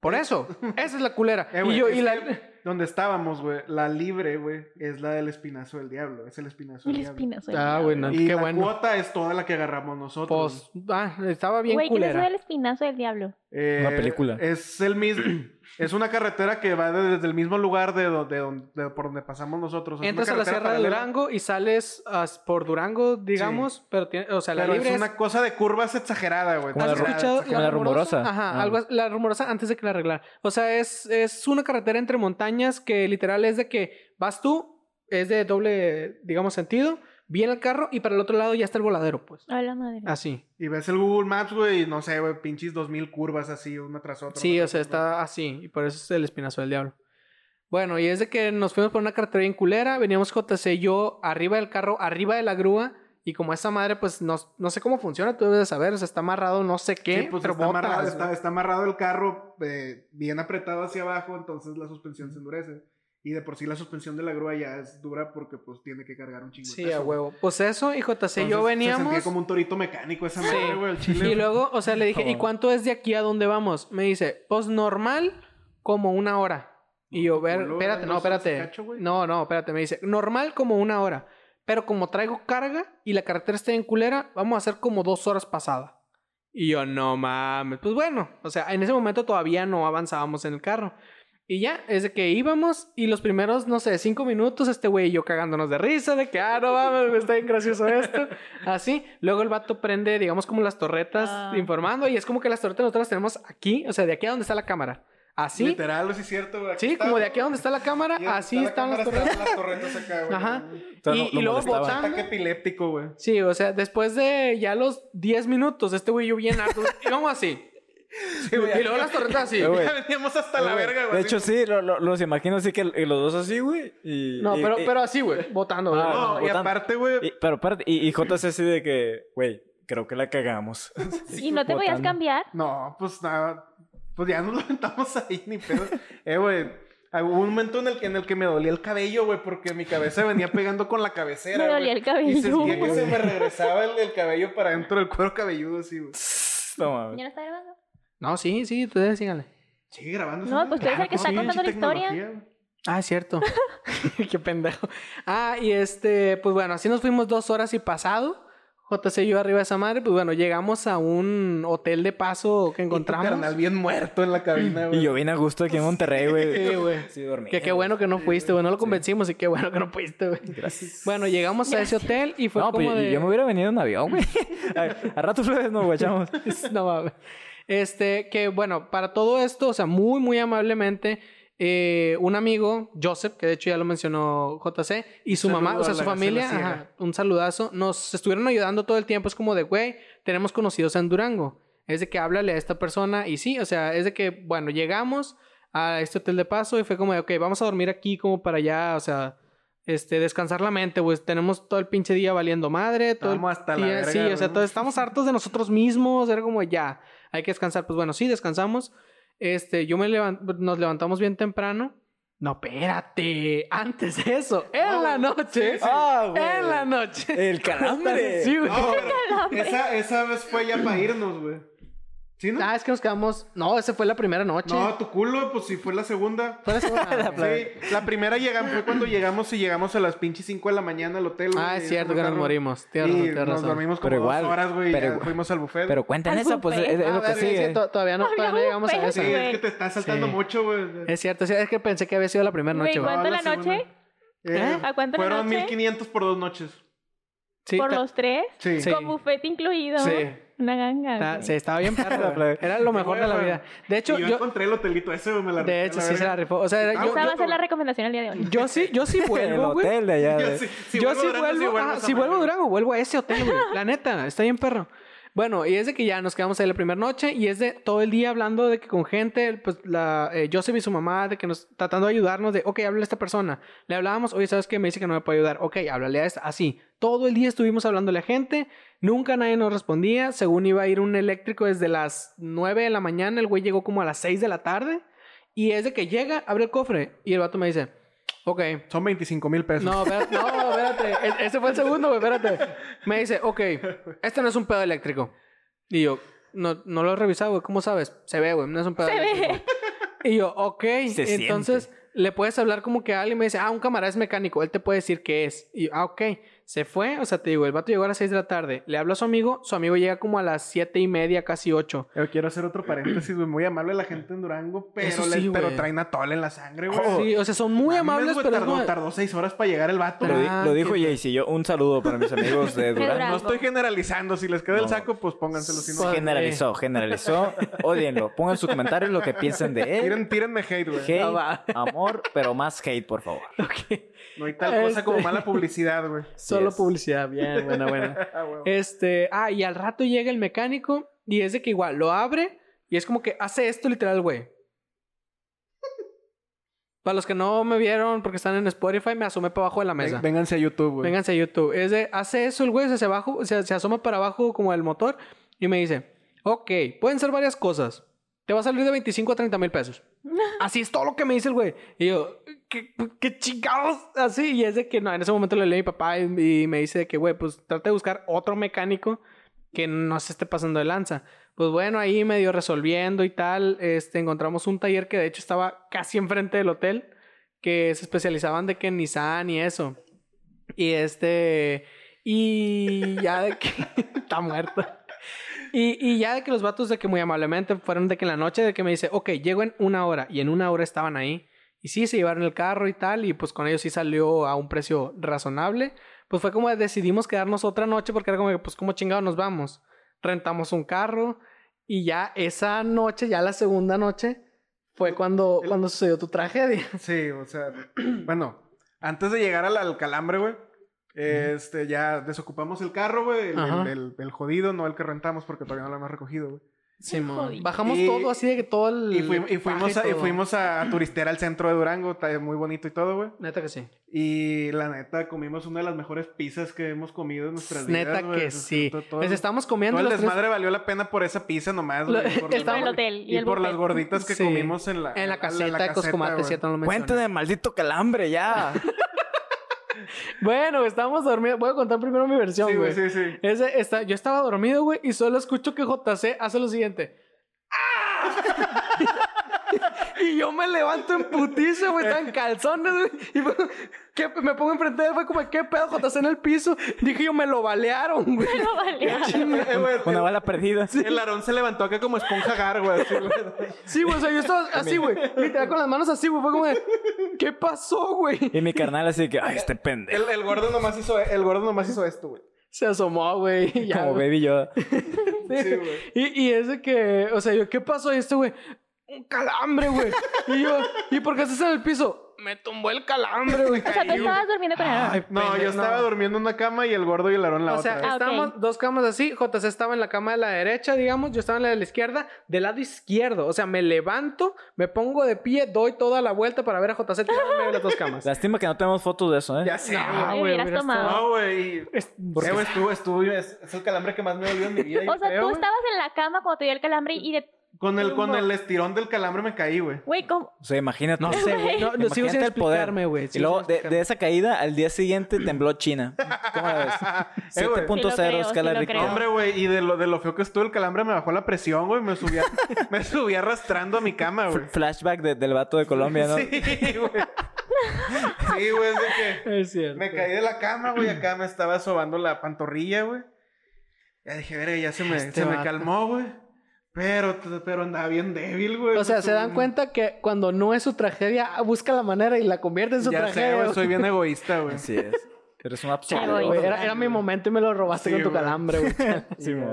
[SPEAKER 1] por eso, esa es la culera.
[SPEAKER 4] Eh,
[SPEAKER 1] y
[SPEAKER 4] güey,
[SPEAKER 1] yo,
[SPEAKER 4] es
[SPEAKER 1] y la...
[SPEAKER 4] que Donde estábamos, güey, la libre, güey, es la del espinazo del diablo. Es el espinazo
[SPEAKER 2] El
[SPEAKER 4] del diablo.
[SPEAKER 2] espinazo. del
[SPEAKER 1] Ah,
[SPEAKER 2] diablo.
[SPEAKER 1] bueno,
[SPEAKER 4] Y
[SPEAKER 1] qué
[SPEAKER 4] la
[SPEAKER 1] bueno.
[SPEAKER 4] cuota es toda la que agarramos nosotros.
[SPEAKER 1] Pues, ah, estaba bien
[SPEAKER 2] Güey, ¿quién es eso
[SPEAKER 1] culera.
[SPEAKER 4] Pues,
[SPEAKER 2] del espinazo del diablo?
[SPEAKER 4] Eh,
[SPEAKER 3] Una película.
[SPEAKER 4] Es el mismo. es una carretera que va de- desde el mismo lugar de donde, donde- por donde pasamos nosotros. Es una
[SPEAKER 1] Entras a la
[SPEAKER 4] carretera
[SPEAKER 1] Sierra de
[SPEAKER 4] paralela,
[SPEAKER 1] Durango y sales as- por Durango, digamos, pero tiene, o sea, la
[SPEAKER 4] Pero
[SPEAKER 1] libre
[SPEAKER 4] es
[SPEAKER 1] es-
[SPEAKER 4] una cosa de curvas exagerada, güey.
[SPEAKER 3] Como la
[SPEAKER 1] ¿Has
[SPEAKER 3] ru-
[SPEAKER 4] Exagerada,
[SPEAKER 1] escuchado
[SPEAKER 3] como la rumorosa?
[SPEAKER 1] Ajá,
[SPEAKER 3] Ah.
[SPEAKER 1] algo, as- la rumorosa antes de que la arreglar. O sea, es, es una carretera entre montañas que literal es de que vas tú, es de doble, digamos, sentido, viene el carro y para el otro lado ya está el voladero, pues.
[SPEAKER 3] Ah.
[SPEAKER 2] A la madre.
[SPEAKER 1] Así.
[SPEAKER 4] Y ves el Google Maps, güey, y no sé, güey, pinches 2000 curvas así, una tras otra.
[SPEAKER 1] Sí,
[SPEAKER 4] una
[SPEAKER 1] o sea,
[SPEAKER 4] tras otra.
[SPEAKER 1] está así. Y por eso es el espinazo del diablo. Bueno, y es de que nos fuimos por una carretera en culera. Veníamos JC y yo arriba del carro, arriba de la grúa. Y como esa madre, pues no, no sé cómo funciona, tú debes de saber. O sea, está amarrado, no sé qué.
[SPEAKER 4] Sí, pues,
[SPEAKER 1] pero
[SPEAKER 4] está,
[SPEAKER 1] botas,
[SPEAKER 4] amarrado,
[SPEAKER 1] güey.
[SPEAKER 4] está, está amarrado el carro eh, bien apretado hacia abajo, entonces la suspensión se endurece. Y de por sí la suspensión de la grúa ya es dura porque pues tiene que cargar un chingo de
[SPEAKER 1] Sí,
[SPEAKER 4] peso,
[SPEAKER 1] a
[SPEAKER 4] güey.
[SPEAKER 1] huevo. Pues eso, y JC y
[SPEAKER 4] Entonces,
[SPEAKER 1] yo
[SPEAKER 4] Se
[SPEAKER 1] veníamos.
[SPEAKER 4] sentía como un torito mecánico esa
[SPEAKER 1] Sí.
[SPEAKER 4] madre, güey, el chile.
[SPEAKER 1] Y luego, o sea, le dije, ¿y
[SPEAKER 3] Oh.
[SPEAKER 1] cuánto es de aquí a dónde vamos? Me dice, pues normal, como una hora. Y yo, ver,
[SPEAKER 4] Culo,
[SPEAKER 1] espérate, no,
[SPEAKER 4] no seas
[SPEAKER 1] espérate.
[SPEAKER 4] cacho, güey.
[SPEAKER 1] No, no, espérate. Me dice, normal como una hora. Pero como traigo carga y la carretera está en culera, vamos a hacer como dos horas pasada. Y yo, no mames. Pues bueno, o sea, en ese momento todavía no avanzábamos en el carro. Y ya, es de que íbamos y los primeros, no sé, cinco minutos, este güey y yo cagándonos de risa, de que, ah, no mames, está bien gracioso esto. Así. Luego el vato prende, digamos, como las torretas
[SPEAKER 2] Ah.
[SPEAKER 1] informando y es como que las torretas nosotros las tenemos aquí, o sea, de aquí a donde está la cámara. Así.
[SPEAKER 4] Literal, sí es cierto, güey.
[SPEAKER 1] Sí, como de aquí a donde está la cámara, así están las torretas.
[SPEAKER 4] las torretas acá, güey.
[SPEAKER 1] Ajá.
[SPEAKER 3] Todo
[SPEAKER 1] Y,
[SPEAKER 3] lo- lo
[SPEAKER 1] y luego
[SPEAKER 3] molestaba.
[SPEAKER 1] botando.
[SPEAKER 4] Ataque epiléptico, güey.
[SPEAKER 1] Sí, o sea, después de ya los 10 minutos, este güey y yo bien harto. íbamos así.
[SPEAKER 4] güey.
[SPEAKER 1] y luego las torretas así.
[SPEAKER 3] Eh, güey.
[SPEAKER 4] Ya veníamos hasta la verga, güey.
[SPEAKER 3] De
[SPEAKER 4] así.
[SPEAKER 3] hecho, sí, lo- lo- los imagino así que y los dos así, güey. y-
[SPEAKER 1] No,
[SPEAKER 3] y-
[SPEAKER 1] pero,
[SPEAKER 3] y-
[SPEAKER 1] pero así, güey, botando.
[SPEAKER 3] Ah,
[SPEAKER 1] güey.
[SPEAKER 4] No, y
[SPEAKER 3] botando.
[SPEAKER 4] aparte, güey.
[SPEAKER 3] y- pero aparte, y, y JC así de que, güey, creo que la cagamos.
[SPEAKER 2] ¿Y no te podías
[SPEAKER 3] botando.
[SPEAKER 2] cambiar?
[SPEAKER 4] No, pues nada. Pues ya nos levantamos ahí, ni pedo. Eh, güey. ah, Hubo un momento en el, que- en el que me dolía el cabello, güey, porque mi cabeza venía pegando con la cabecera.
[SPEAKER 2] Me dolía
[SPEAKER 4] güey,
[SPEAKER 2] el cabello,
[SPEAKER 4] Y sentía que
[SPEAKER 2] güey.
[SPEAKER 4] se me regresaba el, el cabello para dentro del cuero cabelludo, así, güey.
[SPEAKER 3] no mames.
[SPEAKER 2] ¿Ya no está grabando?
[SPEAKER 1] No, sí, sí, ustedes síganle.
[SPEAKER 4] Sigue grabando.
[SPEAKER 2] No,
[SPEAKER 4] esa
[SPEAKER 2] pues tú
[SPEAKER 4] madre.
[SPEAKER 2] eres el que
[SPEAKER 4] ¿Cómo
[SPEAKER 2] está
[SPEAKER 4] pinche
[SPEAKER 2] contando la historia.
[SPEAKER 4] tecnología, güey?
[SPEAKER 1] Ah, es cierto. Qué pendejo. Ah, y este, pues bueno, así nos fuimos dos horas y pasado. JC y yo arriba de esa madre, pues bueno, llegamos a un hotel de paso que
[SPEAKER 4] Y tu carnal
[SPEAKER 1] encontramos.
[SPEAKER 4] bien muerto en la cabina, güey.
[SPEAKER 3] Y yo bien a gusto aquí en Monterrey, güey.
[SPEAKER 1] Sí, güey.
[SPEAKER 3] Sí, dormí.
[SPEAKER 1] Que qué bueno que no fuiste, güey. No lo convencimos y qué bueno que no fuiste, güey.
[SPEAKER 3] Gracias.
[SPEAKER 1] Bueno, llegamos a ese hotel y fue
[SPEAKER 3] no, pues
[SPEAKER 1] como de...
[SPEAKER 3] yo me hubiera venido en avión, güey. a, a ratos flores nos guachamos.
[SPEAKER 1] no mames. Este, que bueno, para todo esto, o sea, muy, muy amablemente, eh, un amigo, Joseph, que de hecho ya lo mencionó JC, y su
[SPEAKER 4] Saludo
[SPEAKER 1] mamá, o sea,
[SPEAKER 4] a
[SPEAKER 1] su
[SPEAKER 4] la
[SPEAKER 1] familia,
[SPEAKER 4] Gacela
[SPEAKER 1] ajá,
[SPEAKER 4] Ciega.
[SPEAKER 1] un saludazo, nos estuvieron ayudando todo el tiempo. Es como de, güey, tenemos conocidos en Durango. Es de que háblale a esta persona y sí, o sea, es de que, bueno, llegamos a este hotel de paso y fue como de, ok, vamos a dormir aquí como para allá, o sea, este, descansar la mente, pues tenemos todo el pinche día valiendo madre, todo el
[SPEAKER 4] Estamos hasta la
[SPEAKER 1] día-
[SPEAKER 4] verga,
[SPEAKER 1] sí, o sea,
[SPEAKER 4] güey.
[SPEAKER 1] todo- estamos hartos de nosotros mismos, era como ya, hay que descansar, pues bueno, sí, descansamos. Este, yo me levan- nos levantamos bien temprano. No, espérate, antes de eso, en la noche.
[SPEAKER 3] Ah, güey.
[SPEAKER 1] en la noche.
[SPEAKER 3] El calambre.
[SPEAKER 1] Sí, güey.
[SPEAKER 4] No, pero esa, esa vez fue ya para irnos, güey. ¿Sí, no?
[SPEAKER 1] Ah, es que nos quedamos. No, esa fue la primera noche.
[SPEAKER 4] No, tu culo, pues si fue la segunda.
[SPEAKER 1] Fue la segunda. Ah, ok.
[SPEAKER 4] Sí, la primera llegamos, fue cuando llegamos y llegamos a las pinches 5 de la mañana al hotel.
[SPEAKER 1] Ah,
[SPEAKER 4] güey,
[SPEAKER 1] es cierto
[SPEAKER 4] en
[SPEAKER 1] que nos
[SPEAKER 4] carro.
[SPEAKER 1] morimos. Tienes
[SPEAKER 4] Y
[SPEAKER 1] razón, tienes
[SPEAKER 4] nos
[SPEAKER 1] razón.
[SPEAKER 4] dormimos como
[SPEAKER 3] Pero
[SPEAKER 4] dos
[SPEAKER 3] igual,
[SPEAKER 4] horas, güey.
[SPEAKER 3] pero
[SPEAKER 4] ya
[SPEAKER 3] igual.
[SPEAKER 4] Fuimos al buffet.
[SPEAKER 3] Pero cuentan
[SPEAKER 2] Al
[SPEAKER 3] esa, pues
[SPEAKER 2] buffet.
[SPEAKER 3] es, es
[SPEAKER 1] Ah,
[SPEAKER 3] lo que
[SPEAKER 1] verga, sí,
[SPEAKER 3] sigue.
[SPEAKER 1] to- todavía no,
[SPEAKER 2] Había
[SPEAKER 1] todavía no
[SPEAKER 2] un
[SPEAKER 1] llegamos a
[SPEAKER 2] pedo.
[SPEAKER 1] eso.
[SPEAKER 4] sí, es
[SPEAKER 2] güey.
[SPEAKER 4] que te estás saltando
[SPEAKER 1] Sí.
[SPEAKER 4] mucho, güey.
[SPEAKER 1] Es cierto, sí, es que pensé que había sido la primera
[SPEAKER 2] Güey,
[SPEAKER 1] noche, güey.
[SPEAKER 2] ¿cuánto
[SPEAKER 4] No,
[SPEAKER 2] la
[SPEAKER 4] la segunda.
[SPEAKER 2] noche?
[SPEAKER 4] Eh,
[SPEAKER 2] ¿A cuánto la
[SPEAKER 4] Fueron
[SPEAKER 2] noche?
[SPEAKER 4] 1500 por dos noches.
[SPEAKER 1] Sí,
[SPEAKER 2] ¿Por
[SPEAKER 1] ta-
[SPEAKER 2] los tres?
[SPEAKER 4] Sí.
[SPEAKER 1] Sí.
[SPEAKER 2] Con buffet incluido.
[SPEAKER 1] Sí.
[SPEAKER 2] Una ganga.
[SPEAKER 1] ta-
[SPEAKER 2] güey.
[SPEAKER 1] sí, estaba bien perro, güey. Era lo mejor de la
[SPEAKER 4] güey.
[SPEAKER 1] vida. De hecho,
[SPEAKER 4] Y yo,
[SPEAKER 1] yo,
[SPEAKER 4] encontré el hotelito ese, güey. Me la
[SPEAKER 1] de
[SPEAKER 4] rifé,
[SPEAKER 1] hecho,
[SPEAKER 4] la
[SPEAKER 1] sí se la
[SPEAKER 4] verga.
[SPEAKER 1] rifó. O sea, era-
[SPEAKER 4] Ah,
[SPEAKER 1] yo,
[SPEAKER 2] Esa va a ser
[SPEAKER 4] yo-
[SPEAKER 2] la recomendación al día de hoy.
[SPEAKER 1] yo sí, yo sí
[SPEAKER 3] El
[SPEAKER 1] vuelvo, güey.
[SPEAKER 3] hotel de allá.
[SPEAKER 4] Yo
[SPEAKER 3] de-
[SPEAKER 4] sí- si
[SPEAKER 1] yo
[SPEAKER 4] vuelvo
[SPEAKER 1] sí
[SPEAKER 4] a Durango,
[SPEAKER 1] vuelvo, ajá,
[SPEAKER 4] esa
[SPEAKER 1] si vuelvo a
[SPEAKER 4] verga.
[SPEAKER 1] Durango, vuelvo a ese hotel, güey. La neta, está bien perro. Bueno, y es de que ya nos quedamos ahí la primera noche y es de todo el día hablando de que con gente, pues la eh, Joseph y su mamá, de que nos tratando de ayudarnos, de, ok, háblale a esta persona. Le hablábamos, oye, ¿sabes qué? Me dice que no me puede ayudar. Ok, háblale a esta. Así, todo el día estuvimos hablándole a gente, nunca nadie nos respondía. Según iba a ir un eléctrico desde las 9 de la mañana, el güey llegó como a las 6 de la tarde y es de que llega, abre el cofre y el vato me dice, ok,
[SPEAKER 4] Son 25 mil pesos.
[SPEAKER 1] no, espérate, no, espérate. E- Ese fue el segundo, güey, espérate. Me dice, ok, este no es un pedo eléctrico. Y yo, no, no lo he revisado, güey, ¿cómo sabes? Se ve, güey, no es un pedo
[SPEAKER 2] Se
[SPEAKER 1] eléctrico.
[SPEAKER 2] ve.
[SPEAKER 1] Y yo, ok,
[SPEAKER 3] Se
[SPEAKER 1] entonces le puedes hablar como que a alguien me dice, ah, un camarada es mecánico, él te puede decir qué es. Y yo, ah, ok, se fue, o sea, te digo, el vato llegó a las 6 de la tarde, le habla a su amigo, su amigo llega como a las siete y media, casi 8.
[SPEAKER 4] Yo Eh, quiero hacer otro paréntesis, güey. Muy amable la gente en Durango, pero,
[SPEAKER 1] Eso
[SPEAKER 4] le-
[SPEAKER 1] sí, güey.
[SPEAKER 4] pero traen a Tol en la sangre, güey.
[SPEAKER 1] Sí, o sea, son muy
[SPEAKER 4] Mames,
[SPEAKER 1] amables,
[SPEAKER 4] güey,
[SPEAKER 1] pero... es
[SPEAKER 4] tardó,
[SPEAKER 1] como-
[SPEAKER 4] tardó seis horas para llegar el vato.
[SPEAKER 3] Lo,
[SPEAKER 4] güey.
[SPEAKER 3] di-
[SPEAKER 1] Ah,
[SPEAKER 3] lo dijo Jaycee. Yo, un saludo para mis amigos de Durango.
[SPEAKER 4] No estoy generalizando. Si les queda el
[SPEAKER 3] No.
[SPEAKER 4] saco, pues pónganselo. Si no,
[SPEAKER 1] Pues-
[SPEAKER 3] Generalizó, generalizó. Odienlo. Pongan en sus comentarios lo que piensan de él.
[SPEAKER 4] tíren, tírenme hate, güey.
[SPEAKER 3] Hate,
[SPEAKER 1] Ah, va.
[SPEAKER 3] amor, pero más hate, por favor.
[SPEAKER 4] No hay tal cosa como
[SPEAKER 1] Este.
[SPEAKER 4] mala publicidad, güey.
[SPEAKER 1] Solo
[SPEAKER 3] es.
[SPEAKER 1] publicidad, bien, buena, buena.
[SPEAKER 4] Ah, güey.
[SPEAKER 1] Este, ah, y al rato llega el mecánico y es de que igual lo abre y es como que hace esto literal, güey. Para los que no me vieron porque están en Spotify, me asomé para abajo de la mesa.
[SPEAKER 4] Ven- Vénganse a YouTube, güey.
[SPEAKER 1] Vénganse a YouTube. Es de, hace eso el güey, o sea, se, abajo, se, se asoma para abajo como el motor y me dice, ok, pueden ser varias cosas. Te va a salir de 25 a 30 mil pesos. Así es todo lo que me dice el güey. Y yo, ¿qué, qué chingados? Así, y es de que no, en ese momento le leí a mi papá y, y me dice de que, güey, pues trata de buscar otro mecánico que no se esté pasando de lanza. Pues bueno, ahí medio resolviendo y tal, este, encontramos un taller que de hecho estaba casi enfrente del hotel, que se especializaban de que en Nissan y eso. Y este. Y ya de que. está muerto. Y, y ya de que los vatos de que muy amablemente fueron de que en la noche de que me dice, ok, llego en una hora. Y en una hora estaban ahí. Y sí, se llevaron el carro y tal. Y pues con ellos sí salió a un precio razonable. Pues fue como decidimos quedarnos otra noche porque era como que, pues, como chingados nos vamos. Rentamos un carro. Y ya esa noche, ya la segunda noche,
[SPEAKER 4] Pues,
[SPEAKER 1] fue cuando, cuando sucedió tu tragedia.
[SPEAKER 4] Sí, o sea, bueno, antes de llegar al, al calambre, güey, este, ya desocupamos el carro, güey, el,
[SPEAKER 1] Ajá.
[SPEAKER 4] el- el- el jodido, no el que rentamos porque todavía no lo hemos recogido, güey.
[SPEAKER 2] Joder.
[SPEAKER 1] Bajamos
[SPEAKER 4] Y-
[SPEAKER 1] todo así de que todo el.
[SPEAKER 4] Y, fuim- y fuimos a,
[SPEAKER 1] baje
[SPEAKER 4] y
[SPEAKER 1] todo.
[SPEAKER 4] fuimos a turistear al centro de Durango, está muy bonito y todo, güey.
[SPEAKER 1] Neta que sí.
[SPEAKER 4] Y la neta, comimos una de las mejores pizzas que hemos comido en nuestras vidas,
[SPEAKER 1] Neta
[SPEAKER 4] güey.
[SPEAKER 1] que
[SPEAKER 4] O sea,
[SPEAKER 1] sí.
[SPEAKER 4] to- todo-
[SPEAKER 1] Les estamos
[SPEAKER 4] todo
[SPEAKER 1] comiendo
[SPEAKER 4] el
[SPEAKER 1] los tres
[SPEAKER 4] desmadre valió la pena por esa pizza nomás,
[SPEAKER 1] Lo-
[SPEAKER 4] güey. por
[SPEAKER 1] el
[SPEAKER 4] las-
[SPEAKER 1] tamaño
[SPEAKER 2] del hotel y
[SPEAKER 4] Y
[SPEAKER 2] el
[SPEAKER 4] por las
[SPEAKER 2] buffet.
[SPEAKER 4] gorditas que
[SPEAKER 1] Sí.
[SPEAKER 4] comimos en la,
[SPEAKER 1] en la caseta de Coscomate,
[SPEAKER 4] güey.
[SPEAKER 1] ¿cierto? No lo mencioné.
[SPEAKER 3] Cuenten el maldito calambre ya.
[SPEAKER 1] Bueno, estamos dormidos. Voy a contar primero mi versión,
[SPEAKER 4] Sí,
[SPEAKER 1] güey.
[SPEAKER 4] güey, sí, sí.
[SPEAKER 1] Ese está, yo estaba dormido, güey, y solo escucho que JC hace lo siguiente. ¡Ah! y yo me levanto en putiza, güey, estaba en calzones, güey. Y fue- que me pongo enfrente de él, fue como, ¿qué pedo JC en el piso? Dije yo, me lo balearon, güey.
[SPEAKER 2] No valía.
[SPEAKER 4] Eh, güey,
[SPEAKER 3] Una bala perdida.
[SPEAKER 4] El Aarón se levantó acá como esponja gar, güey. así, güey.
[SPEAKER 1] Sí, güey, o sea, yo estaba así, güey. Literal con las manos así, güey. Fue como, de, ¿qué pasó, güey?
[SPEAKER 3] Y mi carnal así que, ay, este pendejo.
[SPEAKER 4] El, el gordo nomás hizo, el gordo nomás hizo esto, güey.
[SPEAKER 1] Se asomó, güey. y ya,
[SPEAKER 3] Como
[SPEAKER 1] güey.
[SPEAKER 3] baby yo.
[SPEAKER 1] Sí,
[SPEAKER 4] Sí, güey.
[SPEAKER 1] y, y ese que, o sea, yo, ¿qué pasó? Y este güey, un calambre, güey. Y yo, ¿y por qué estás en el piso? Me tumbó el calambre, güey.
[SPEAKER 2] O sea, tú
[SPEAKER 1] Caí, güey.
[SPEAKER 2] estabas durmiendo con Aarón.
[SPEAKER 1] Ay,
[SPEAKER 4] No,
[SPEAKER 1] pende-
[SPEAKER 4] yo estaba durmiendo en una cama y el gordo y el Aarón la
[SPEAKER 1] O sea,
[SPEAKER 4] otra.
[SPEAKER 2] Ah, ok.
[SPEAKER 1] estábamos dos camas así. JC estaba en la cama de la derecha, digamos. Yo estaba en la de la izquierda, del lado izquierdo. O sea, me levanto, me pongo de pie, doy toda la vuelta para ver a JC tirado en medio de las dos camas.
[SPEAKER 3] Lástima que no tenemos fotos de eso, ¿eh?
[SPEAKER 4] Ya sé,
[SPEAKER 1] No,
[SPEAKER 4] güey.
[SPEAKER 2] Ay,
[SPEAKER 1] güey,
[SPEAKER 2] hubieras
[SPEAKER 1] hubiera
[SPEAKER 2] tomado.
[SPEAKER 4] No, güey. y-
[SPEAKER 1] Es-
[SPEAKER 4] Eh, güey, estuvo, estuvo, es, es el calambre que más me dolió en mi vida. y
[SPEAKER 2] O sea,
[SPEAKER 4] creo,
[SPEAKER 2] tú
[SPEAKER 4] güey.
[SPEAKER 2] estabas en la cama cuando te dio el calambre y de...
[SPEAKER 4] Con el, con
[SPEAKER 2] No.
[SPEAKER 4] el estirón del calambre me caí, güey.
[SPEAKER 2] Güey, ¿cómo?
[SPEAKER 3] O sea, imagínate.
[SPEAKER 1] No sé, güey. No, no, sigo sin
[SPEAKER 3] Imagínate el poder.
[SPEAKER 1] explicarme, güey.
[SPEAKER 3] Y
[SPEAKER 1] Sigo
[SPEAKER 3] luego,
[SPEAKER 1] sin
[SPEAKER 3] de,
[SPEAKER 1] explicarme.
[SPEAKER 3] de esa caída, al día siguiente tembló China. ¿Cómo la ves?
[SPEAKER 4] Eh, güey.
[SPEAKER 3] 7.0
[SPEAKER 2] Sí lo creo,
[SPEAKER 3] escala
[SPEAKER 2] sí lo
[SPEAKER 3] Richter.
[SPEAKER 2] creo.
[SPEAKER 4] Hombre, güey, y de lo, de lo feo que estuvo el calambre me bajó la presión, güey. Me subí, a- me subí arrastrando a mi cama, güey.
[SPEAKER 3] F- Flashback de- del vato de Colombia, ¿no?
[SPEAKER 4] Sí, güey. Sí, güey, es de
[SPEAKER 1] Es
[SPEAKER 4] que
[SPEAKER 1] cierto.
[SPEAKER 4] me caí de la cama, güey. Acá me estaba sobando la pantorrilla, güey. Ya dije, verga, ya se me,
[SPEAKER 1] Este
[SPEAKER 4] se me
[SPEAKER 1] vato.
[SPEAKER 4] calmó, güey. Pero, pero andaba bien débil, güey. Pues, mm,
[SPEAKER 1] O sea, se dan cuenta que cuando no es su tragedia, busca la manera y la convierte en su
[SPEAKER 4] Ya sé,
[SPEAKER 1] tragedia.
[SPEAKER 4] güey,
[SPEAKER 1] güey.
[SPEAKER 4] soy bien egoísta, güey.
[SPEAKER 3] Así es. Eres un absurdo.
[SPEAKER 2] Chale,
[SPEAKER 1] Güey, era, era mi momento y me lo robaste
[SPEAKER 4] Sí,
[SPEAKER 1] con tu
[SPEAKER 4] güey.
[SPEAKER 1] calambre, güey.
[SPEAKER 3] Sí, mo.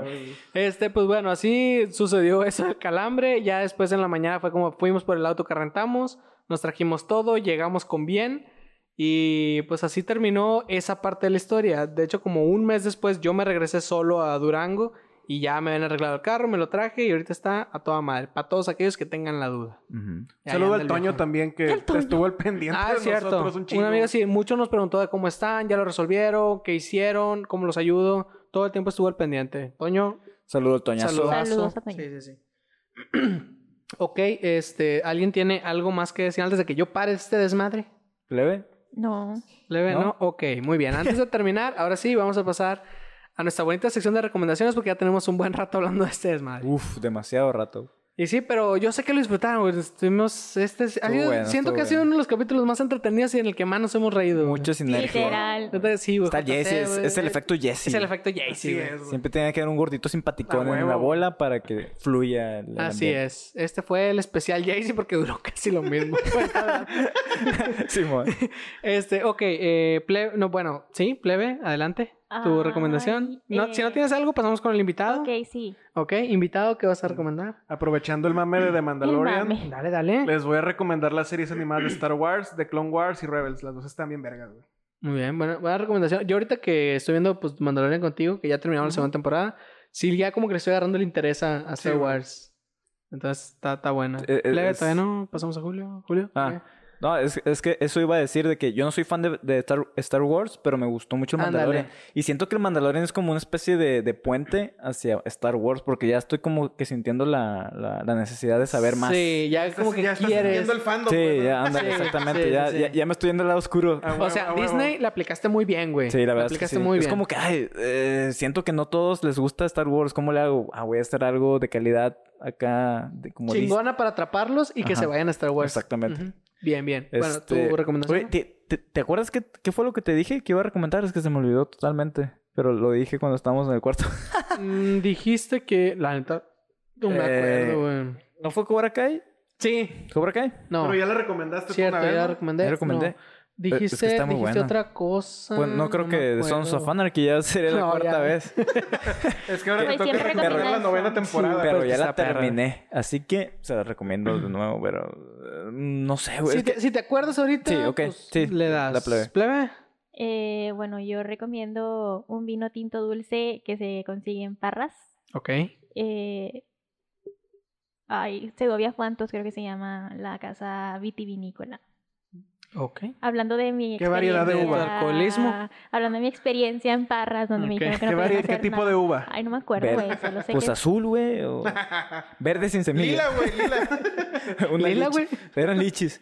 [SPEAKER 1] Este, pues bueno, así sucedió eso del calambre. Ya después en la mañana fue como fuimos por el auto que rentamos, nos trajimos todo, llegamos con bien. Y pues así terminó esa parte de la historia. De hecho, como un mes después yo me regresé solo a Durango y ya me habían arreglado el carro, me lo traje y ahorita está a toda madre. Para todos aquellos que tengan la duda.
[SPEAKER 3] Ujú.
[SPEAKER 1] Ahí
[SPEAKER 4] Saludo
[SPEAKER 1] anda
[SPEAKER 4] al
[SPEAKER 1] el
[SPEAKER 4] Toño
[SPEAKER 1] viejo.
[SPEAKER 4] también, que
[SPEAKER 2] El Toño.
[SPEAKER 4] estuvo al pendiente
[SPEAKER 1] Ah,
[SPEAKER 4] de
[SPEAKER 1] es cierto.
[SPEAKER 4] nosotros un
[SPEAKER 1] Un,
[SPEAKER 4] chingo.
[SPEAKER 1] amigo sí, mucho nos preguntó de cómo están, ya lo resolvieron, qué hicieron, cómo los ayudo. Todo el tiempo estuvo al pendiente. Toño,
[SPEAKER 3] Saludos, Toñazo.
[SPEAKER 1] Saludazo.
[SPEAKER 2] Saludos a Toño.
[SPEAKER 1] Sí, sí, sí. ok, este, ¿alguien tiene algo más que decir antes de que yo pare este desmadre?
[SPEAKER 3] ¿Plebe?
[SPEAKER 2] No.
[SPEAKER 1] ¿Leve?
[SPEAKER 3] ¿No?
[SPEAKER 1] ¿No? Ok, muy bien. Antes de terminar, ahora sí, vamos a pasar a nuestra bonita sección de recomendaciones porque ya tenemos un buen rato hablando de este desmadre.
[SPEAKER 3] Uf, demasiado rato.
[SPEAKER 1] Y sí, pero yo sé que lo disfrutaron, güey. Estuvimos, este, ha sido-
[SPEAKER 3] bueno,
[SPEAKER 1] siento
[SPEAKER 3] estuvo
[SPEAKER 1] que ha sido
[SPEAKER 3] bueno.
[SPEAKER 1] uno de los capítulos más entretenidos y en el que más nos hemos reído. güey.
[SPEAKER 3] Mucha sinergia.
[SPEAKER 2] Literal.
[SPEAKER 1] Neta, Sí, güey.
[SPEAKER 3] Está
[SPEAKER 1] JC,
[SPEAKER 3] Jesse. Es,
[SPEAKER 1] güey.
[SPEAKER 3] es el efecto Jesse.
[SPEAKER 1] Es el efecto Jay,
[SPEAKER 4] Así
[SPEAKER 1] güey.
[SPEAKER 4] es, güey.
[SPEAKER 3] Siempre tiene que haber un gordito simpaticón
[SPEAKER 4] La
[SPEAKER 3] en
[SPEAKER 4] huevo.
[SPEAKER 3] la bola para que fluya. el- el
[SPEAKER 1] Así
[SPEAKER 3] ambiente.
[SPEAKER 1] es. Este fue el especial Jay porque duró casi lo mismo.
[SPEAKER 3] Sí, mo.
[SPEAKER 1] Este, ok, eh, plebe, no, bueno, sí, plebe, adelante. Tu
[SPEAKER 2] Ay,
[SPEAKER 1] recomendación. No, Si no
[SPEAKER 2] eh.
[SPEAKER 1] tienes algo, pasamos con el invitado.
[SPEAKER 2] Ok, sí.
[SPEAKER 1] ok, invitado, ¿qué vas a recomendar?
[SPEAKER 4] Aprovechando el mame de The Mandalorian,
[SPEAKER 2] mame.
[SPEAKER 1] Dale, dale.
[SPEAKER 4] les voy a recomendar las series animadas de Star Wars, de Clone Wars y Rebels. Las dos están bien vergas, güey.
[SPEAKER 1] Muy bien, buena, buena recomendación. Yo ahorita que estoy viendo pues, Mandalorian contigo, que ya terminamos la segunda temporada, sí, ya como que le estoy agarrando el interés a, a Star
[SPEAKER 4] güey.
[SPEAKER 1] Wars. Entonces, está, está buena.
[SPEAKER 3] Eh, eh,
[SPEAKER 1] plebe,
[SPEAKER 3] es-
[SPEAKER 1] todavía no, pasamos a Julio. Julio.
[SPEAKER 3] Ah, No, es, es que eso iba a decir de que yo no soy fan de, de Star, Star Wars, pero me gustó mucho el
[SPEAKER 1] Ándale.
[SPEAKER 3] Mandalorian. Y siento que el Mandalorian es como una especie de, de puente hacia Star Wars, porque ya estoy como que sintiendo la, la, la necesidad de saber más.
[SPEAKER 1] Sí, ya como que
[SPEAKER 4] ya estás
[SPEAKER 1] quieres.
[SPEAKER 4] sintiendo el fandom.
[SPEAKER 3] Sí,
[SPEAKER 4] güey.
[SPEAKER 3] ya, ándale,
[SPEAKER 1] Sí,
[SPEAKER 3] exactamente.
[SPEAKER 1] sí,
[SPEAKER 3] ya,
[SPEAKER 1] sí.
[SPEAKER 3] Ya, ya me estoy yendo al lado oscuro.
[SPEAKER 4] Ah,
[SPEAKER 1] O
[SPEAKER 4] huevo,
[SPEAKER 1] sea,
[SPEAKER 4] ah, huevo.
[SPEAKER 1] Disney la aplicaste muy bien, güey.
[SPEAKER 3] Sí, la
[SPEAKER 1] La
[SPEAKER 3] verdad. es que
[SPEAKER 1] aplicaste
[SPEAKER 3] sí.
[SPEAKER 1] muy bien.
[SPEAKER 3] Es como que, ay, eh, siento que no todos les gusta Star Wars. ¿Cómo le hago? Ah, voy a hacer algo de calidad acá, de, como dis-
[SPEAKER 1] chingona para atraparlos y que
[SPEAKER 3] Ajá.
[SPEAKER 1] se vayan a Star Wars.
[SPEAKER 3] Exactamente.
[SPEAKER 1] Ujú. Bien, bien. Bueno,
[SPEAKER 3] Este,
[SPEAKER 1] tu recomendación.
[SPEAKER 3] oye, ¿te, te, te acuerdas qué, qué fue lo que te dije que iba a recomendar? Es que se me olvidó totalmente. Pero lo dije cuando estábamos en el cuarto.
[SPEAKER 1] Mm, dijiste que la neta no me
[SPEAKER 3] Eh,
[SPEAKER 1] acuerdo, güey.
[SPEAKER 3] ¿No fue Cobra Kai?
[SPEAKER 1] Sí,
[SPEAKER 3] ¿Cobra Kai?
[SPEAKER 1] no.
[SPEAKER 4] Pero ya la recomendaste
[SPEAKER 1] cierto,
[SPEAKER 4] tú una
[SPEAKER 1] ya
[SPEAKER 4] vez.
[SPEAKER 1] la
[SPEAKER 4] ¿no?
[SPEAKER 1] recomendé.
[SPEAKER 3] Ya recomendé.
[SPEAKER 1] no. Dijiste,
[SPEAKER 3] Es que está muy
[SPEAKER 1] dijiste
[SPEAKER 3] buena.
[SPEAKER 1] otra cosa.
[SPEAKER 3] Bueno, no creo
[SPEAKER 1] Mm, me
[SPEAKER 3] que de Sons of
[SPEAKER 1] acuerdo.
[SPEAKER 3] Anarchy ya sería la
[SPEAKER 1] No,
[SPEAKER 3] cuarta
[SPEAKER 1] ya.
[SPEAKER 3] vez.
[SPEAKER 4] Es
[SPEAKER 1] Pues
[SPEAKER 4] que ahora
[SPEAKER 2] Güey,
[SPEAKER 4] te toca
[SPEAKER 2] siempre
[SPEAKER 4] recomendar la
[SPEAKER 2] recomiendas
[SPEAKER 4] novena
[SPEAKER 2] eso.
[SPEAKER 4] temporada.
[SPEAKER 3] Pero
[SPEAKER 1] que
[SPEAKER 3] ya la
[SPEAKER 1] está perra.
[SPEAKER 3] terminé. Así que se la recomiendo de nuevo, pero... eh, No sé, güey.
[SPEAKER 1] Si
[SPEAKER 3] es que-
[SPEAKER 1] te, si te acuerdas ahorita,
[SPEAKER 3] Sí, ok,
[SPEAKER 1] pues,
[SPEAKER 3] sí,
[SPEAKER 1] le das.
[SPEAKER 3] la plebe.
[SPEAKER 2] Eh, bueno, yo recomiendo un vino tinto dulce que se consigue en Parras.
[SPEAKER 1] Ok.
[SPEAKER 2] Eh, ay, Segovia Fuantos creo que se llama la casa vitivinícola.
[SPEAKER 1] Ok.
[SPEAKER 2] Hablando de mi
[SPEAKER 4] ¿Qué variedad de
[SPEAKER 2] experiencia-
[SPEAKER 1] uva? ¿Alcoholismo?
[SPEAKER 2] Hablando de mi experiencia en Parras, donde me
[SPEAKER 1] Ok.
[SPEAKER 2] dijeron que no
[SPEAKER 4] ¿Qué,
[SPEAKER 2] podía
[SPEAKER 4] vari-
[SPEAKER 2] hacer
[SPEAKER 4] ¿Qué tipo
[SPEAKER 2] nada.
[SPEAKER 4] de uva?
[SPEAKER 2] Ay, no me acuerdo,
[SPEAKER 3] Verde.
[SPEAKER 2] güey. Solo sé
[SPEAKER 3] Pues
[SPEAKER 2] que...
[SPEAKER 3] azul, güey. o- Verde sin
[SPEAKER 4] lila,
[SPEAKER 3] semilla.
[SPEAKER 4] güey, lila.
[SPEAKER 3] Una
[SPEAKER 1] Lila,
[SPEAKER 3] lichi-
[SPEAKER 1] güey.
[SPEAKER 3] Eran lichis.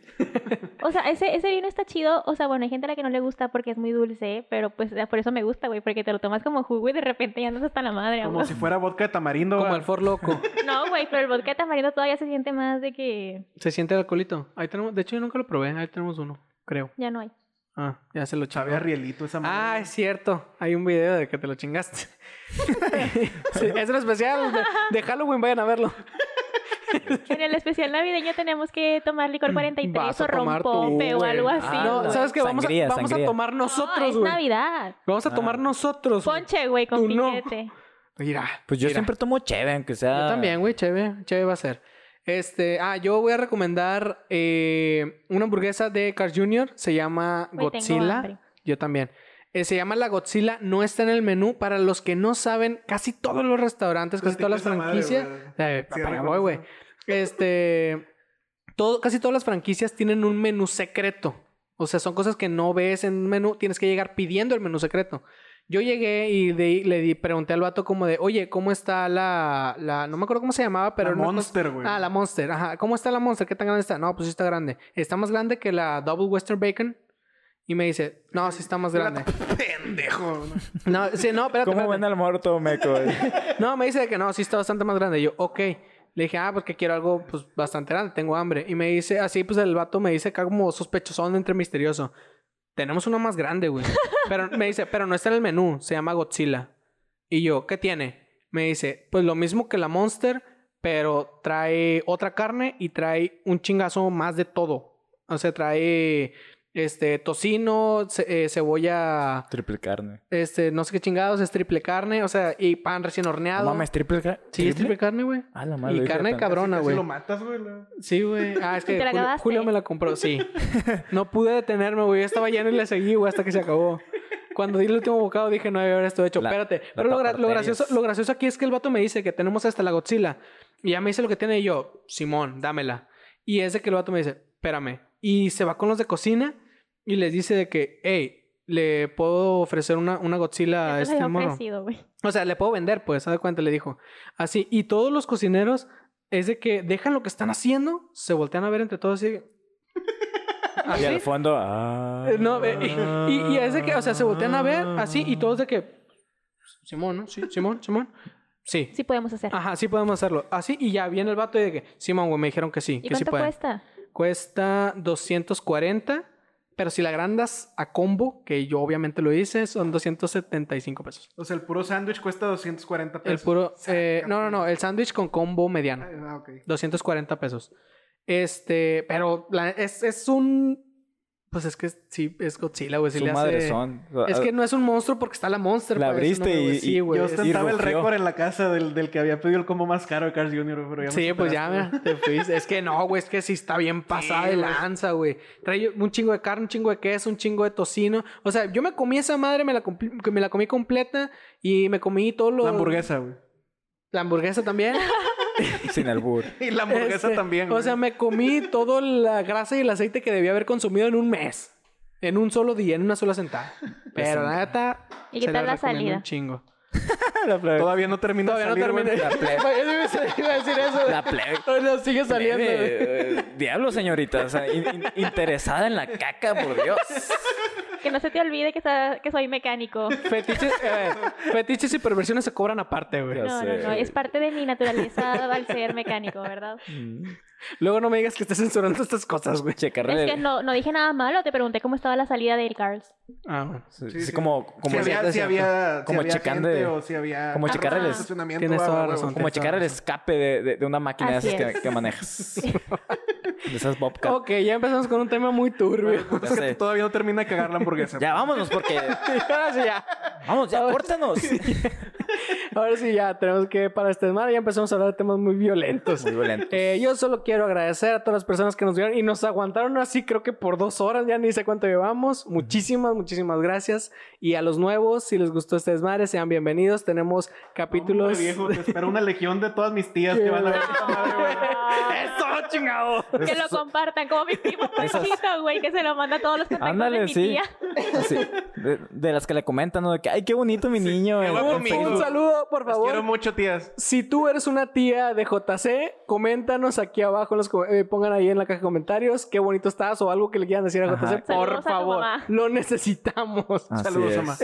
[SPEAKER 2] O sea, ese, ese vino está chido. O sea, bueno, hay gente a la que no le gusta porque es muy dulce, pero pues por eso me gusta, güey, porque te lo tomas como jugo y de repente ya andas hasta la madre.
[SPEAKER 4] Como
[SPEAKER 2] güey.
[SPEAKER 4] si fuera vodka de tamarindo.
[SPEAKER 1] Como
[SPEAKER 4] güey.
[SPEAKER 1] el For Loco.
[SPEAKER 2] No, güey, pero el vodka de tamarindo todavía se siente más de que
[SPEAKER 1] ¿Se siente el alcoholito? Ahí tenemos... De hecho, yo nunca lo probé. Ahí tenemos uno, creo.
[SPEAKER 2] ya no hay.
[SPEAKER 1] Ah, ya se lo
[SPEAKER 4] Sabe a
[SPEAKER 1] chavé.
[SPEAKER 4] rielito esa
[SPEAKER 1] Ah,
[SPEAKER 4] madre.
[SPEAKER 1] es cierto. Hay un video de que te lo chingaste. Sí, es un especial de, de Halloween. Vayan a verlo.
[SPEAKER 2] En el especial navideño tenemos que tomar licor 43
[SPEAKER 1] Vas a
[SPEAKER 2] o
[SPEAKER 1] tomar tú,
[SPEAKER 2] rompope o
[SPEAKER 1] güey.
[SPEAKER 2] algo así.
[SPEAKER 3] Ah,
[SPEAKER 1] no,
[SPEAKER 2] güey.
[SPEAKER 1] ¿sabes qué? Vamos,
[SPEAKER 3] Sangría,
[SPEAKER 1] a, vamos a
[SPEAKER 3] sangría.
[SPEAKER 1] tomar
[SPEAKER 2] No,
[SPEAKER 1] nosotros,
[SPEAKER 2] es
[SPEAKER 1] güey.
[SPEAKER 2] Navidad.
[SPEAKER 1] vamos a
[SPEAKER 3] Ah.
[SPEAKER 1] tomar nosotros. güey.
[SPEAKER 2] Ponche, güey, con
[SPEAKER 1] Tú no.
[SPEAKER 2] piquete.
[SPEAKER 1] Mira.
[SPEAKER 3] Pues yo
[SPEAKER 1] mira.
[SPEAKER 3] siempre tomo cheve, aunque sea...
[SPEAKER 1] Yo también, güey. Chévere. Chévere va a ser. Este, ah, yo voy a recomendar eh, una hamburguesa de Carl Jr. Se llama
[SPEAKER 2] Güey, tengo hambre.
[SPEAKER 1] Godzilla. Yo también. Eh, se llama la Godzilla, no está en el menú. Para los que no saben, casi todos los restaurantes, casi pues todas las
[SPEAKER 4] Platica Pues esa madre,
[SPEAKER 1] franquicias.
[SPEAKER 4] güey.
[SPEAKER 1] Eh,
[SPEAKER 4] Sí,
[SPEAKER 1] para allá
[SPEAKER 4] recuerdo
[SPEAKER 1] voy, güey.
[SPEAKER 4] eso.
[SPEAKER 1] Este. Todo, casi todas las franquicias tienen un menú secreto. O sea, son cosas que no ves en un menú. Tienes que llegar pidiendo el menú secreto. Yo llegué y de ahí le di- pregunté al vato como de, oye, ¿cómo está la, la... No me acuerdo cómo se llamaba, pero...
[SPEAKER 4] La
[SPEAKER 1] era una
[SPEAKER 4] Monster, güey.
[SPEAKER 1] Ah, la Monster. Ajá. ¿Cómo está la Monster? ¿Qué tan grande está? No, pues sí está grande. Está más grande que la Double Western Bacon. Y me dice, no, sí está más grande.
[SPEAKER 4] Pendejo. ¿no?
[SPEAKER 1] No, sí, no, espérate.
[SPEAKER 3] ¿Cómo
[SPEAKER 1] espérate.
[SPEAKER 3] ven al muerto meco? güey?
[SPEAKER 1] No, me dice de que no, sí está bastante más grande. Y yo, ok. Le dije, ah, porque quiero algo, pues, bastante grande, tengo hambre. Y me dice, así, pues, el vato me dice acá como sospechosón entre misterioso. Tenemos una más grande, güey. Pero me dice, pero no está en el menú, se llama Godzilla. Y yo, ¿qué tiene? Me dice, pues lo mismo que la Monster, pero trae otra carne y trae un chingazo más de todo. O sea, trae, este, tocino, ce- eh, cebolla,
[SPEAKER 3] Triple carne.
[SPEAKER 1] este, no sé qué chingados, es triple carne, o sea, y pan recién
[SPEAKER 3] No
[SPEAKER 1] horneado.
[SPEAKER 3] mames, triple carne.
[SPEAKER 1] Sí, es triple carne, güey.
[SPEAKER 3] Ah, la madre.
[SPEAKER 1] Y
[SPEAKER 3] lo dije de
[SPEAKER 1] carne
[SPEAKER 3] tan-
[SPEAKER 1] cabrona,
[SPEAKER 4] Casi
[SPEAKER 1] güey.
[SPEAKER 4] lo matas, güey. la-
[SPEAKER 1] Sí, güey. Ah, es
[SPEAKER 2] Y
[SPEAKER 1] que
[SPEAKER 2] te la
[SPEAKER 1] Julio,
[SPEAKER 2] acabaste.
[SPEAKER 1] Julio me la compró, sí. No pude detenerme, güey. Yo estaba lleno y le seguí, güey, hasta que se acabó. Cuando di el último bocado dije, no, ahora esto hecho,
[SPEAKER 3] La-
[SPEAKER 1] espérate. Pero lo, gra- lo
[SPEAKER 3] taparterias.
[SPEAKER 1] gracioso, lo gracioso aquí es que el vato me dice que tenemos hasta la Godzilla. Y ya me dice lo que tiene y yo, Simón, dámela. Y es de que el vato me dice, espérame. Y se va con los de cocina y les dice de que, hey, le puedo ofrecer una, una Godzilla a
[SPEAKER 2] Ya te lo
[SPEAKER 1] este
[SPEAKER 2] había
[SPEAKER 1] morro.
[SPEAKER 2] ofrecido, güey.
[SPEAKER 1] O sea, le puedo vender, pues, ¿sabe cuánto Le dijo. Así, y todos los cocineros es de que dejan lo que están haciendo, se voltean a ver entre todos y...
[SPEAKER 3] Y al
[SPEAKER 1] Así.
[SPEAKER 3] fondo. Ah,
[SPEAKER 1] Eh, No, eh, y, y- y es de que, o sea, se voltean a ver así y todos de que... Simón, ¿no? Sí, Simón, Simón. Sí.
[SPEAKER 2] Sí podemos hacer.
[SPEAKER 1] Ajá, sí podemos hacerlo. Así, y ya viene el vato y de que, Simón, güey, me dijeron que sí,
[SPEAKER 2] ¿Y
[SPEAKER 1] que sí
[SPEAKER 2] cuánto
[SPEAKER 1] pueden.
[SPEAKER 2] cuesta?
[SPEAKER 1] Cuesta 240, pero si la agrandas a combo, que yo obviamente lo hice, son 275 pesos.
[SPEAKER 4] O sea, el puro sándwich cuesta 240
[SPEAKER 1] El
[SPEAKER 4] pesos.
[SPEAKER 1] puro. eh,
[SPEAKER 4] Saca,
[SPEAKER 1] no, no, no. El sándwich con combo mediano.
[SPEAKER 4] pues. Ah, ok.
[SPEAKER 1] 240 pesos. Este. Pero la- es, es un. Pues es que sí, es Godzilla, güey. sí
[SPEAKER 3] Su
[SPEAKER 1] le hace-
[SPEAKER 3] madre son. ah,
[SPEAKER 1] Es que no es un monstruo porque está la monster.
[SPEAKER 3] La
[SPEAKER 1] por eso no
[SPEAKER 3] abriste
[SPEAKER 1] me- güey,
[SPEAKER 3] y-
[SPEAKER 1] Sí,
[SPEAKER 3] y-
[SPEAKER 1] güey.
[SPEAKER 4] Yo
[SPEAKER 1] es-
[SPEAKER 3] estoy-
[SPEAKER 4] ostentaba el
[SPEAKER 3] rugió.
[SPEAKER 4] récord en la casa del, del que había pedido el combo más caro de Carl Jr., pero ya me
[SPEAKER 1] Sí, pues ya,
[SPEAKER 4] superaste,
[SPEAKER 1] mira, te fuiste. Es que no, güey, es que sí está bien pasada de
[SPEAKER 4] güey.
[SPEAKER 1] lanza, güey. Trae un chingo de carne, un chingo de queso, un chingo de tocino. O sea, yo me comí esa madre, me la, compl- me la comí completa y me comí todo lo.
[SPEAKER 4] güey. La hamburguesa, güey.
[SPEAKER 1] La hamburguesa también.
[SPEAKER 3] Sin albur.
[SPEAKER 4] Y la hamburguesa
[SPEAKER 1] Este,
[SPEAKER 4] también.
[SPEAKER 1] O sea, me comí toda la grasa y el aceite que debía haber consumido en un mes. En un solo día, en una sola sentada. Pero la neta.
[SPEAKER 2] ¿Y qué
[SPEAKER 1] se
[SPEAKER 2] tal la
[SPEAKER 1] recomiendo
[SPEAKER 2] salida?
[SPEAKER 1] Un chingo.
[SPEAKER 3] la plebe.
[SPEAKER 4] todavía no termino de
[SPEAKER 1] Todavía no
[SPEAKER 4] salir, güey.
[SPEAKER 1] terminé. Yo iba a decir eso.
[SPEAKER 3] La plebe.
[SPEAKER 1] Todavía sigue saliendo. güey.
[SPEAKER 3] Plebe, eh, Diablo, señorita. O sea, in- in- interesada en la caca, por Dios.
[SPEAKER 2] Que no se te olvide que, sa- que soy mecánico.
[SPEAKER 1] Fetiches, eh, fetiches y perversiones se cobran aparte, güey.
[SPEAKER 3] Ya
[SPEAKER 2] No, no,
[SPEAKER 3] sé,
[SPEAKER 2] no.
[SPEAKER 3] güey.
[SPEAKER 2] Es parte de mi naturaleza al ser mecánico, ¿verdad?
[SPEAKER 1] Mm. Luego no me digas que estés censurando estas cosas, güey.
[SPEAKER 3] Checarle.
[SPEAKER 2] Es que no, no dije nada malo. Te pregunté cómo estaba la salida del Carls.
[SPEAKER 1] Ah, bueno.
[SPEAKER 3] Sí,
[SPEAKER 4] Sí,
[SPEAKER 3] sí,
[SPEAKER 4] sí.
[SPEAKER 3] como, como
[SPEAKER 4] si había,
[SPEAKER 3] ciertas-
[SPEAKER 4] si había,
[SPEAKER 3] como
[SPEAKER 4] si había
[SPEAKER 3] checar
[SPEAKER 4] gente
[SPEAKER 3] de-
[SPEAKER 4] o si había
[SPEAKER 3] como checar el-
[SPEAKER 4] estacionamiento,
[SPEAKER 1] Tienes
[SPEAKER 4] ah,
[SPEAKER 1] toda la
[SPEAKER 4] huevo.
[SPEAKER 1] razón.
[SPEAKER 3] como checar el escape de, de- de una máquina de
[SPEAKER 2] Así
[SPEAKER 3] esas que,
[SPEAKER 2] es.
[SPEAKER 3] que manejas. De esas Bobcat.
[SPEAKER 1] Ok, ya empezamos con un tema muy turbio.
[SPEAKER 4] O sea,
[SPEAKER 3] Ya sé.
[SPEAKER 4] Todavía no termina de cagar la hamburguesa.
[SPEAKER 3] Ya vámonos porque.
[SPEAKER 1] Ahora sí, ya.
[SPEAKER 3] Vamos, ya córtanos.
[SPEAKER 1] Ahora sí, ya. Tenemos que para este mar. Ya empezamos a hablar de temas muy violentos.
[SPEAKER 3] Muy violento.
[SPEAKER 1] Eh, yo solo quiero agradecer a todas las personas que nos vieron y nos aguantaron así, creo que por dos horas, ya ni sé cuánto llevamos. Muchísimas, muchísimas gracias. Y a los nuevos, si les gustó este desmadre, sean bienvenidos. Tenemos capítulos.
[SPEAKER 4] Hombre, viejo, te espero una legión de todas mis tías que van a ver esta madre, güey.
[SPEAKER 1] ¡Eso, chingado!
[SPEAKER 2] que lo compartan como mi primo Panchito, güey, que se lo manda a todos los contactos de
[SPEAKER 3] Ándale,
[SPEAKER 2] mi
[SPEAKER 3] sí.
[SPEAKER 2] tía.
[SPEAKER 3] Sí. De, de las que le comentan, ¿no? De que, ay, qué bonito mi niño. en-
[SPEAKER 4] qué guapo
[SPEAKER 3] en
[SPEAKER 1] Un,
[SPEAKER 4] mi
[SPEAKER 3] Facebook".
[SPEAKER 1] un saludo, por
[SPEAKER 4] Las quiero
[SPEAKER 1] favor.
[SPEAKER 4] mucho, tías.
[SPEAKER 1] Si tú eres una tía de JC, coméntanos aquí abajo, en los, co- eh, pongan ahí en la caja de comentarios qué bonito estás o algo que le quieran decir a
[SPEAKER 3] Ajá.
[SPEAKER 1] JC, por
[SPEAKER 2] Saludos a tu
[SPEAKER 1] favor.
[SPEAKER 2] mamá.
[SPEAKER 1] Lo necesitamos.
[SPEAKER 3] Así
[SPEAKER 4] Saludos,
[SPEAKER 3] es.
[SPEAKER 4] mamá.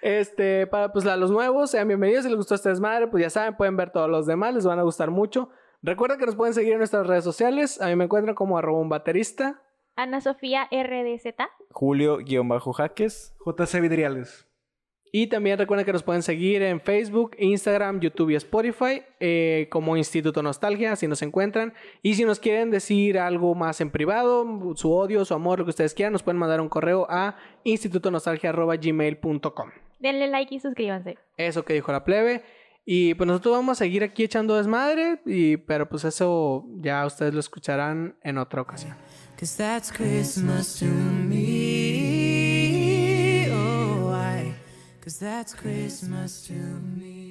[SPEAKER 1] Este, para pues a los nuevos, sean bienvenidos. Si les gustó este desmadre, pues ya saben, pueden ver todos los demás, les van a gustar mucho. Recuerden que nos pueden seguir en nuestras redes sociales. A mí me encuentran como arroba un baterista.
[SPEAKER 2] Ana Sofía RDZ.
[SPEAKER 3] Julio-Jaques.
[SPEAKER 4] JC Vidriales.
[SPEAKER 1] Y también recuerden que nos pueden seguir en Facebook, Instagram, YouTube y Spotify eh, como Instituto Nostalgia, si nos encuentran. Y si nos quieren decir algo más en privado, su odio, su amor, lo que ustedes quieran, nos pueden mandar un correo a institutonostalgia.gmail.com.
[SPEAKER 2] Denle like y suscríbanse.
[SPEAKER 1] Eso que dijo la plebe. Y pues nosotros vamos a seguir aquí echando desmadre, y, pero pues eso ya ustedes lo escucharán en otra ocasión.
[SPEAKER 6] Cause that's Christmas to me. Oh, why? Cause that's Christmas to me.